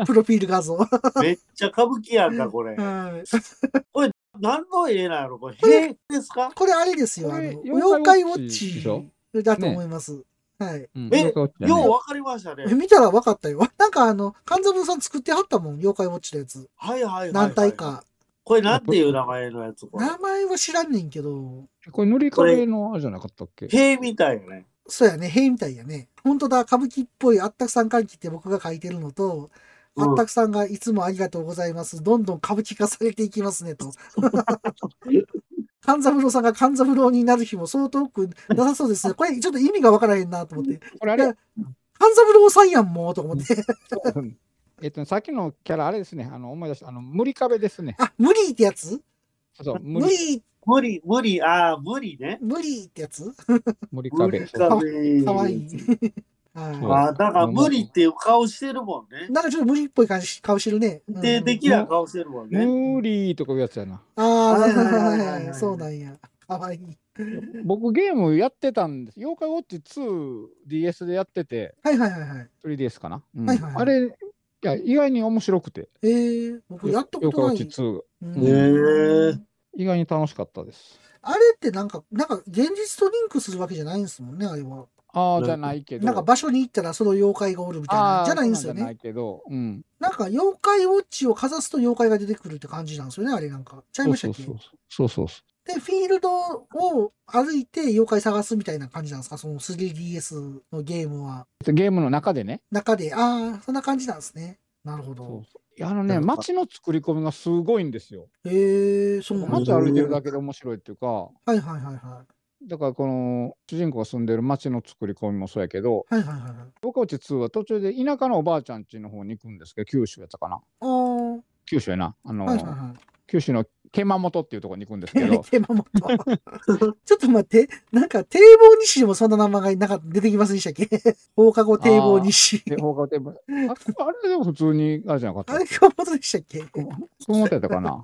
[SPEAKER 2] プロフィール画像。は
[SPEAKER 4] めっちゃ歌舞伎やんか、これ。
[SPEAKER 2] い。
[SPEAKER 4] 何の絵なのこれ、塀ですか
[SPEAKER 2] これあれですよ、あの、
[SPEAKER 3] これ
[SPEAKER 2] 妖怪ウォッ
[SPEAKER 3] 妖怪ウォッチでしょ
[SPEAKER 2] チだと思います。はい。
[SPEAKER 3] う。うん
[SPEAKER 4] え
[SPEAKER 3] よくわかんない
[SPEAKER 4] ようわかりましたね。
[SPEAKER 2] え見たら分かったよ。なんかあの、勘三郎さん作ってはったもん、妖怪ウォッチのやつ。
[SPEAKER 4] はいはいはい、はい。
[SPEAKER 2] 何体。か。
[SPEAKER 4] これなんていう名前のやつこれ
[SPEAKER 2] 名前は知らんねんけど、
[SPEAKER 3] これ塗り壁のあれじゃなかったっけ
[SPEAKER 4] 塀みたいよね。
[SPEAKER 2] そうやね、塀みたいやね。ほんとだ、歌舞伎っぽいあったくさん歓喜って僕が書いてるのと、
[SPEAKER 4] うん
[SPEAKER 2] あったくさんがいつもありがとうございます。どんどん歌舞伎化されていきますね、と。勘三郎さんが勘三郎になる日も相当多くなさそうですね。これちょっと意味が分からへんなと思って。
[SPEAKER 3] これあれ
[SPEAKER 2] 勘三郎さんやん、もう、と思って。
[SPEAKER 3] えっと、さっきのキャラ、あれですね、あの思い出した、あの、無理壁ですね。
[SPEAKER 2] あ、無理ってやつ
[SPEAKER 3] そうそう、無
[SPEAKER 2] 無
[SPEAKER 3] 理、
[SPEAKER 2] 理、
[SPEAKER 4] 無理、無理、ああ、無理ね。
[SPEAKER 2] 無理ってやつ
[SPEAKER 3] 無理
[SPEAKER 4] 無
[SPEAKER 3] 壁
[SPEAKER 4] 理。だね。
[SPEAKER 2] かわいい。は
[SPEAKER 4] ああ、だから無理っていう顔してるもんね
[SPEAKER 2] い。。なんかちょっと無理っぽい感じ顔してるね。うん
[SPEAKER 4] 定的な顔してるもんね。
[SPEAKER 3] 無理とかいうやつやな。
[SPEAKER 2] ああ、
[SPEAKER 4] は
[SPEAKER 2] はいい
[SPEAKER 4] は
[SPEAKER 2] はいい
[SPEAKER 4] はいはい
[SPEAKER 2] はいはい。そうなんや。かわいい。
[SPEAKER 3] 僕、ゲームやってたんです。妖怪ウォッチ 2DS でやってて、
[SPEAKER 2] はいはいはいはい。
[SPEAKER 3] 3DS かな。うん
[SPEAKER 2] はいはいはい
[SPEAKER 3] あれ、いや、意外に面白くて、
[SPEAKER 2] えー、僕やったことない。
[SPEAKER 3] 妖怪ウォッチ2、
[SPEAKER 2] うん
[SPEAKER 3] ね
[SPEAKER 4] え
[SPEAKER 3] 意外に楽しかったです。
[SPEAKER 2] あれってなんか、なんか現実とリンクするわけじゃないんですもんね、あれは。
[SPEAKER 3] ああ、じゃないけど。
[SPEAKER 2] なんか場所に行ったらその妖怪がおるみたい
[SPEAKER 3] あ
[SPEAKER 2] な。
[SPEAKER 3] ー
[SPEAKER 2] じゃないんですよ
[SPEAKER 3] そじゃな
[SPEAKER 2] ね
[SPEAKER 3] い。けど、うん。
[SPEAKER 2] なんか妖怪ウォッチをかざすと妖怪が出てくるって感じなんですよね、あれなんか。ちゃい
[SPEAKER 3] そう
[SPEAKER 2] ました
[SPEAKER 3] そ
[SPEAKER 2] っ
[SPEAKER 3] う
[SPEAKER 2] け
[SPEAKER 3] そう。そうそうそ
[SPEAKER 2] で、フィールドを歩いて妖怪探すみたいな感じなんですかその 3DS のゲームは。
[SPEAKER 3] う。ゲームの中でね、
[SPEAKER 2] 中で、ああ、そんな感じなんですね。なるほ
[SPEAKER 3] そう
[SPEAKER 2] ど。
[SPEAKER 3] そういやあのね、
[SPEAKER 4] なんか
[SPEAKER 3] 街の作り込みがすごいんですよ。
[SPEAKER 2] へえー、そうなん
[SPEAKER 3] 街
[SPEAKER 2] だ。は
[SPEAKER 3] 歩
[SPEAKER 2] い
[SPEAKER 3] いてるだけで面白いっていうか、
[SPEAKER 2] はいはいは
[SPEAKER 3] だからこの主人公が住んでる街の作り込みもそうやけど、
[SPEAKER 2] い。はいはいはいはい。
[SPEAKER 3] 僕たち2は途中で田舎のおばあちゃん家の方に行くんですけど、九州やったかな。
[SPEAKER 2] あー
[SPEAKER 3] 九州やな。あの、
[SPEAKER 2] はいはいは
[SPEAKER 3] 九州の熊本っていうところに行くんですけ
[SPEAKER 2] い。
[SPEAKER 3] ど、
[SPEAKER 2] 手間も とちょっと待って、なんか堤防西でもそんな名前がなんかった出てきませんでしたっけ 放課後堤防西。
[SPEAKER 3] で放課後テーブルああれでも普通にあれじゃなか
[SPEAKER 2] あ
[SPEAKER 3] った
[SPEAKER 2] れ、。熊本でしたっけ
[SPEAKER 3] 熊本やった かな。
[SPEAKER 2] わ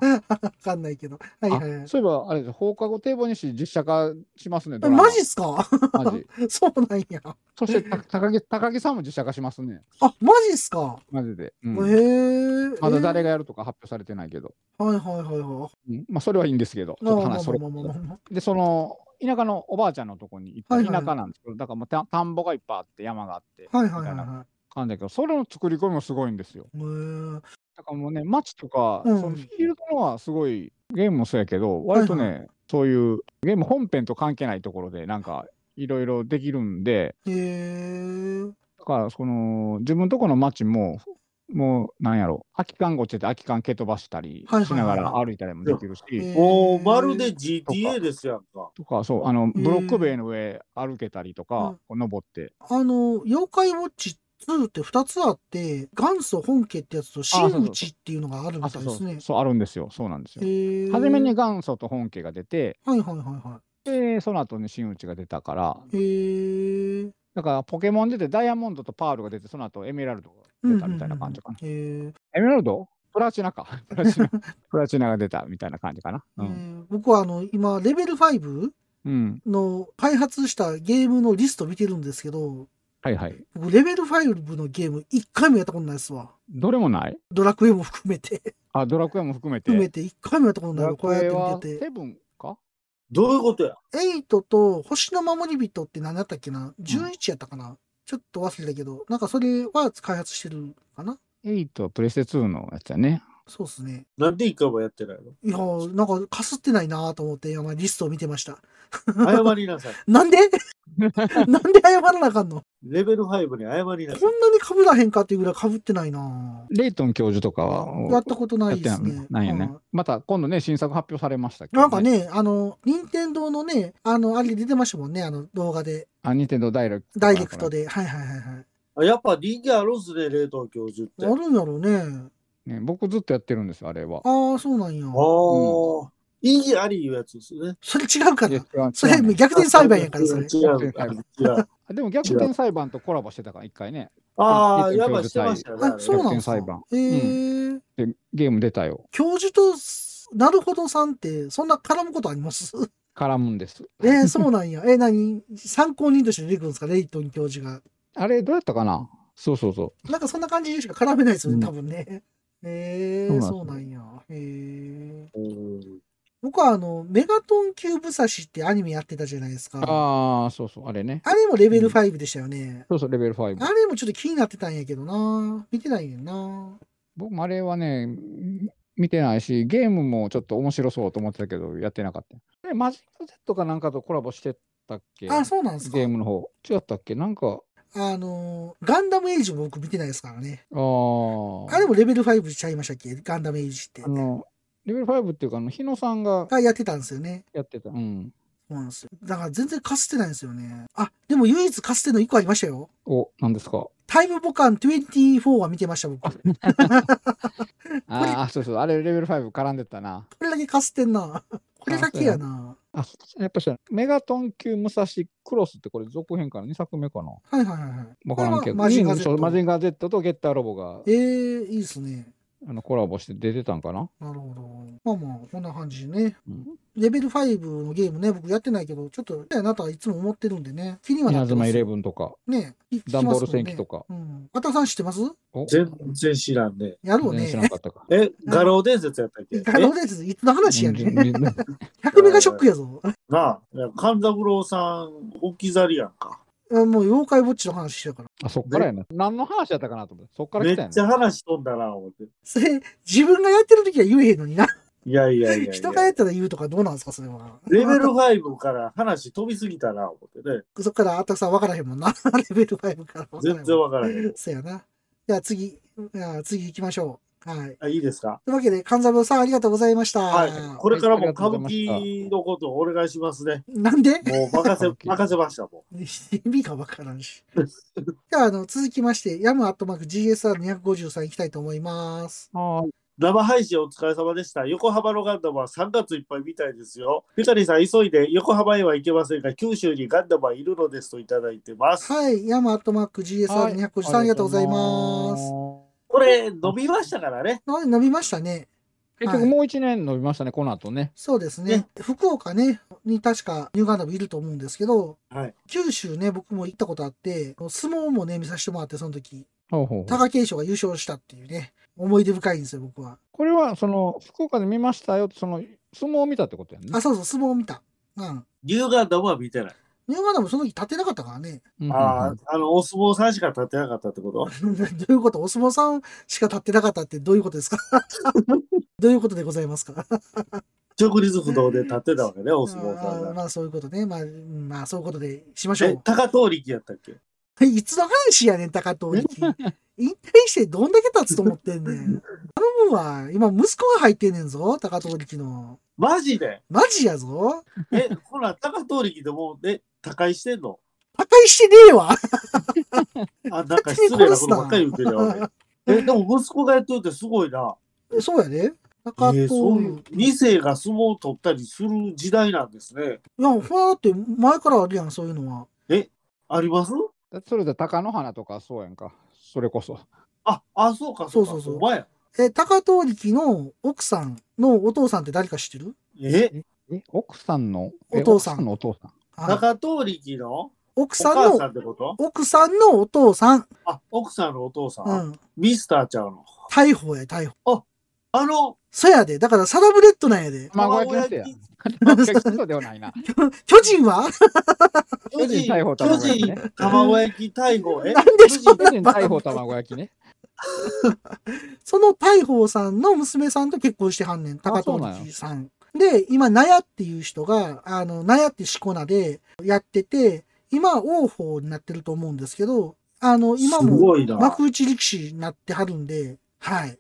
[SPEAKER 2] かんないけど。はいはいは
[SPEAKER 3] あ
[SPEAKER 2] い。
[SPEAKER 3] そういえば、あれです放課後堤防にし実写化しますね、ドラマ。
[SPEAKER 2] マジっすか
[SPEAKER 3] マジ
[SPEAKER 2] そうなんや。
[SPEAKER 3] そしてた高木、高木さんも実写化しますね、
[SPEAKER 2] あ、マジっすか、
[SPEAKER 3] マジで。うん
[SPEAKER 2] へえ。
[SPEAKER 3] まだ誰がやるとか発表されてないけど、
[SPEAKER 2] はいはいはいはい。
[SPEAKER 3] うんまあそれはいいんですけど、ちょっと話それ
[SPEAKER 2] まあまあまあまあまあ
[SPEAKER 3] で、その田舎のおばあちゃんのとこに行
[SPEAKER 2] はい
[SPEAKER 3] っ
[SPEAKER 2] は
[SPEAKER 3] た
[SPEAKER 2] いはい
[SPEAKER 3] 田舎なんですけど、だからもうた田んぼがいっぱいあって、山があって、
[SPEAKER 2] はいはいはい
[SPEAKER 3] みたいな
[SPEAKER 2] は
[SPEAKER 3] 感じだけど、それの作り込みもすごいんですよ。
[SPEAKER 2] い。へー
[SPEAKER 3] だからもうね、街とか、
[SPEAKER 2] うん
[SPEAKER 3] そのフィールドのはすごい、ゲームもそうやけど、割とね、
[SPEAKER 2] はい
[SPEAKER 3] そういうゲーム本編と関係ないところで、なんかいろいろできるんで、
[SPEAKER 2] へー
[SPEAKER 3] だから、その、自分とこの町も、もう、なんやろ、空き缶が落ちてて、空き缶蹴飛ばしたり
[SPEAKER 2] はいはいはい
[SPEAKER 3] しながら歩いたりもできるし、
[SPEAKER 2] えー
[SPEAKER 4] おーまるで GTA ですやんか。
[SPEAKER 3] とか、そう、あの、ブロック塀の上歩けたりと
[SPEAKER 2] うん
[SPEAKER 3] か、こう登って。
[SPEAKER 2] あの、妖怪ウォッチ2って2つあって、元祖本家ってやつと
[SPEAKER 3] そうそう
[SPEAKER 2] 真打ちっていうのがある
[SPEAKER 3] あ、
[SPEAKER 2] みたい
[SPEAKER 3] そ
[SPEAKER 2] うで
[SPEAKER 3] そ
[SPEAKER 2] すね
[SPEAKER 3] う、。そう、あるんですよ。そうなんですよ。
[SPEAKER 2] へー
[SPEAKER 3] 初めに。元祖と本家が出て、
[SPEAKER 2] はいはいはいは
[SPEAKER 3] で、その後に真打ちが出たから、
[SPEAKER 2] い。へえ。
[SPEAKER 3] だからポケモン出てダイヤモンドとパールが出て、その後エメラルドが出たみたいな感じかな。
[SPEAKER 2] うんうんうんうん。へー
[SPEAKER 3] エメラルドプラ チナか。プラチナ。プラチナが出たみたいな感じかな。う
[SPEAKER 2] え
[SPEAKER 3] ん。
[SPEAKER 2] ー僕はあの、今、レベル5
[SPEAKER 3] うん。
[SPEAKER 2] の開発したゲームのリスト見てるんですけど、
[SPEAKER 3] はいはい。
[SPEAKER 2] 僕、レベル5のゲーム一回もやったことないですわ。
[SPEAKER 3] どれもない
[SPEAKER 2] ドラクエも含めて、
[SPEAKER 3] あ、ドラクエも含めて。
[SPEAKER 2] 含めて一回もやったこと
[SPEAKER 3] ド
[SPEAKER 2] ない
[SPEAKER 3] ラ
[SPEAKER 2] わこう
[SPEAKER 3] ク
[SPEAKER 2] やっ
[SPEAKER 3] エ
[SPEAKER 2] て
[SPEAKER 3] は
[SPEAKER 2] 見てて。
[SPEAKER 3] セブンか
[SPEAKER 4] どういうことや
[SPEAKER 2] 8と星の守り人って何だったっけな ?11 やったかな、ちょっと忘れたけど、なんかそれは開発してるかな
[SPEAKER 3] ?8 プレステ2のやつやね。
[SPEAKER 2] そうですね。
[SPEAKER 4] なんで一回もやってないの
[SPEAKER 2] いやー、なんかかすってないなーと思って、今リストを見てました。
[SPEAKER 4] 謝り なさい。
[SPEAKER 2] なん でなんで謝らなあかんの
[SPEAKER 4] レベル5に謝りなさ
[SPEAKER 2] こ
[SPEAKER 4] い。
[SPEAKER 2] んなに被らへんかっていうぐらい被ってないなぁ
[SPEAKER 3] レイトン教授とかは
[SPEAKER 2] やったことな
[SPEAKER 3] や
[SPEAKER 2] い
[SPEAKER 3] っ
[SPEAKER 2] で
[SPEAKER 3] て
[SPEAKER 2] す
[SPEAKER 3] ない
[SPEAKER 2] ね。
[SPEAKER 3] ないよね
[SPEAKER 2] はい。
[SPEAKER 3] また今度ね、新作発表されましたけど、
[SPEAKER 2] なんか。ね、あの、任天堂のね、あの、あれ出てましたもんね、あの動画で、
[SPEAKER 3] あ、ニンテンドーダイレクト。
[SPEAKER 2] ダイレクト。で。はいはいはいはい。
[SPEAKER 4] あやっぱ人気あるんすね、冷凍教授って。
[SPEAKER 2] あ
[SPEAKER 4] あ
[SPEAKER 2] るんやろうね。
[SPEAKER 3] ね、僕ずっとやってるんですよ、あれは。
[SPEAKER 2] ああ、そうなんや。
[SPEAKER 4] あ、意義ありいうやつですね。
[SPEAKER 2] それ違うか
[SPEAKER 3] いや
[SPEAKER 2] な。
[SPEAKER 3] 違う
[SPEAKER 2] それ
[SPEAKER 3] 違うね
[SPEAKER 2] 逆転裁判やから、そ
[SPEAKER 4] 違
[SPEAKER 2] れ
[SPEAKER 4] う。。違う違う
[SPEAKER 3] あでも逆転裁判とコラボしてたから、一回ね。
[SPEAKER 4] ああ、やばいしてましたよね。
[SPEAKER 2] あ、そうなんで
[SPEAKER 3] 逆転
[SPEAKER 2] すか
[SPEAKER 3] 裁判。
[SPEAKER 2] えー
[SPEAKER 3] で、ゲーム出たよ。
[SPEAKER 2] 教授と、なるほどさんって、そんな絡むことあります
[SPEAKER 3] 絡むんです。
[SPEAKER 2] えー、そうなんや。えー、何参考人として出てくるんですか、レイトン教授が。
[SPEAKER 3] あれ、どうやったかなそうそうそう。
[SPEAKER 2] なんかそんな感じにしか絡めないですよ
[SPEAKER 3] うん
[SPEAKER 2] ね、多分ね。えー、
[SPEAKER 3] そ
[SPEAKER 2] そうう
[SPEAKER 3] な
[SPEAKER 2] なんんや。へー
[SPEAKER 4] うん
[SPEAKER 2] 僕はあの、メガトン級武蔵ってアニメやってたじゃないですか。
[SPEAKER 3] ああ、そうそう、あれね。
[SPEAKER 2] あれもレベル5でしたよね。
[SPEAKER 3] そうそう、レベル5
[SPEAKER 2] あ。れもちょっと気になってたんやけどな。見てないねんな。
[SPEAKER 3] 僕もあれはね、ん見てないし、ゲームもちょっと面白そうと思ってたけど、やってなかった。で、マジック Z かなんかとコラボしてたっけ
[SPEAKER 2] あ、そうなんですか
[SPEAKER 3] ゲ。ームの方。違ったっけなんか、
[SPEAKER 2] あの、ガンダムエイジも僕見てないですからね。
[SPEAKER 3] ああ。
[SPEAKER 2] あれもレベル5ちゃいましたっけガンダムエイジって
[SPEAKER 3] あ。の、レベル5っていうか、あの、日野さんが
[SPEAKER 2] がやってたんですよね。
[SPEAKER 3] やってた。うん。
[SPEAKER 2] そうなんですよ。だから全然かすってないんですよね。あ、でも唯一かすっての1個ありましたよ。
[SPEAKER 3] お、なんですか
[SPEAKER 2] タイムボカン24は見てました、僕。こ
[SPEAKER 3] ああ、そうそう、あれレベル5絡んでたな。
[SPEAKER 2] れだけかすってんな。これだけやな。
[SPEAKER 3] あ、やっぱし、メガトン級武蔵クロスってこれ続編かな ?2 作目かな
[SPEAKER 2] はいはいはいはい。
[SPEAKER 3] わからん
[SPEAKER 2] これ
[SPEAKER 3] けど。
[SPEAKER 2] はマジンガー Z
[SPEAKER 3] そうマジンガー Z とゲッターロボが
[SPEAKER 2] えー、いいですね。
[SPEAKER 3] あのコラボして出てたんかな
[SPEAKER 2] なるほど。まあまあ、こんな感じでね。
[SPEAKER 3] うん
[SPEAKER 2] レベル5のゲームね、僕やってないけど、ちょっと、あなたはいつも思ってるんでね。気にはな
[SPEAKER 3] 稲
[SPEAKER 2] ってま
[SPEAKER 3] 妻イ
[SPEAKER 2] す
[SPEAKER 3] レ
[SPEAKER 2] よ。
[SPEAKER 3] ブンとか。
[SPEAKER 2] ね。聞き
[SPEAKER 3] ダ
[SPEAKER 2] ますもんね
[SPEAKER 3] ンボール戦記とか。
[SPEAKER 2] うん。あたさん知ってます
[SPEAKER 3] お
[SPEAKER 4] 全然知らんね。
[SPEAKER 2] やろう
[SPEAKER 3] 全然知ら
[SPEAKER 2] ね
[SPEAKER 3] な。かったか。
[SPEAKER 4] え、画廊伝説やったっけ
[SPEAKER 2] ガロ
[SPEAKER 4] え
[SPEAKER 2] です。いつの話やね。
[SPEAKER 3] うんんうん
[SPEAKER 2] 100メガショックやぞ。
[SPEAKER 4] なあ、勘三郎さん、置き去りやんか。
[SPEAKER 2] あもう妖怪ウォッチの話してたから。
[SPEAKER 3] あ、そっからやな。何の話やったかなと思って。そっから
[SPEAKER 4] め
[SPEAKER 3] 来た
[SPEAKER 4] っ
[SPEAKER 3] や
[SPEAKER 4] ちゃ
[SPEAKER 3] な。
[SPEAKER 4] 話飛んだな、思って。
[SPEAKER 2] それ、自分がやってる時は言えへんのにな。
[SPEAKER 4] いやいやいやいや。
[SPEAKER 2] 人がやったら言うとかどうなんですか、それは。
[SPEAKER 4] レベル5から話飛びすぎたな、思ってね。
[SPEAKER 2] そっからあたさん分からへんもんな。 レベル5から分からへんもん
[SPEAKER 4] 全然わからへん。
[SPEAKER 2] そうやな。じゃあ次、じゃあ次行きましょう。はい。
[SPEAKER 4] あいいですか
[SPEAKER 2] というわけで、勘三郎さんありがとうございました。
[SPEAKER 4] はい。これからも歌舞伎のことお願いしますね。
[SPEAKER 2] なんで
[SPEAKER 4] もう任
[SPEAKER 3] 歌
[SPEAKER 4] せ
[SPEAKER 3] 舞、伎
[SPEAKER 4] 任せました、も
[SPEAKER 2] 意味がわからん し。では、あの、続きまして、ヤムアットマーク GSR253 行きたいと思います。
[SPEAKER 3] あー
[SPEAKER 4] う。生配信お疲れ様でした。横浜のガンダムは3月いっぱいみたいですよ。ピカリさん、急いで横浜へは行けませんが、九州にガンダムはいるのですといただいてます。
[SPEAKER 2] はい。ヤムアットマーク GSR253、ありがとうございます。
[SPEAKER 4] これ、飲みましたからね。
[SPEAKER 2] な伸びましたね。
[SPEAKER 3] 結局もう一年伸びましたね、この後ね。
[SPEAKER 2] そうですね。
[SPEAKER 4] ね
[SPEAKER 2] 福岡ね、に確かニューガンダムいると思うんですけど、
[SPEAKER 4] はい
[SPEAKER 2] 九州ね、僕も行ったことあって、相撲もね、見させてもらって、その時、
[SPEAKER 3] ほうほうほう
[SPEAKER 2] 貴景勝が優勝したっていうね、思い出深いんですよ、僕は。
[SPEAKER 3] これは、その、福岡で見ましたよ、その、相撲を見たってことやんね。
[SPEAKER 2] あ、そうそう、相撲を見た。うん。
[SPEAKER 4] ニューガンダムは見てない。
[SPEAKER 2] ニューガンダムその時立てなかったからね。
[SPEAKER 3] うんうんうん
[SPEAKER 4] ああ、あの、お相撲さんしか立ってなかったってこと
[SPEAKER 2] どういうことお相撲さんしか立ってなかったってどういうことですか どういうことでございますか
[SPEAKER 4] 直立不動で立ってたわけね、お相撲さん
[SPEAKER 2] あー
[SPEAKER 4] が。
[SPEAKER 2] まあそういうことね。まあ、うんまあそういうことでしましょ
[SPEAKER 4] え
[SPEAKER 2] う、。
[SPEAKER 4] 高遠力やったっけ
[SPEAKER 2] いつの話やねん、高藤一 輝。引退してどんだけ経つと思ってんねん。頼むわ。今、息子が入ってんねんぞ、高藤力の。
[SPEAKER 4] マジで
[SPEAKER 2] マジやぞ。
[SPEAKER 4] え、ほら、高通力でもう、え、他界してんの
[SPEAKER 2] 破壊してねえわ。
[SPEAKER 4] あ、なんか失礼なことばっかり言ってるよ。 俺え、でも息子がやってるってすごいな。
[SPEAKER 2] そうやで。
[SPEAKER 4] え
[SPEAKER 2] 高藤、
[SPEAKER 4] ーそういう、
[SPEAKER 2] い
[SPEAKER 4] 二世が相撲を取ったりする時代なんですね。
[SPEAKER 2] や、ほら、だって前からあるやん、そういうのは。
[SPEAKER 4] あります
[SPEAKER 3] だってそれで貴乃花とかそうやんか。それこそ。
[SPEAKER 4] あ、あ、そうか、そうか、
[SPEAKER 2] そうそうそう
[SPEAKER 4] お前や。
[SPEAKER 2] え、高藤力の奥さんのお父さんって誰か知ってる
[SPEAKER 4] え、
[SPEAKER 3] え、奥さんのえ
[SPEAKER 2] お父さん
[SPEAKER 3] 奥のお父さん。
[SPEAKER 2] はい
[SPEAKER 4] 高通力のお
[SPEAKER 2] 奥さ
[SPEAKER 4] 母
[SPEAKER 2] ん
[SPEAKER 4] さん
[SPEAKER 2] の、
[SPEAKER 4] ってこと
[SPEAKER 2] 奥さんのお父さん。
[SPEAKER 4] あ、奥さんのお父さん、
[SPEAKER 2] うん。
[SPEAKER 4] ミスターちゃうの。
[SPEAKER 2] 逮捕や、逮捕。
[SPEAKER 4] あの、
[SPEAKER 2] そやで。だから、サラブレッドなんやで。
[SPEAKER 3] 孫
[SPEAKER 4] 卵
[SPEAKER 3] 焼きの人
[SPEAKER 4] 焼
[SPEAKER 3] や
[SPEAKER 4] き。
[SPEAKER 3] 卵焼きの人ではないな。
[SPEAKER 2] 巨人は
[SPEAKER 4] 巨
[SPEAKER 3] 巨人
[SPEAKER 4] 人
[SPEAKER 3] 逮捕、
[SPEAKER 4] 巨
[SPEAKER 3] 卵焼き
[SPEAKER 4] 人
[SPEAKER 3] ね。
[SPEAKER 4] 卵焼き逮捕。え、
[SPEAKER 2] なんでそん
[SPEAKER 3] 巨
[SPEAKER 2] な
[SPEAKER 3] 人逮捕卵焼きね。
[SPEAKER 2] その大鵬さんの娘さんと結婚してはんねん、高
[SPEAKER 3] そうなん
[SPEAKER 2] 藤さん。で、今、納屋っていう人が、あの、納屋ってしこ名でやってて、今、王鵬になってると思うんですけど、あの、今
[SPEAKER 4] す
[SPEAKER 2] も
[SPEAKER 4] ごいな。
[SPEAKER 2] 幕内力士になってはるんで、はい。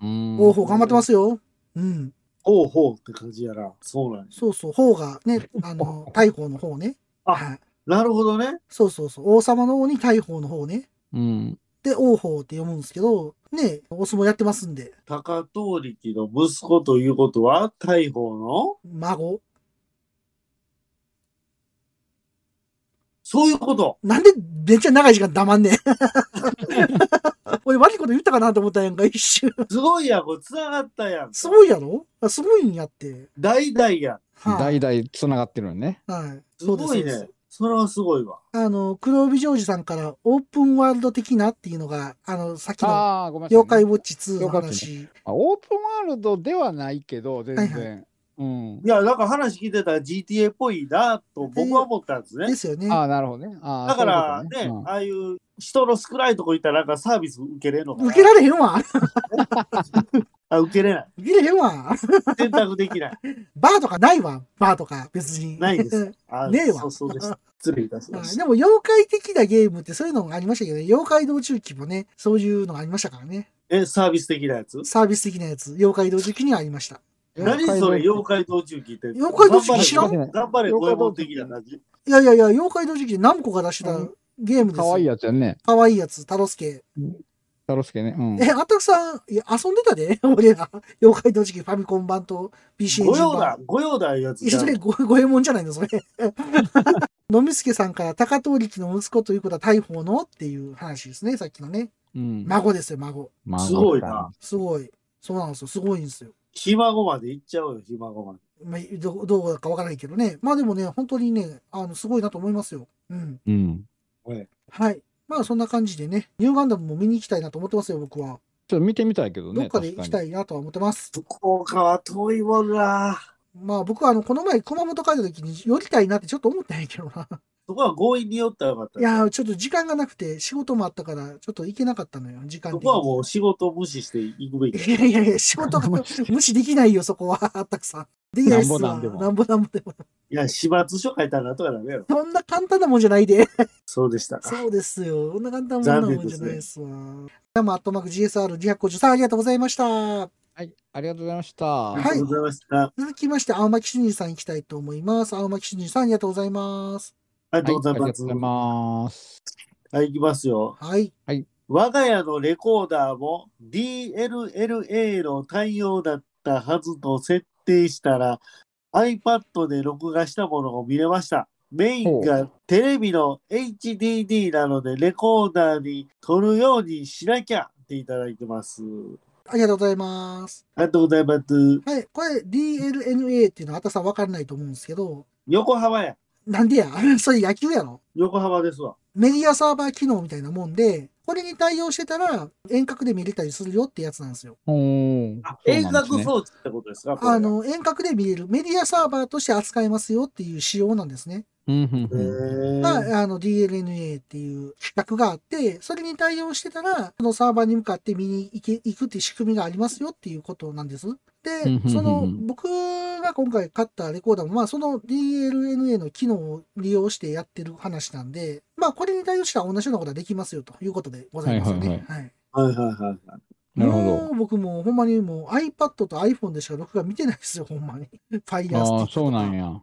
[SPEAKER 3] うん
[SPEAKER 2] 王鵬頑張ってますよ。うん。
[SPEAKER 4] ほうほうって感じやな。そうなんです。
[SPEAKER 2] そうそう、鵬がね、あの、大鵬の方ね。
[SPEAKER 4] あ
[SPEAKER 2] はい。
[SPEAKER 4] なるほどね。
[SPEAKER 2] そうそうそう、王様の王に大鵬の方ね。
[SPEAKER 3] うん。
[SPEAKER 2] で、王鵬って読むんですけど、ね、お相撲やってますんで、
[SPEAKER 4] 高遠力の息子ということは、大鵬の
[SPEAKER 2] 孫。
[SPEAKER 4] そういうこと。
[SPEAKER 2] なんでめっちゃ長い時間黙んねん。俺悪いこと言ったかなと思ったやんか、一瞬。
[SPEAKER 4] すごいやん、これ繋がったやん。
[SPEAKER 2] すごいやろあすごいんやって。
[SPEAKER 4] 代々やん。
[SPEAKER 2] はい、
[SPEAKER 3] 代々つながってるよね。
[SPEAKER 2] はい。
[SPEAKER 4] す
[SPEAKER 2] そうです
[SPEAKER 4] ごい
[SPEAKER 2] そうで
[SPEAKER 4] ね
[SPEAKER 2] す。
[SPEAKER 4] それはすごいわ。
[SPEAKER 2] あの、黒帯ジョージさんからオープンワールド的なっていうのが、あの、さっきの
[SPEAKER 3] ああ、ごめんなさいね。
[SPEAKER 2] 妖怪ウォッチ2の話。
[SPEAKER 3] あオープンワールドではないけど、全然。
[SPEAKER 2] はい
[SPEAKER 3] うん
[SPEAKER 4] い。や、なんか話聞いてたら GTA っぽいなと僕は思ったんですね
[SPEAKER 2] で。すよね。
[SPEAKER 3] ああ、なるほどね。ああ
[SPEAKER 4] だから
[SPEAKER 3] そうい
[SPEAKER 4] ね
[SPEAKER 3] うこ、と
[SPEAKER 4] ああいう人の少ないとこ行ったらなんかサービス受けれるのかな
[SPEAKER 2] 受けられへんわ。
[SPEAKER 4] あ、受けれない。
[SPEAKER 2] 受けれへんわ。
[SPEAKER 4] 選択できない。
[SPEAKER 2] バーとかないわ。バーとか、別に。
[SPEAKER 4] ない です。あ
[SPEAKER 2] ねえわ
[SPEAKER 4] そうそうです。失礼いたし
[SPEAKER 2] は
[SPEAKER 4] ま
[SPEAKER 2] い
[SPEAKER 4] し
[SPEAKER 2] で
[SPEAKER 4] た。
[SPEAKER 2] も、妖怪的なゲームってそういうのがありましたけど、ね、妖怪道中記もね、そういうのがありましたからね。
[SPEAKER 4] え、サービス的なやつ
[SPEAKER 2] サービス的なやつ、妖怪道中記にはありました。
[SPEAKER 3] うん
[SPEAKER 4] 何それ、妖怪道中聞いてる。
[SPEAKER 2] 妖怪道中聞いて知らん
[SPEAKER 4] 頑張れ頑張れ、五右衛門的な感じ。
[SPEAKER 2] いやいやいや、妖怪道中記で何個か出してた
[SPEAKER 3] うん
[SPEAKER 2] ゲームです
[SPEAKER 3] か
[SPEAKER 2] よ。
[SPEAKER 3] わいいやつやんね。
[SPEAKER 2] かわいいやつ、タロスケ。
[SPEAKER 3] 太郎介ね。うん。
[SPEAKER 2] え、あたくさん、いや、遊んでたで、 俺ら。妖怪道中記ファミコン版と PC エン
[SPEAKER 4] 御
[SPEAKER 2] ジン
[SPEAKER 4] 用だ
[SPEAKER 2] 版。、
[SPEAKER 4] 御用だいうやつ
[SPEAKER 2] い
[SPEAKER 4] じ
[SPEAKER 2] や、
[SPEAKER 4] ゃ
[SPEAKER 2] そ
[SPEAKER 4] ん。
[SPEAKER 2] れご、 ごえもんじゃないの、それ。のみすけさんから、高遠力の息子ということは大砲のっていう話ですね、さっきのね。
[SPEAKER 3] うん。
[SPEAKER 2] 孫ですよ、孫。
[SPEAKER 3] まあ
[SPEAKER 4] すごいな。。
[SPEAKER 2] すごい。そうなんですよ、すごいんですよ。
[SPEAKER 4] ひ孫まで行っちゃおうよ、ひ孫まで。
[SPEAKER 2] まあ、どどうだかわからないけどね。まあでもね、本当にね、あの、すごいなと思いますよ。うん。
[SPEAKER 3] うん。
[SPEAKER 2] はい。まあそんな感じでね、ニューガンダムも見に行きたいなと思ってますよ、僕は。
[SPEAKER 3] ちょっと見てみたいけどね。
[SPEAKER 2] どっかで行きた
[SPEAKER 3] い。
[SPEAKER 2] いなとは思ってます。
[SPEAKER 4] 福岡は遠いもんな。
[SPEAKER 2] まあ僕はあの、この前熊本帰った時に寄りたいなってちょっと思ってないけどな。
[SPEAKER 4] そこは強引に寄ったらよかった
[SPEAKER 2] い
[SPEAKER 4] です。
[SPEAKER 2] やー、ちょっと時間がなくて、仕事もあったから、ちょっと行けなかったのよ、時間
[SPEAKER 4] そ
[SPEAKER 2] 的
[SPEAKER 4] こは
[SPEAKER 2] に。
[SPEAKER 4] もう仕事無視して行くべき。
[SPEAKER 2] いやいやいや、仕事 が無視できないよ、そこは、あったくさん。できないっすわ。
[SPEAKER 3] なんぼなんでも
[SPEAKER 2] なんぼなんぼでも。
[SPEAKER 4] いや、始末書書いたらなんとかなるやろ。
[SPEAKER 2] そんな簡単なもんじゃないで。
[SPEAKER 4] そうでしたか。
[SPEAKER 2] そうですよ。そんな簡単なもんなもんじゃないですわ。どうも、アットマーク GSR253 さんありがとうございました。
[SPEAKER 3] はい。ありがとうございました
[SPEAKER 4] あり。がとうございました。
[SPEAKER 2] 続きまして、青巻俊二さん行きたいと思います。青巻俊二さんありがとうございます。
[SPEAKER 4] あり
[SPEAKER 3] あ
[SPEAKER 4] がとうござい
[SPEAKER 3] あり
[SPEAKER 4] ま
[SPEAKER 3] がと
[SPEAKER 4] す。
[SPEAKER 3] うございます。
[SPEAKER 4] はい、行きますよ。
[SPEAKER 2] はい。
[SPEAKER 4] 我が家のレコーダーも DLLA の対応だったはずと設定したら iPad で録画したものを見れました。メインがテレビの HDD なのでレコーダーに撮るようにしなきゃっていただいてます。
[SPEAKER 2] ありがとうございます。
[SPEAKER 4] ありがとうございます。
[SPEAKER 2] はい。これ、DLNA っていうのは、あたさんわかんないと思うんですけど、
[SPEAKER 4] 横浜や。
[SPEAKER 2] なんでや それ野球やろ
[SPEAKER 4] 横浜ですわ。
[SPEAKER 2] メディアサーバー機能みたいなもんで、これに対応してたら遠隔で見れたりするよってやつなんですよ。
[SPEAKER 3] おー
[SPEAKER 4] あ
[SPEAKER 3] そう
[SPEAKER 4] 遠
[SPEAKER 3] なんです
[SPEAKER 4] 隔
[SPEAKER 3] ね
[SPEAKER 4] 装置ってことですかこれ
[SPEAKER 2] あの、遠隔で見れる、メディアサーバーとして扱えますよっていう仕様なんですね。
[SPEAKER 3] うん
[SPEAKER 4] へ
[SPEAKER 3] うんうん
[SPEAKER 4] ー
[SPEAKER 2] が、あの、DLNA っていう企画があって、それに対応してたら、そのサーバーに向かって見に行け行くっていう仕組みがありますよっていうことなんです。
[SPEAKER 3] うんうん
[SPEAKER 2] で
[SPEAKER 3] う、ん
[SPEAKER 2] その、僕が今回買ったレコーダーも、まあ、その DLNA の機能を利用してやってる話なんで、まあ、これに対応したら同じようなことはできますよということでございますよね。
[SPEAKER 3] はいはい
[SPEAKER 2] はい
[SPEAKER 4] はいはいはい。
[SPEAKER 3] なるほ
[SPEAKER 2] もう僕もうほんまにもう iPad と iPhone でしか録画見てないですよ、ほんまに。 ファイヤーステ
[SPEAKER 3] ど。
[SPEAKER 2] ィ
[SPEAKER 3] あ
[SPEAKER 2] ッ
[SPEAKER 3] あ、
[SPEAKER 2] ク
[SPEAKER 3] そうなんや。
[SPEAKER 2] も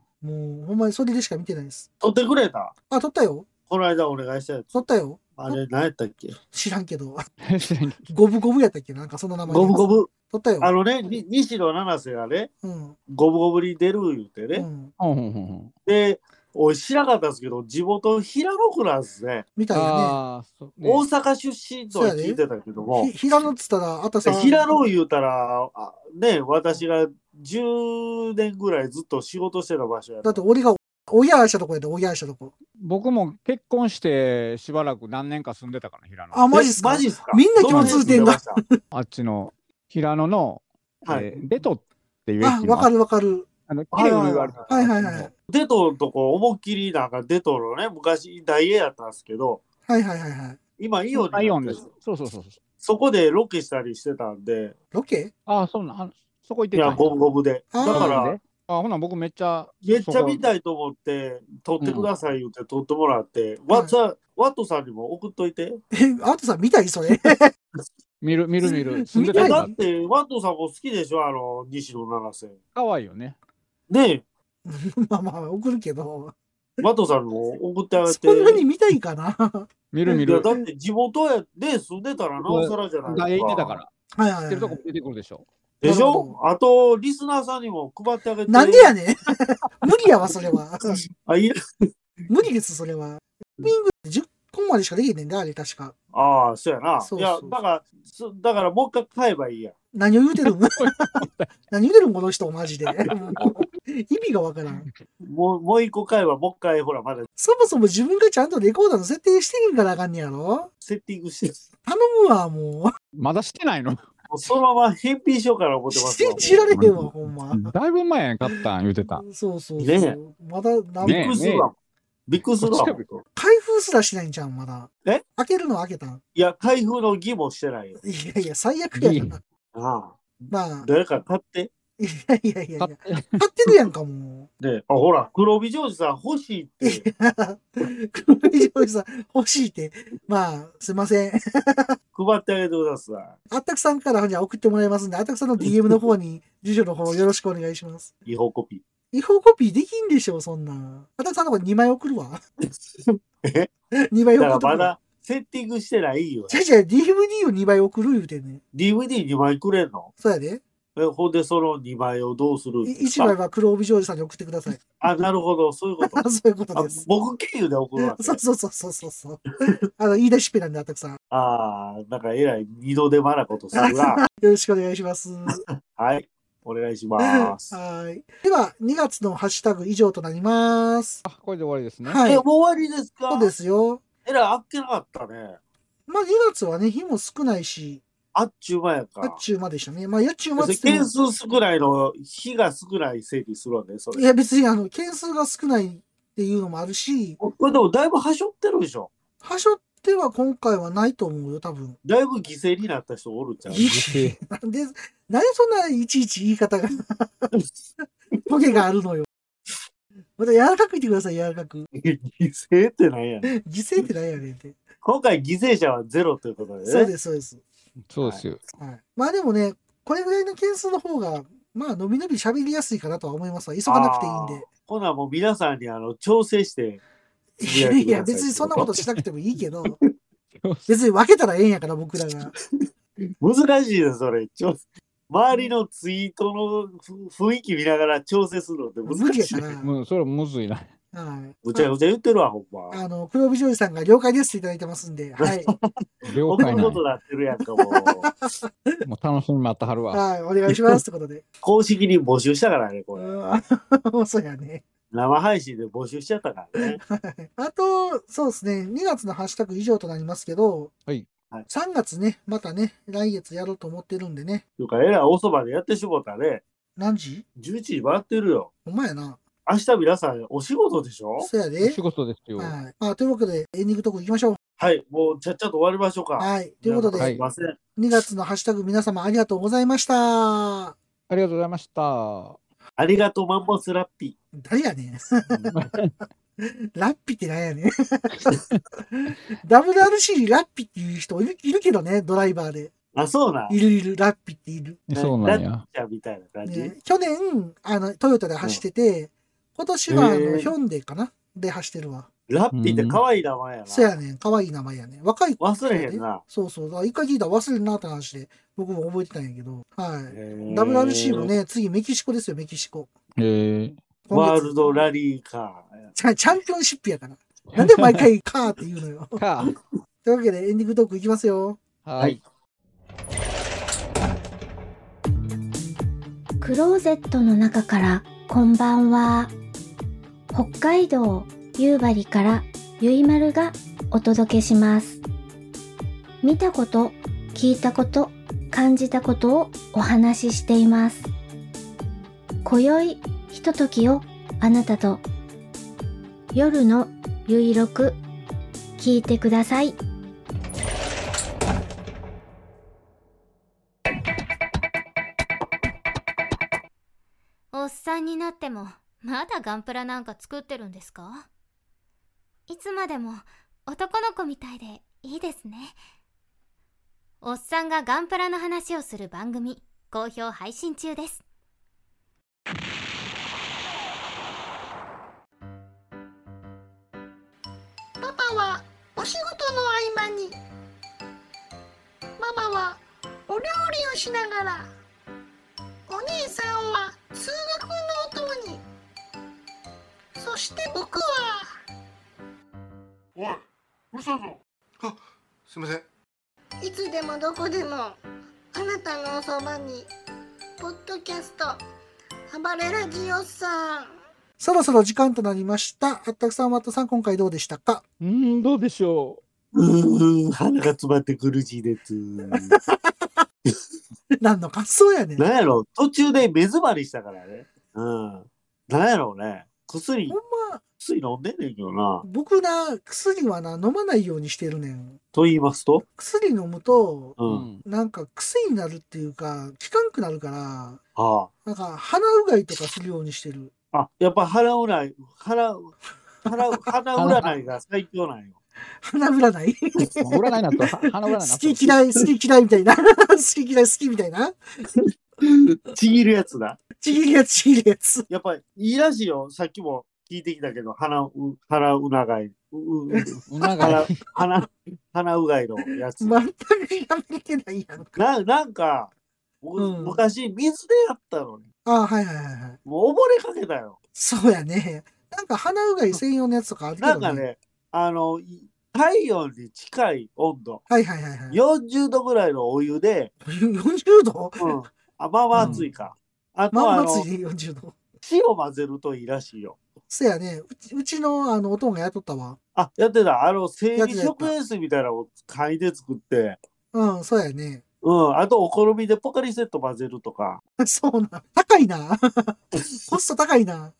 [SPEAKER 2] うほんまにそれでしか見てないです。
[SPEAKER 4] 撮ってくれた
[SPEAKER 2] あ、撮ったよ。
[SPEAKER 4] この間お願いしたやつ。
[SPEAKER 2] 撮ったよ。
[SPEAKER 4] あれ、何やったっけ
[SPEAKER 2] 知らんけど。五分五分やったっけなんかその名前の
[SPEAKER 4] ゴ
[SPEAKER 2] やつ。
[SPEAKER 4] ブゴブ。
[SPEAKER 2] 撮ったよ。
[SPEAKER 4] あのね、に西野七瀬がね、
[SPEAKER 2] うん。
[SPEAKER 4] ゴブゴブに出る言うて
[SPEAKER 2] う
[SPEAKER 4] ね。
[SPEAKER 2] ん。
[SPEAKER 3] ほんほんほんほん
[SPEAKER 4] で、おい知らなかったんですけど、地元平野区なんですね。
[SPEAKER 2] みたいな
[SPEAKER 3] ああ、そうね
[SPEAKER 4] 大阪出身とは聞いてたけども
[SPEAKER 2] ね。ひ。平野っつったら、あたさん。
[SPEAKER 4] 平野言うたら、あね、私が10年ぐらいずっと仕事してた場所やった
[SPEAKER 2] だって俺が、親愛したとこやで、親愛したとこ。
[SPEAKER 3] 僕も結婚してしばらく何年か住んでたから、平野。
[SPEAKER 2] あ、マジっすか
[SPEAKER 4] マジっすか
[SPEAKER 2] みんな共通点が。
[SPEAKER 3] あっちの平野の、
[SPEAKER 4] はい
[SPEAKER 3] えーデトっていう駅
[SPEAKER 2] あ、わかるわかる。
[SPEAKER 3] あの、
[SPEAKER 4] はいは
[SPEAKER 3] 綺麗に
[SPEAKER 4] いはい
[SPEAKER 3] 言われた
[SPEAKER 2] はいはいはい。
[SPEAKER 4] デトのとこ思いっきりなんかデトのね、昔ダイエーやったんですけど、
[SPEAKER 2] はいはいはいはい。
[SPEAKER 4] 今イオンになってる
[SPEAKER 3] イオンです。そうそうそうそう。
[SPEAKER 4] そこでロケしたりしてたんで、
[SPEAKER 2] ロケ
[SPEAKER 3] ああ、そうなんあの。そこ行っ
[SPEAKER 4] い
[SPEAKER 3] てたん
[SPEAKER 4] や、
[SPEAKER 3] や
[SPEAKER 4] ゴブゴブで。
[SPEAKER 2] あ
[SPEAKER 4] だ
[SPEAKER 2] ー
[SPEAKER 4] か
[SPEAKER 3] なん
[SPEAKER 4] ら
[SPEAKER 3] で、あほな僕めっちゃ。
[SPEAKER 4] めっちゃ見
[SPEAKER 3] い。
[SPEAKER 4] たいと思って、撮ってください言って撮ってもらって、
[SPEAKER 2] はい
[SPEAKER 4] ワッツァワットさんにも送っといて。
[SPEAKER 2] え、あたさん見たいそれ。
[SPEAKER 3] 見る見る見る。住んで
[SPEAKER 4] い
[SPEAKER 3] た
[SPEAKER 4] や
[SPEAKER 3] ん
[SPEAKER 4] だ
[SPEAKER 3] だ
[SPEAKER 4] っ。て、ワットさんも好きでしょ、あの、西野七瀬。
[SPEAKER 3] 可愛いよね。
[SPEAKER 4] ね
[SPEAKER 2] まあまあ、送るけど。
[SPEAKER 4] え、ワットさんにも送ってあげて。
[SPEAKER 2] そんなに見たいかなは
[SPEAKER 3] 見る見
[SPEAKER 4] いや
[SPEAKER 3] る。
[SPEAKER 4] だって地元やで住んでたらなおさらじゃないですか。
[SPEAKER 3] 大行ってたから。
[SPEAKER 2] いはい
[SPEAKER 3] 知っ
[SPEAKER 2] は
[SPEAKER 3] て
[SPEAKER 2] い
[SPEAKER 3] るとこも出てくるでしょ。
[SPEAKER 4] でし
[SPEAKER 2] なるほ
[SPEAKER 4] ょあと、リスナーさんにも配ってあげて。
[SPEAKER 2] なんでやねん無理やわ、それは。
[SPEAKER 4] あ、いや
[SPEAKER 2] 無理です、それは。ウィングって10個までしかできへんねんだ、あれ確か。
[SPEAKER 4] ああ、そうやな。
[SPEAKER 2] そうそう
[SPEAKER 4] いや、だから、そだからもう一回買えばいいやん。
[SPEAKER 2] 何を言うてるん 何言うてるんこの人、マジで。意味がわからん。
[SPEAKER 4] もう、もう一個買えば、もう一回、ほら、まだ
[SPEAKER 2] そもそも自分がちゃんとレコーダーの設定してへんからあかんねやろ
[SPEAKER 4] セッティングして、
[SPEAKER 2] 頼むわ、も
[SPEAKER 3] まだしてないの
[SPEAKER 4] もうそのまま返品しようかな思っ
[SPEAKER 2] う。
[SPEAKER 4] てますわ。
[SPEAKER 2] 信じられへんわ、ほんま。
[SPEAKER 3] だいぶ前やん買ったん言うてた。
[SPEAKER 2] そうそうそ
[SPEAKER 4] ねえ
[SPEAKER 2] う。まだ、なん
[SPEAKER 4] びっ
[SPEAKER 3] ねえ
[SPEAKER 4] くりするわ。びっくりするわ。
[SPEAKER 3] ね
[SPEAKER 2] 開封すらしないんじゃん、まだ。
[SPEAKER 4] え
[SPEAKER 2] 開けるのは開けたん。
[SPEAKER 4] いや、開封の儀もしてないよ。
[SPEAKER 2] いやいや、最悪やな。
[SPEAKER 4] ああ
[SPEAKER 2] まあ、
[SPEAKER 4] 誰か買って。
[SPEAKER 2] いやいやいやいや
[SPEAKER 3] 買っ。
[SPEAKER 2] 買ってるやんか、も
[SPEAKER 4] で、あ、ほら、黒帯ジョージさん欲しいって。
[SPEAKER 2] う。黒井上さん、欲しいって。まあ、すいません。
[SPEAKER 4] 配ってあげてくださ
[SPEAKER 2] あったくさんからじゃあ送ってもらいますんで、あったくさん の DM の方に、住所の方よろしくお願いします。
[SPEAKER 4] い。違法コピー。
[SPEAKER 2] 違法コピーできんでしょ、そんなん。あったくさんの方に2枚送るわ。
[SPEAKER 4] え
[SPEAKER 2] ?2 枚送
[SPEAKER 4] だ
[SPEAKER 2] る
[SPEAKER 4] か
[SPEAKER 2] とこ。
[SPEAKER 4] らまだセッティングしてないよ。
[SPEAKER 2] じゃじゃ DVD を2枚送る言うてんねん。
[SPEAKER 4] DVD2 枚くれんの
[SPEAKER 2] そうやで。
[SPEAKER 4] えほんでその2枚をどうするんです
[SPEAKER 2] 1
[SPEAKER 4] か
[SPEAKER 2] 枚は黒帯ジョージさんに送ってください。
[SPEAKER 4] あ、なるほど、そういうこと。
[SPEAKER 2] あ そういうこと
[SPEAKER 4] あ
[SPEAKER 2] です。
[SPEAKER 4] 僕経由で送るわけ
[SPEAKER 2] そ。うそうそうそうそうそう。あの、言い出しっぺなんで、あったくさん。よ
[SPEAKER 4] ああ、なんかえらい二度手間なことす るな。
[SPEAKER 2] ろしくお願いします。
[SPEAKER 4] はい、お願いします。
[SPEAKER 2] はい。では、2月のハッシュタグ以上となります。
[SPEAKER 3] あ、これで終わりですね。
[SPEAKER 2] は
[SPEAKER 4] え、
[SPEAKER 2] い。
[SPEAKER 4] もう終わりですか
[SPEAKER 2] そうですよ。
[SPEAKER 4] えらいあっけなかったね。
[SPEAKER 2] まあ、2月はね、日も少ないし、
[SPEAKER 4] あっちゅうまやか
[SPEAKER 2] やっ。ちゅうまでしたね。まあ、やっちゅうまで
[SPEAKER 4] で件数少ないの、日が少ない整理するわけ、そ
[SPEAKER 2] い
[SPEAKER 4] れ。
[SPEAKER 2] や、別に、あの、件数が少ないっていうのもあるし、
[SPEAKER 4] これでもだいぶはしょってるでしょ。
[SPEAKER 2] はしょっては今回はないと思うよ、多分。
[SPEAKER 4] だいぶ犠牲になった人おるんちゃう
[SPEAKER 2] いやなんで、なんでそんないちいち言い方が、トゲがあるのよ。 また柔らかく言ってください、柔らかく。
[SPEAKER 4] 犠牲ってなんやねん
[SPEAKER 2] 犠牲ってないやねんって。
[SPEAKER 4] 今回犠牲者はゼロということでね。
[SPEAKER 2] そうです、そうです。
[SPEAKER 3] そうですよ。
[SPEAKER 2] はい、まあでもね、これぐらいの件数の方が、まあ、のびのび喋りやすいかなとは思いますわ。急がなくていいんで
[SPEAKER 4] あー。ほなもう皆さんにあの調整して、
[SPEAKER 2] い
[SPEAKER 4] ー
[SPEAKER 2] や
[SPEAKER 4] つぶやいてください
[SPEAKER 2] いや、別にそんなことしなくてもいいけ ど、
[SPEAKER 3] そう
[SPEAKER 2] 別に分けたらええんやから、僕らが。
[SPEAKER 4] 難しいです、それ。ちょ周りのツイートのふ雰囲気見ながら調整するのって
[SPEAKER 2] 無
[SPEAKER 4] 難
[SPEAKER 2] 理や
[SPEAKER 4] しい
[SPEAKER 2] か。ら。はい。
[SPEAKER 3] もうそれむず いな。
[SPEAKER 4] むちゃくちゃ言ってるわ、ほんま。
[SPEAKER 2] あの、黒帯ジョージさんが了解ですっていただいてますん で、はい。
[SPEAKER 3] 了
[SPEAKER 4] 僕
[SPEAKER 3] 解
[SPEAKER 4] の
[SPEAKER 3] な
[SPEAKER 4] こ
[SPEAKER 3] い。
[SPEAKER 4] となってるやんか、 もう。
[SPEAKER 3] もう楽しみ待ってはるわ。
[SPEAKER 2] はい、お願いしますってこと で。
[SPEAKER 4] 公式に募集したからね、これ。
[SPEAKER 2] うん、そうやね。
[SPEAKER 4] 生配信で募集しちゃったからね。
[SPEAKER 2] あと、そうですね、2月のハッシュタグ以上となりますけど、
[SPEAKER 3] はい
[SPEAKER 4] はい
[SPEAKER 2] 3月ね、またね、来月やろうと思ってるんでね、
[SPEAKER 4] というか、えらいおそばでやってしもったね。
[SPEAKER 2] 何時
[SPEAKER 4] 11時回ってるよ。
[SPEAKER 2] ほんまやな。
[SPEAKER 4] 明日皆さんお仕事でしょ
[SPEAKER 2] そうや
[SPEAKER 3] お
[SPEAKER 2] で
[SPEAKER 3] 仕。事ですよ。
[SPEAKER 2] はい。まあ、というわけで、エンディングトーク行きましょう。
[SPEAKER 4] はい、もうちゃっちゃと終わりましょうか。
[SPEAKER 2] はい。ということで、
[SPEAKER 3] は
[SPEAKER 4] すいません。
[SPEAKER 2] 2月のハッシュタグ皆様ありがとうございました。
[SPEAKER 3] あ りがとうございました。
[SPEAKER 4] ありがとう、マンモスラッピー。
[SPEAKER 2] 誰やねん。ラッピってなんやねん。WRC にラッピっていう人いるいるけどね、ドライバーで。
[SPEAKER 4] あ、そうなん。
[SPEAKER 2] いるいる、ラッピっている。
[SPEAKER 3] そうなんや。
[SPEAKER 4] じゃあみたいな感じ。
[SPEAKER 2] ね去年、あの、トヨタで走ってて、今年は、あ
[SPEAKER 4] へ
[SPEAKER 2] の、
[SPEAKER 4] ー
[SPEAKER 2] ヒョンデかなで走ってるわ。
[SPEAKER 4] ラッピーって可愛い名前やな。
[SPEAKER 2] そやねん、可愛い名前やねん。若い子
[SPEAKER 4] 忘れへんな。
[SPEAKER 2] そうそう。だから一回聞いたら忘れるなって話で、僕も覚えてたんやけど。はい。WRC
[SPEAKER 4] WRC
[SPEAKER 2] も。ね、次メキシコですよ、メキシコ。
[SPEAKER 3] え
[SPEAKER 2] 今月
[SPEAKER 4] ワールドラリーカ
[SPEAKER 2] チャチャンピオンシップやから。なんで毎回カーって言うのよ。
[SPEAKER 3] ー、か。
[SPEAKER 2] というわけでエンディングトークいきますよ。
[SPEAKER 3] はい。
[SPEAKER 8] クローゼットの中からこんばんは北海道夕張からゆいまるがお届けします見たこと聞いたこと感じたことをお話ししています今宵ひとときをあなたと夜のゆいろく聞いてください
[SPEAKER 9] おっさんになってもまだガンプラなんか作ってるんですかいつまでも男の子みたいでいいですねおっさんがガンプラの話をする番組好評配信中です
[SPEAKER 10] パパはお仕事の合間にママはお料理をしながらお姉さんは通学のお供にそして僕は
[SPEAKER 11] おい、うるさいぞ。あ、すみません。
[SPEAKER 10] いつでもどこでもあなたのおそばにポッドキャスト暴れラジオさん
[SPEAKER 2] そろそろ時間となりました。あったくさん、またさん、今回どうでしたか
[SPEAKER 3] うん、どうでしょ
[SPEAKER 4] ー。うーん、鼻が詰まってくるじです。
[SPEAKER 2] 何の感想やねん。ほん
[SPEAKER 4] なんやろ、途中で目詰まりしたからね。うん。なんやろうね。薬、
[SPEAKER 2] ま、
[SPEAKER 4] 薬飲んでんねんけどな。
[SPEAKER 2] 僕な、薬はな、飲まないようにしてるねん。
[SPEAKER 4] と言いますと、
[SPEAKER 2] 薬飲むと、
[SPEAKER 4] う
[SPEAKER 3] う。
[SPEAKER 4] ん。
[SPEAKER 2] なんか癖になるっていうか、効かんくなるから、
[SPEAKER 4] あ
[SPEAKER 2] なんか鼻うがいとかするようにしてる。
[SPEAKER 4] あ。あ、やっぱ腹占い、腹、腹、腹占いが最強なん よ。
[SPEAKER 2] 鼻占い
[SPEAKER 3] 占い なと、花占いなと。
[SPEAKER 2] 好き嫌い、好き嫌いみたいな。好 き嫌い、好きみたいな。
[SPEAKER 4] ちぎるやつだ。
[SPEAKER 2] ちぎるやつ、ちぎるやつ。
[SPEAKER 4] やっぱりいいらしいよ。さっきも聞いてきたけど、鼻う、鼻う ながい。ううう
[SPEAKER 3] うながら
[SPEAKER 4] 鼻、鼻、鼻うがいのやつ。
[SPEAKER 2] 全くやめてないやんか。
[SPEAKER 4] ななんか、僕
[SPEAKER 2] うん
[SPEAKER 4] 昔水でやったのに、
[SPEAKER 2] あはいはいはいはい。
[SPEAKER 4] もう溺れかけたよ。
[SPEAKER 2] そうやね。なんか鼻うがい専用のやつとかあるけ
[SPEAKER 4] な
[SPEAKER 2] ど、
[SPEAKER 4] ん
[SPEAKER 2] ね。
[SPEAKER 4] かね、あの、い体温に近い温度、
[SPEAKER 2] はいはいはいはい。
[SPEAKER 4] 40度ぐらいのお 湯で、
[SPEAKER 2] 40度
[SPEAKER 4] うん、あまあまあ熱いか。あとは
[SPEAKER 2] ま
[SPEAKER 4] あ
[SPEAKER 2] んまつ
[SPEAKER 4] の
[SPEAKER 2] い、で40度。
[SPEAKER 4] 血を混ぜるといいらしいよ。
[SPEAKER 2] せやね。うちうちのあのおとんがやっとったわ。
[SPEAKER 4] あ、やってた。あの、生
[SPEAKER 2] やって
[SPEAKER 4] 理
[SPEAKER 2] たやって
[SPEAKER 4] 食
[SPEAKER 2] た
[SPEAKER 4] 塩水みたいなのを買いで作って、
[SPEAKER 2] うん、そうやね。
[SPEAKER 4] うん、あとお好みでポカリセット混ぜるとか。
[SPEAKER 2] そうなん。高いな。コスト高いな。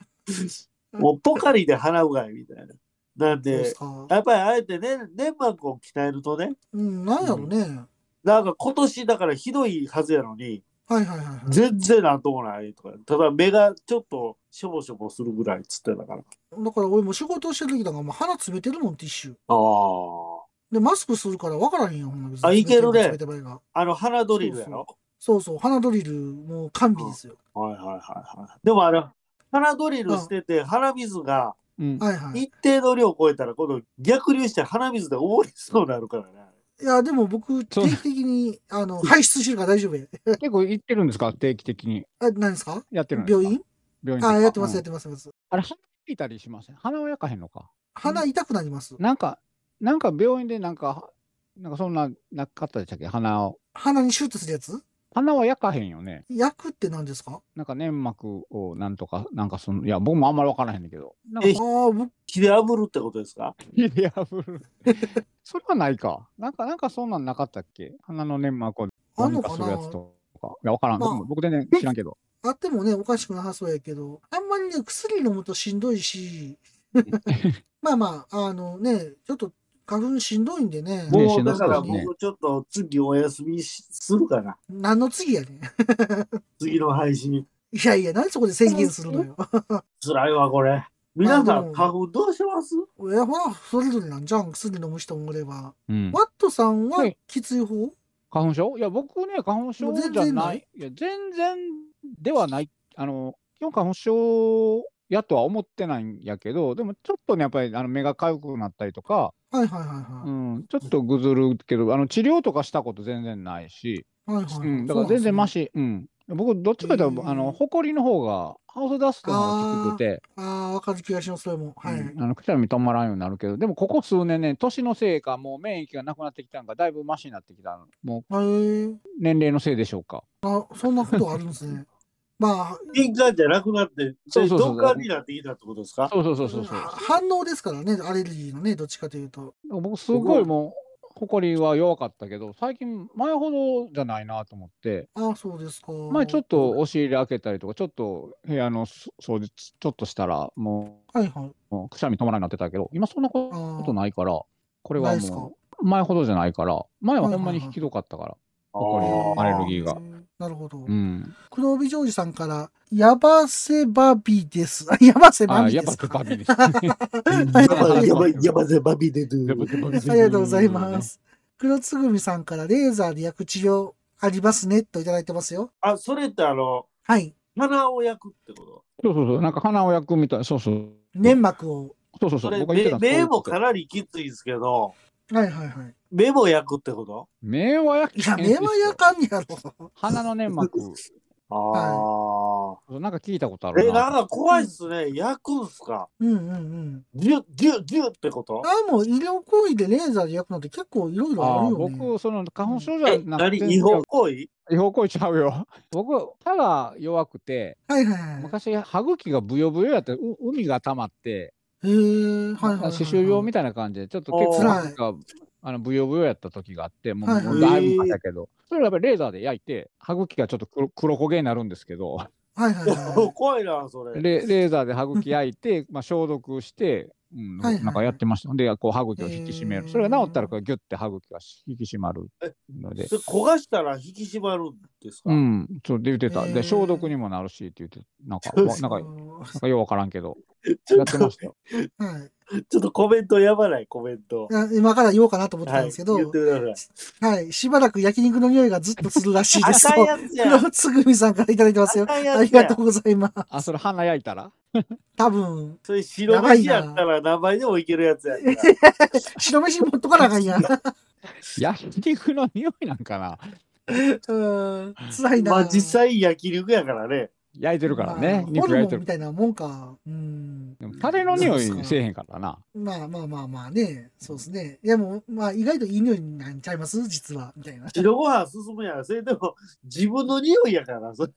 [SPEAKER 4] もうポカリで払うがいみたいな。なん
[SPEAKER 2] そうっ、
[SPEAKER 4] です
[SPEAKER 2] か。
[SPEAKER 4] やっぱりあえてね、粘膜を鍛えるとね、
[SPEAKER 2] うん、なんやろね。
[SPEAKER 4] なんか今年だからひどいはずやのに、
[SPEAKER 2] はいはいはいはい。
[SPEAKER 4] 全然なんともないとか、ただ目がちょっとしょぼしょぼするぐらいっつってたから。あ
[SPEAKER 2] だから俺も仕事してる時だからもう鼻詰めてるもん、ティッシュ。
[SPEAKER 4] あ。
[SPEAKER 2] で、マスクするから分からへんよ、ほんま別に
[SPEAKER 4] あいけるね
[SPEAKER 2] 詰めてばいいが
[SPEAKER 4] あの、鼻ドリルやろ
[SPEAKER 2] そうそう、鼻ドリル、もう完備ですよ。
[SPEAKER 4] はいはいはいはい。でもあれ、鼻ドリルしてて鼻水が
[SPEAKER 3] うん。
[SPEAKER 2] はいはい。
[SPEAKER 4] 一定の量を超えたら、今度逆流して鼻水で溺れそうになるからね。
[SPEAKER 2] いや、でも僕、定
[SPEAKER 3] そう
[SPEAKER 2] 期的に、あの、排出してるから大丈夫や。
[SPEAKER 3] 結構行ってるんですか定期的に。
[SPEAKER 2] あ、何ですか
[SPEAKER 3] やってるんですか
[SPEAKER 2] 病院
[SPEAKER 3] 病院と
[SPEAKER 2] あ、
[SPEAKER 3] か
[SPEAKER 2] やってます、
[SPEAKER 3] う
[SPEAKER 2] やっ
[SPEAKER 3] ん
[SPEAKER 2] てます、やってます。
[SPEAKER 3] あれ、鼻吹いたりしません。鼻を焼かへんのか。
[SPEAKER 2] 鼻痛くなります。
[SPEAKER 3] なんか、なんか病院でなんか、なんかそんな、なかったでしたっけ鼻を。
[SPEAKER 2] 鼻にシュッとするやつ
[SPEAKER 3] 鼻は焼かへんよね。
[SPEAKER 2] 焼くって何ですか
[SPEAKER 3] なんか粘膜をなんとか、なんかその、いや、僕もあんまりわからへんねんけど。なん
[SPEAKER 4] え
[SPEAKER 2] あ
[SPEAKER 3] か、
[SPEAKER 2] あ、僕、
[SPEAKER 4] 気で炙るってことですか
[SPEAKER 3] いや、破る。 それはないか。なんか、なんかそんなんなかったっけ鼻の粘膜を
[SPEAKER 2] あ
[SPEAKER 3] ど
[SPEAKER 2] ん
[SPEAKER 3] う
[SPEAKER 2] の
[SPEAKER 3] に
[SPEAKER 2] か
[SPEAKER 3] か
[SPEAKER 2] な
[SPEAKER 3] するやつとか。いや、わからん。
[SPEAKER 2] まあ
[SPEAKER 3] 僕も僕全然知らんけど。
[SPEAKER 2] あってもね、おかしくなさそうやけど、あんまりね、薬飲むとしんどい し、まあまあ、あのね、ちょっと花粉しんどいんでね、
[SPEAKER 3] ね
[SPEAKER 4] も
[SPEAKER 3] し
[SPEAKER 4] うん
[SPEAKER 3] ど
[SPEAKER 4] だ
[SPEAKER 3] そ
[SPEAKER 4] か
[SPEAKER 3] うで
[SPEAKER 4] ら
[SPEAKER 3] すね
[SPEAKER 4] 僕ちょっと次お休みしするかな。
[SPEAKER 2] 何の次やねん。
[SPEAKER 4] 次の配信。
[SPEAKER 2] いやいや、何でそこで宣言するのよ。
[SPEAKER 4] 辛いわ、これ。皆
[SPEAKER 2] ま
[SPEAKER 4] さ
[SPEAKER 2] あで
[SPEAKER 4] ん、
[SPEAKER 2] も
[SPEAKER 4] 花粉どうします
[SPEAKER 2] え、ほら、それぞれなんじゃん。薬飲む人もおれば。
[SPEAKER 3] うん
[SPEAKER 2] ワットさんはきつい方、
[SPEAKER 3] 花粉症いや、僕ね、花粉
[SPEAKER 2] も
[SPEAKER 3] 症
[SPEAKER 2] う
[SPEAKER 3] じゃ
[SPEAKER 2] 全然
[SPEAKER 3] ない。
[SPEAKER 2] ない
[SPEAKER 3] いや、全然ではない。あの、基本花粉症やとは思ってないんやけど、でもちょっとね、やっぱりあの目が痒くなったりとか、
[SPEAKER 2] はいはいはいは
[SPEAKER 3] うん、ちょっとぐずるけど、あの治療とかしたこと全然ないし、
[SPEAKER 2] い。はいはいはい。
[SPEAKER 3] うん、だから全然マシ。うん。僕、どっちかというと、あの、ほこりの方が、ハウスダストの方がきつくて、
[SPEAKER 2] ああ、わかる気がします、それも。はい。
[SPEAKER 3] あのくしゃみ止まらんようになるけど、でもここ数年ね、年のせいか、もう免疫がなくなってきたのが、だいぶマシになってきたの。も
[SPEAKER 2] う、
[SPEAKER 3] 年齢のせいでしょうか。
[SPEAKER 2] あ、そんなことあるんです ね。まあ、
[SPEAKER 4] 敏感じゃなくなって、
[SPEAKER 3] そうそうそう
[SPEAKER 4] 鈍感になってきたってことですか
[SPEAKER 3] そうそうそうそうそう。
[SPEAKER 2] 反応ですからね、アレルギーのね、どっちかというと。
[SPEAKER 3] 僕、すごいもう、ほこりは弱かったけど、最近、前ほどじゃないなと思って、
[SPEAKER 2] ああ、そうですか。
[SPEAKER 3] 前ちょっと押し入れ開けたりとか、ちょっと部屋のそ掃除、ちょっとしたら、も
[SPEAKER 2] はいはい。
[SPEAKER 3] う、もうくしゃみ止まらんようになってたけど、今そんなこ
[SPEAKER 2] あ
[SPEAKER 3] とないから、これ
[SPEAKER 2] な
[SPEAKER 3] はい
[SPEAKER 2] っすか
[SPEAKER 3] もう、前ほどじゃないから、前はほんまにひどかったから、ほこりのアレルギーが。
[SPEAKER 2] なるほど。
[SPEAKER 3] うん。
[SPEAKER 2] 黒帯ジョージさんから、やばせばびです。 あやばせば
[SPEAKER 3] あ、
[SPEAKER 2] び
[SPEAKER 3] や
[SPEAKER 2] で
[SPEAKER 3] っぱ
[SPEAKER 2] す。
[SPEAKER 3] セバビです。
[SPEAKER 2] はい
[SPEAKER 4] やばい、やばい、バビデド ゥ。
[SPEAKER 2] ありがとうございます。黒つぐみさんから、レーザーで焼く治療ありますね、といただいてますよ。
[SPEAKER 4] あ、それってあの、
[SPEAKER 2] はい。
[SPEAKER 4] 鼻を焼くってこと
[SPEAKER 3] そうそうそう、なんか鼻を焼くみたい、そうそう。
[SPEAKER 2] 粘膜を。
[SPEAKER 3] そうそうそ、
[SPEAKER 4] そうれ
[SPEAKER 3] 僕が言って
[SPEAKER 4] 目、
[SPEAKER 3] た
[SPEAKER 4] 目
[SPEAKER 3] の
[SPEAKER 4] もかなりきついですけど、
[SPEAKER 2] はいはいはい。
[SPEAKER 4] 目も焼くってこと
[SPEAKER 3] 目は焼
[SPEAKER 2] いや、目はやかんやろ。
[SPEAKER 3] 鼻の粘膜。
[SPEAKER 4] ああ、
[SPEAKER 3] なんか聞いたことあ
[SPEAKER 4] え、
[SPEAKER 3] る
[SPEAKER 4] なん
[SPEAKER 3] な。
[SPEAKER 4] か怖いっすね。焼くんすか
[SPEAKER 2] うんうんうん。
[SPEAKER 4] デュッ、デュッ、デュッってこと
[SPEAKER 2] ああ、もう医療行為でレーザーで焼くのって結構いろいろあ
[SPEAKER 3] あ
[SPEAKER 2] る
[SPEAKER 3] ー
[SPEAKER 2] よね。
[SPEAKER 3] 僕、その花粉症じゃなくて、
[SPEAKER 4] 何違法行為
[SPEAKER 3] 違法行為ちゃうよ。僕、歯が弱くて、
[SPEAKER 2] はいはいはい。
[SPEAKER 3] 昔、歯茎がブヨブヨやって、う海が溜まって、
[SPEAKER 2] へえ、はいはいはい、はい。
[SPEAKER 3] 歯周病みたいな感じで、ちょっと
[SPEAKER 2] お
[SPEAKER 3] 結
[SPEAKER 2] ー
[SPEAKER 3] 構、あのブヨブヨやった時があって、もう,、
[SPEAKER 2] はいはい
[SPEAKER 3] だいぶ前だけど、それをやっぱりレーザーで焼いて、歯茎がちょっと黒黒焦げになるんですけど。
[SPEAKER 2] はいはいはい。
[SPEAKER 4] 怖いな、それ。
[SPEAKER 3] レレーザーで歯茎焼いて、 まあ、消毒して、うん
[SPEAKER 2] はいはい
[SPEAKER 3] なんかやってました。で、こう歯茎を引き締める。それが治ったら、こうギュッて歯茎が引き締まるので
[SPEAKER 4] そ。れ焦がしたら引き締まるんですか
[SPEAKER 3] うん、そうで言ってた。
[SPEAKER 4] へ
[SPEAKER 3] で、
[SPEAKER 4] ー
[SPEAKER 3] 消毒にもなるしって言って、なん か、
[SPEAKER 4] そう
[SPEAKER 3] わなんか、なんかようわからんけど、やってましたよ。
[SPEAKER 4] ちょっとコメントやばない、コメント。
[SPEAKER 2] あ今から言おうかなと思ってたんですけど、
[SPEAKER 4] はい、言ってください。
[SPEAKER 2] はい。しばらく焼肉の匂いがずっとするらし いです。
[SPEAKER 4] 赤いや つや
[SPEAKER 2] 黒つぐみさんからいただいてますよ。
[SPEAKER 4] 赤いやつや
[SPEAKER 2] ありがとうございます。
[SPEAKER 3] あ、それ鼻焼いたら
[SPEAKER 2] 多分、
[SPEAKER 4] それ白飯やったら何倍でもいけるや つやから。
[SPEAKER 2] 白飯持っとかなあかんやん。
[SPEAKER 3] 焼肉の匂いなんかな
[SPEAKER 2] うん、辛いな。
[SPEAKER 4] まあ実際焼肉やからね。
[SPEAKER 3] 焼いてるからね。
[SPEAKER 2] ホ
[SPEAKER 3] 肉
[SPEAKER 2] ル
[SPEAKER 3] 焼い
[SPEAKER 2] モ
[SPEAKER 3] て
[SPEAKER 2] ン
[SPEAKER 3] る
[SPEAKER 2] み。たいなもんか。
[SPEAKER 3] でもタレの匂いせえへんからな。
[SPEAKER 2] まあまあまあまあね。そうですね。いやもう、まあ意外といい匂いになっちゃいます実は。みたいな。
[SPEAKER 4] 白ご飯進むやん。それでも自分の匂いやからな、それ。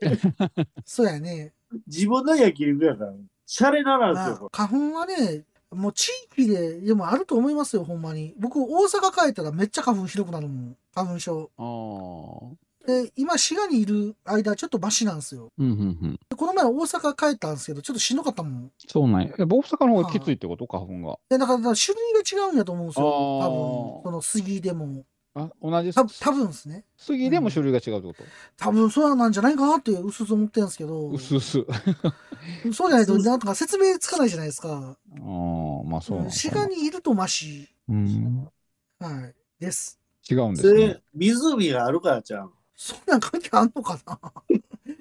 [SPEAKER 2] そうやね。
[SPEAKER 4] 自分の焼肉やから。シャレならんすよ、こ
[SPEAKER 2] 花粉はね、もう地域で、でもあると思いますよ、ほんまに。僕、大阪帰ったらめっちゃ花粉ひどくなるもん。花粉症。
[SPEAKER 3] あー
[SPEAKER 2] で、今、滋賀にいる間、ちょっとマシなんですよ。
[SPEAKER 3] うんうんうん。
[SPEAKER 2] でこの前大阪帰ったんですけど、ちょっとしんどかったもん。
[SPEAKER 3] そうなんや。え大阪の方がきついってこと花粉が。
[SPEAKER 2] で、だから、だから種類が違うんやと思うんですよ。
[SPEAKER 3] あー
[SPEAKER 2] 多分、この杉でも。
[SPEAKER 3] あ、同じ
[SPEAKER 2] た多分ですね。
[SPEAKER 3] 杉でも種類が違うってこと、
[SPEAKER 2] 多分そうなんじゃないかなって、うすうす思ってるんですけど、
[SPEAKER 3] 薄々。
[SPEAKER 2] そうじゃないと、なんとか説明つかないじゃないですか。
[SPEAKER 3] ああ、まあそうなんだ
[SPEAKER 2] 滋賀にいるとマシ。
[SPEAKER 3] うん、
[SPEAKER 2] はい。です。
[SPEAKER 3] 違うんで
[SPEAKER 4] れ。そ
[SPEAKER 3] すね。
[SPEAKER 4] れ、湖があるからちゃん。
[SPEAKER 2] そんなん関係あんのか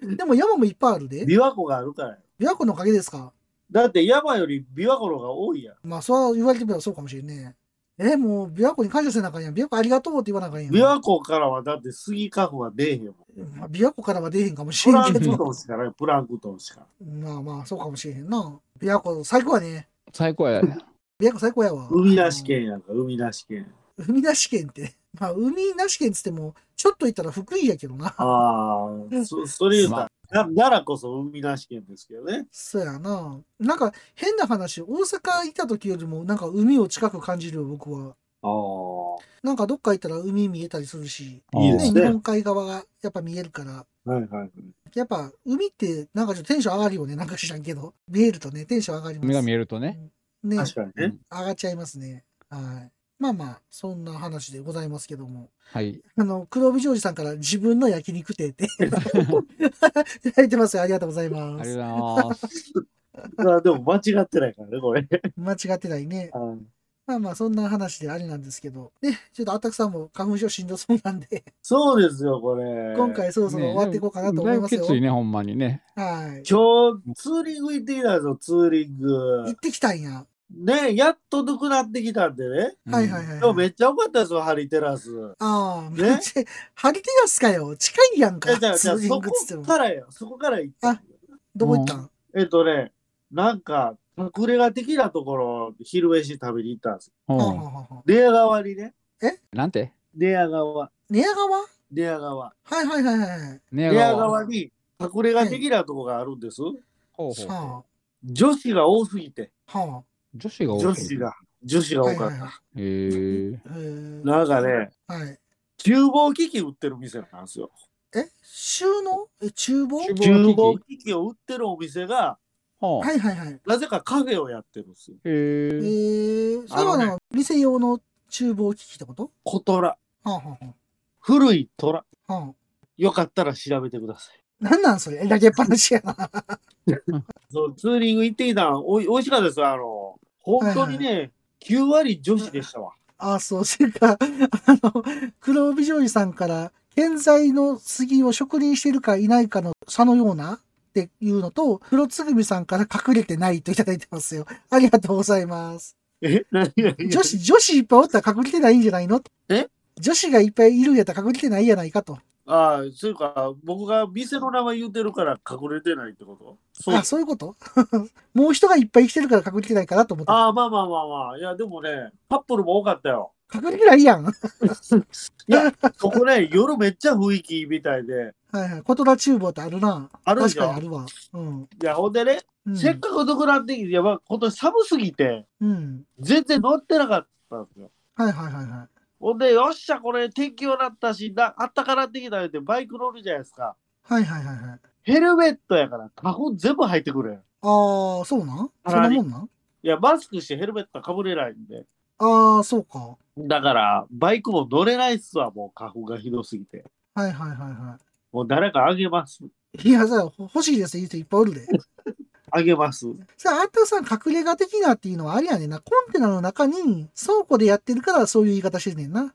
[SPEAKER 2] な でも山もいっぱいあるで。
[SPEAKER 4] 琵琶湖があるからや。
[SPEAKER 2] 琵琶湖のおかげですか
[SPEAKER 4] だって山より琵琶湖の方が多いやん。
[SPEAKER 2] まあ、そう言われてみればそうかもしれんね。え、もう、琵琶湖に感謝せなあかんやん。琵琶湖ありがとうって言わなあかんやん。
[SPEAKER 4] 琵琶湖からはだって杉花粉は出えへんもん。
[SPEAKER 2] まあ、琵琶湖からは出えへんかもし
[SPEAKER 4] プ
[SPEAKER 2] れ
[SPEAKER 4] ラ
[SPEAKER 2] ん
[SPEAKER 4] ン
[SPEAKER 2] け
[SPEAKER 4] ク
[SPEAKER 2] ど。
[SPEAKER 4] トンしかない、プランクトンしか。
[SPEAKER 2] まあまあ、そうかもしれへんな。琵琶湖、最高やね。
[SPEAKER 3] 最高やね。
[SPEAKER 2] 琵琶湖最高やわ。
[SPEAKER 4] 海なし県やんか、海なし県。
[SPEAKER 2] 海なし県って。 まあ、海なし県っつっても、ちょっと行ったら福井やけどな。
[SPEAKER 4] ああ、そそれ言うたら、な奈良こそ海なし県ですけどね。
[SPEAKER 2] そうやな。なんか、変な話、大阪いた時よりも、なんか海を近く感じるよ、僕は。
[SPEAKER 4] ああ。
[SPEAKER 2] なんかどっか行ったら海見えたりするし、
[SPEAKER 4] いいですね
[SPEAKER 2] 日本海側がやっぱ見えるから、
[SPEAKER 4] はいはい。
[SPEAKER 2] やっぱ海ってなんかちょっとテンション上がるよね、なんか知らんけど。見えるとね、テンション上がります。
[SPEAKER 3] 目が見えるとね。
[SPEAKER 2] ね、
[SPEAKER 4] 確かにね。
[SPEAKER 2] 上がっちゃいますね。はい。まあまあ、そんな話でございますけども。
[SPEAKER 3] はい。
[SPEAKER 2] あの、黒帯ジョージさんから自分の 焼肉店って、いただいてますよ。ありがとうござい
[SPEAKER 3] あ
[SPEAKER 2] ます。
[SPEAKER 3] りがとうございます。
[SPEAKER 4] あでも間違ってないからね、これ。
[SPEAKER 2] 間違ってないね。
[SPEAKER 4] うん
[SPEAKER 2] まあまあ、そんな話であれなんですけど、ね、ちょっとあたくさんも花粉症しんどそうなんで、
[SPEAKER 4] そうですよ、これ。
[SPEAKER 2] 今回そろそろ終わっていこうかなと思いますよ。
[SPEAKER 3] だいぶきついね、ほんまにね。
[SPEAKER 2] はい。
[SPEAKER 4] 今日、ツーリング行ってきたんですよ、ツーリング
[SPEAKER 2] 行っ。てきたんや。
[SPEAKER 4] ね、やっとなくなってきたんでね。
[SPEAKER 2] はいはいはい。
[SPEAKER 4] でもめっちゃ良かったですよ、ハリテラス。
[SPEAKER 2] ああ、め
[SPEAKER 4] ね
[SPEAKER 2] っちゃ、ハリテラスかよ。近いやん
[SPEAKER 4] え
[SPEAKER 2] か。
[SPEAKER 4] じゃあ、じ
[SPEAKER 2] ツ
[SPEAKER 4] ゃあ
[SPEAKER 2] ーリン
[SPEAKER 4] そ
[SPEAKER 2] グっつって
[SPEAKER 4] こ
[SPEAKER 2] も。
[SPEAKER 4] からよ、そこから行った。
[SPEAKER 2] どこ行ったん
[SPEAKER 4] えっとね、なんか、隠れ家的なところ、昼飯食べに行ったんですよ。
[SPEAKER 3] うん。
[SPEAKER 4] レア側にね、
[SPEAKER 3] なんて
[SPEAKER 4] レア側、
[SPEAKER 2] 寝屋川
[SPEAKER 4] レア側。
[SPEAKER 2] はいはいはいはい。
[SPEAKER 3] 寝
[SPEAKER 4] レア
[SPEAKER 3] 屋川。
[SPEAKER 4] 側に隠れ家的なところがあるんです。
[SPEAKER 3] ほうほう
[SPEAKER 2] は
[SPEAKER 4] 女子が多すぎて、
[SPEAKER 2] あ、は
[SPEAKER 3] 女子が多い。
[SPEAKER 4] 女子が、女子
[SPEAKER 2] あ。
[SPEAKER 4] が
[SPEAKER 2] は
[SPEAKER 4] 多
[SPEAKER 2] い
[SPEAKER 4] か
[SPEAKER 2] はい
[SPEAKER 4] った。
[SPEAKER 2] は
[SPEAKER 3] へ
[SPEAKER 2] い。へ
[SPEAKER 3] ー
[SPEAKER 2] ー
[SPEAKER 4] なんかね、
[SPEAKER 2] はい。
[SPEAKER 4] 厨房機器売ってる店なんですよ。
[SPEAKER 2] え、収納え、厨房
[SPEAKER 3] 厨
[SPEAKER 4] 厨
[SPEAKER 3] 房
[SPEAKER 4] 房
[SPEAKER 3] 機器
[SPEAKER 4] 機器を売ってるお店が、
[SPEAKER 3] ほう
[SPEAKER 2] はいはいはい。
[SPEAKER 4] なぜかカフェをやってるんですよ。
[SPEAKER 3] へ
[SPEAKER 2] え
[SPEAKER 3] ー
[SPEAKER 2] ー、それは
[SPEAKER 4] あのね
[SPEAKER 2] なんか店用の厨房機器ってこと
[SPEAKER 4] 小虎、
[SPEAKER 2] はあは
[SPEAKER 4] 古い虎。
[SPEAKER 2] あはあ。はあ。
[SPEAKER 4] よかったら調べてください。
[SPEAKER 2] なんなんそれ投げっぱなしやな。
[SPEAKER 4] そうツーリング行ってきたのおい美味しかったですよ。あの、本当にね、9割女子でしたわ。
[SPEAKER 2] あ、そう、それか、 あの、黒帯女優さんから、建材の杉を植林してるかいないかの差のようなっていうのと、黒つぐみさんから隠れてないといただいてますよ。 ありがとうございます。
[SPEAKER 4] え何何
[SPEAKER 2] 女子、女子いっぱいおったら隠れてないんじゃないの
[SPEAKER 4] え
[SPEAKER 2] 女子がいっぱいいるんやったら隠れてないやないかと。
[SPEAKER 4] ああ、そういうか、僕が店の名前言ってるから隠れてないってことそう
[SPEAKER 2] あ、そういうこと もう人がいっぱい来てるから隠れてないかなと思って。
[SPEAKER 4] ああ、まあまあまあまあ。いや、でもね、カップルも多かったよ。
[SPEAKER 2] 隠れてないやん。 はい
[SPEAKER 4] や、ここね、夜めっちゃ雰囲気いいみたいで。
[SPEAKER 2] いはい。言葉厨房ってあるな。
[SPEAKER 4] あるで
[SPEAKER 2] 確
[SPEAKER 4] しょ
[SPEAKER 2] かにあるわ。うん。
[SPEAKER 4] いや、ほんでね、
[SPEAKER 2] うん。
[SPEAKER 4] せっかくなくなってきて、やばい今年寒すぎて、
[SPEAKER 2] うん。
[SPEAKER 4] 全然乗ってなかったんですよ。
[SPEAKER 2] はいはいはいはい。
[SPEAKER 4] ほんで、よっしゃ、これ、天気良なったし、なあったかなってきたよって、バイク乗るじゃないですか。
[SPEAKER 2] はいはいはいはい。
[SPEAKER 4] ヘルメットやから、花粉全部入ってくるやん。
[SPEAKER 2] ああ、そうなんそんなもんなん
[SPEAKER 4] いや、マスクしてヘルメットかぶれないんで。
[SPEAKER 2] ああ、そうか。
[SPEAKER 4] だから、バイクも乗れないっすわ、もう花粉がひどすぎて。
[SPEAKER 2] はいはいはいは
[SPEAKER 4] もう誰かあげます。
[SPEAKER 2] い。いや、さ、ほ欲しいですって言う人いっぱいお るで。
[SPEAKER 4] あげます。
[SPEAKER 2] さあ、あんたさん、隠れ家的なっていうのはありやねんな。コンテナの中に倉庫でやってるからそういう言い方してんねんな。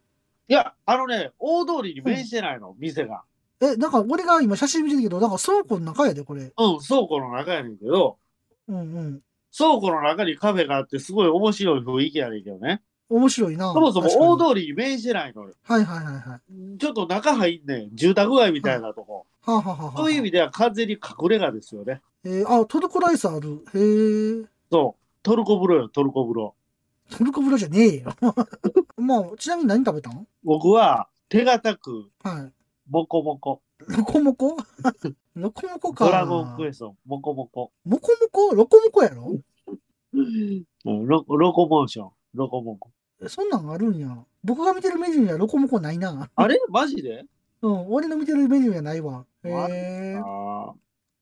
[SPEAKER 4] いや、あのね、大通りに面してないの、店が。
[SPEAKER 2] え、なんか俺が今写真見てるけど、なんか倉庫の中やで、これ。
[SPEAKER 4] うん、倉庫の中やねんけど、
[SPEAKER 2] うんうん。
[SPEAKER 4] 倉庫の中にカフェがあって、すごい面白い雰囲気やねんけどね。
[SPEAKER 2] 面白いな。
[SPEAKER 4] そもそも
[SPEAKER 2] 確かに
[SPEAKER 4] 大通りに面してないのよ。
[SPEAKER 2] はいはいはいはい。は
[SPEAKER 4] ちょっと中入んねん、住宅街みたいなとこ。
[SPEAKER 2] あ、はあはあはあ、
[SPEAKER 4] そういう意味では完全に隠れ家ですよね。
[SPEAKER 2] えーあ、トルコライスある。へえ。
[SPEAKER 4] そう、トルコ風呂よ、トルコ風呂。
[SPEAKER 2] トルコ風呂じゃねえ よ。まあ、ちなみに何食べたん
[SPEAKER 4] 僕は手堅く、
[SPEAKER 2] はい。
[SPEAKER 4] モコモコ。
[SPEAKER 2] ロコモ コロコモコか。
[SPEAKER 4] ドラゴンクエスト、モコモコ。
[SPEAKER 2] モコモコロコモコやろ
[SPEAKER 4] うんロロコモーション、ロコモコ。
[SPEAKER 2] えそんなんあるんや。僕が見てるメニューにはロコモコないな。
[SPEAKER 4] あれマジで
[SPEAKER 2] うん、俺の見てるメニューにはないわ。へ
[SPEAKER 4] マジあ
[SPEAKER 2] え。
[SPEAKER 4] ー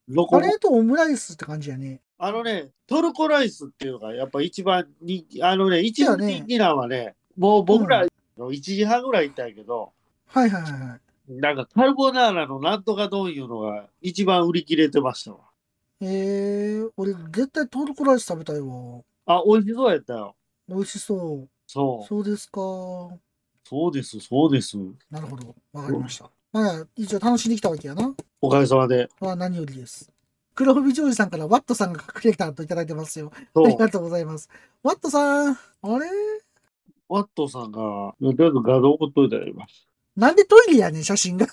[SPEAKER 4] ロコ
[SPEAKER 2] カ
[SPEAKER 4] モ
[SPEAKER 2] レーとオムライスって感じやね。
[SPEAKER 4] あのね、トルコライスっていうのがやっぱ一番人気、あのね、一番人気なのはね、もう僕らの1時半ぐらい行ったんやけど、
[SPEAKER 2] はいはいはいはい。
[SPEAKER 4] なんかカルボナーラのなんとか丼いうのが一番売り切れてましたわ。
[SPEAKER 2] えー、俺絶対トルコライス食べたいわ。
[SPEAKER 4] あ、美味しそうやったよ。
[SPEAKER 2] 美味しそう。
[SPEAKER 4] そう。
[SPEAKER 2] そうですか。
[SPEAKER 4] そうです、そうです。
[SPEAKER 2] なるほど。わかりました。まあ、一応楽しんできたわけやな。
[SPEAKER 4] おかげさまで。
[SPEAKER 2] は何よりです。黒帯ジョージさんからワットさんが隠れたといただいてますよ。あ
[SPEAKER 4] そう
[SPEAKER 2] り。がとうございます。ワットさん、あれ
[SPEAKER 4] ワットさんが、とりあえず画像送っといてあります。
[SPEAKER 2] なんでトイレやねん、写真 が。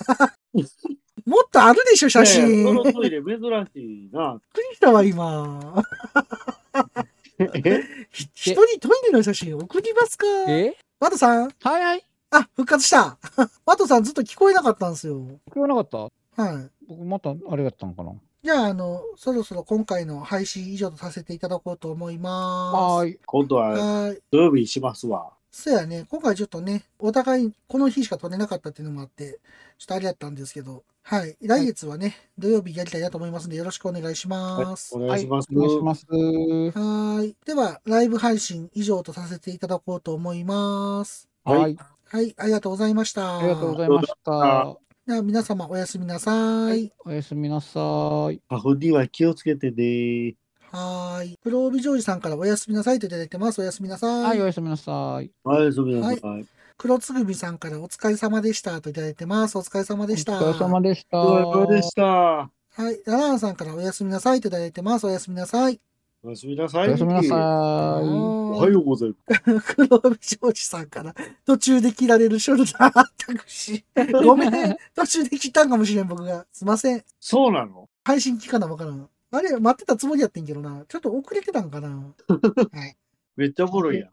[SPEAKER 2] もっとあるでしょ、写真。
[SPEAKER 4] ねえそ
[SPEAKER 2] び
[SPEAKER 4] の
[SPEAKER 2] っく
[SPEAKER 4] トイレ珍しいな。
[SPEAKER 2] りしたわ、今。
[SPEAKER 4] え
[SPEAKER 2] ひ人にトイレの写真送りますか
[SPEAKER 3] え
[SPEAKER 2] ワトさん、
[SPEAKER 3] はいはい。
[SPEAKER 2] あ、復活した。 ワトさんずっと聞こえなかったんですよ。
[SPEAKER 3] 聞こえなかった
[SPEAKER 2] はい。
[SPEAKER 3] 僕またあれやったのかな
[SPEAKER 2] じゃあ、あの、そろそろ今回の配信以上とさせていただこうと思いま
[SPEAKER 3] は
[SPEAKER 2] す。
[SPEAKER 3] ーい。
[SPEAKER 4] 今度は
[SPEAKER 2] はい。
[SPEAKER 4] 土曜日にしますわ。
[SPEAKER 2] そうやね、今回ちょっとね、お互いこの日しか撮れなかったっていうのもあって、ちょっとあれやったんですけど、はい。来月はね、土曜日やりたいなと思いますんで、よろしくお願いし
[SPEAKER 4] はい
[SPEAKER 2] ます。
[SPEAKER 4] お願いします。
[SPEAKER 3] お願いします。
[SPEAKER 2] はーい。では、ライブ配信以上とさせていただこうと思います。
[SPEAKER 4] はい
[SPEAKER 3] はい。
[SPEAKER 2] はい、ありがとうございました。
[SPEAKER 3] ありがとうございました。
[SPEAKER 2] では皆様おやすみなさい。
[SPEAKER 3] おやすみなさい。
[SPEAKER 4] 花粉には気をつけてね。
[SPEAKER 2] ははーい。黒帯ジョージさんからおやすみなさいといただいてます。おやすみなさい。
[SPEAKER 3] はい、おやすみなさい。
[SPEAKER 4] はい、そみなさい。
[SPEAKER 2] 黒つぐみさんからお疲れ様でしたといただいてます。お疲れ様でした。
[SPEAKER 3] お疲れ様でした。
[SPEAKER 4] お疲れ様でした。
[SPEAKER 2] はい。ラランさんからおやすみなさいといただいてます。おやすみなさい。
[SPEAKER 4] おやすみなさ
[SPEAKER 3] お
[SPEAKER 4] い。
[SPEAKER 3] やすみなさい。
[SPEAKER 4] おはようございます。
[SPEAKER 2] 黒帯ジョージさんから途中で切られるショルダーあったくし。ごめん。途中で切ったんかもしれん、僕が。すいません。
[SPEAKER 4] そうなの
[SPEAKER 2] 配信期間なわからん。あれ、待ってたつもりやってんけどな。ちょっと遅れてたんか な。
[SPEAKER 4] めっちゃおもろいやん。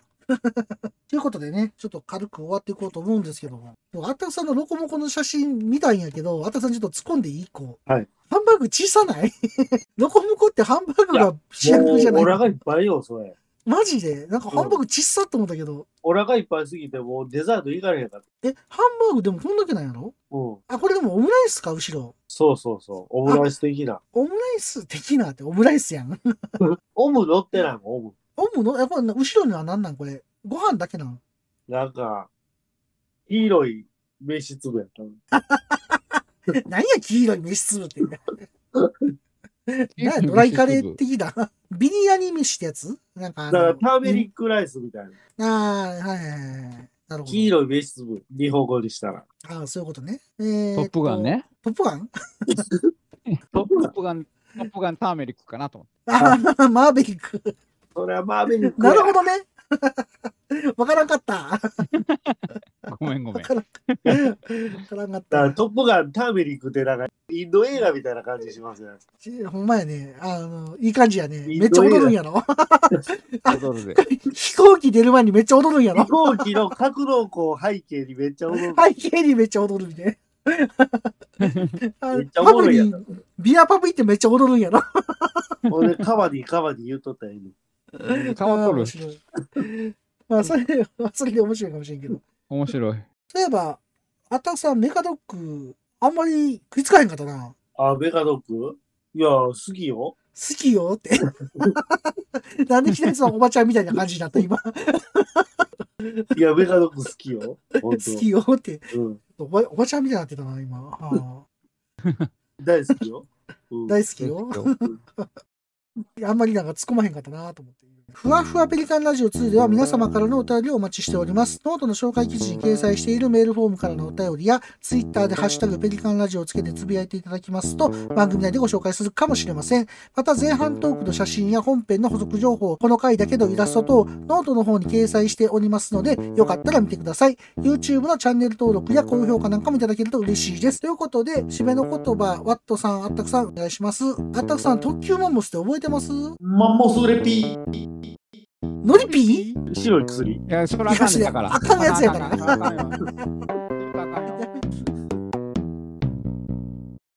[SPEAKER 2] ということでね、ちょっと軽く終わっていこうと思うんですけども。あたくさんのロコモコの写真見たんやけど、あたくさんちょっと突っ込んでいいこう。
[SPEAKER 4] はい。
[SPEAKER 2] ハンバーグ小さない ロコモコってハンバーグ
[SPEAKER 4] いや
[SPEAKER 2] が主役じゃな
[SPEAKER 4] もうオラ
[SPEAKER 2] い
[SPEAKER 4] がいっぱいよ、それ。
[SPEAKER 2] マジでなんかハンバーグ小さって思ったけど。
[SPEAKER 4] オラがいっぱいすぎて、もうデザートいかれへんかった。
[SPEAKER 2] え、ハンバーグでもこんだけなんやろ
[SPEAKER 4] うん。
[SPEAKER 2] あ、これでもオムライスか、後ろ。
[SPEAKER 4] そうそうそう。オムライス的な。
[SPEAKER 2] オムライス的なってオムライスやん。
[SPEAKER 4] オム乗ってないもん、オム。
[SPEAKER 2] オムのえ、これ後ろには何なんこれ。ご飯だけなん
[SPEAKER 4] なんか、黄色い飯粒やったの。
[SPEAKER 2] 何や黄色い飯粒って。 何やドライカレー的だ。 ビリヤニ飯ってやつなんかあ
[SPEAKER 4] だ
[SPEAKER 2] の
[SPEAKER 4] からターメリックライスみたいな。
[SPEAKER 2] ああ、はいはいはいはい。なるほど。
[SPEAKER 4] 黄色い飯粒、日本語にしたら。
[SPEAKER 2] ああ、そういうことね。えー
[SPEAKER 3] トップガンね。
[SPEAKER 2] トップガン
[SPEAKER 3] トップガン、トップガンターメリックかなと思って。
[SPEAKER 2] ああ、 マーベリック。
[SPEAKER 4] それはマーベリックや
[SPEAKER 2] なるほどね。 わからんかった。わ
[SPEAKER 3] ごめんごめん。
[SPEAKER 2] からんかった。わからんかっ
[SPEAKER 4] だから
[SPEAKER 2] た。
[SPEAKER 4] トップガン、ターメリックってなんか、インド映画みたいな感じしますね。
[SPEAKER 2] ちほんまやね。あの、いい感じやね。
[SPEAKER 4] いい
[SPEAKER 2] めっちゃ踊るんや ろ。
[SPEAKER 3] 踊るで。
[SPEAKER 2] 飛行機出る前にめっちゃ踊るんやろ
[SPEAKER 4] 飛。行機の格納庫を背景にめっちゃ踊る。
[SPEAKER 2] 背景にめっちゃ踊るみたい な。あ
[SPEAKER 4] めっちゃお
[SPEAKER 2] パ
[SPEAKER 4] も
[SPEAKER 2] ブ
[SPEAKER 4] ろいや
[SPEAKER 2] に
[SPEAKER 4] ん。
[SPEAKER 2] ビアパブ行ってめっちゃ踊るんやろ。
[SPEAKER 4] 俺、カバディ、カバディ言うとったらいいの。
[SPEAKER 3] 変わっと
[SPEAKER 2] あー面
[SPEAKER 3] る。
[SPEAKER 2] 白い。まあ、それ、それで面白いかもしれんけど。
[SPEAKER 3] 面白い。
[SPEAKER 2] 例えば、アタさん、メカドック、あんまり食いつかへんかったな。
[SPEAKER 4] あ、メカドックいや、好きよ。
[SPEAKER 2] 好きよって。 なんで左さんおばちゃんみたいな感じになった、今。好
[SPEAKER 4] いや、メカドック好きよ。本当。
[SPEAKER 2] きよって。
[SPEAKER 4] うん。
[SPEAKER 2] おばおばちゃんみたいになってたな、今。は
[SPEAKER 4] 大好きよ。うん
[SPEAKER 2] あ、大好きよ。あんまりなんか突っ込まへんかったなと思って。ふわふわペリカンラジオ2では皆様からのお便りをお待ちしております。ノートの紹介記事に掲載しているメールフォームからのお便りや、ツイッターでハッシュタグペリカンラジオをつけてつぶやいていただきますと、番組内でご紹介するかもしれません。また前半トークの写真や本編の補足情報、この回だけのイラスト等、ノートの方に掲載しておりますので、よかったら見てください。YouTube のチャンネル登録や高評価なんかもいただけると嬉しいです。ということで、締めの言葉、ワットさん、あったくさん、お願いします。あったくさん、特急マンモスって覚えてます
[SPEAKER 4] マンモスレピー。
[SPEAKER 2] ノリピー
[SPEAKER 4] 白い薬。
[SPEAKER 3] いや、それあかんねだから。
[SPEAKER 2] あかんやつやから
[SPEAKER 3] あかんあかんあかん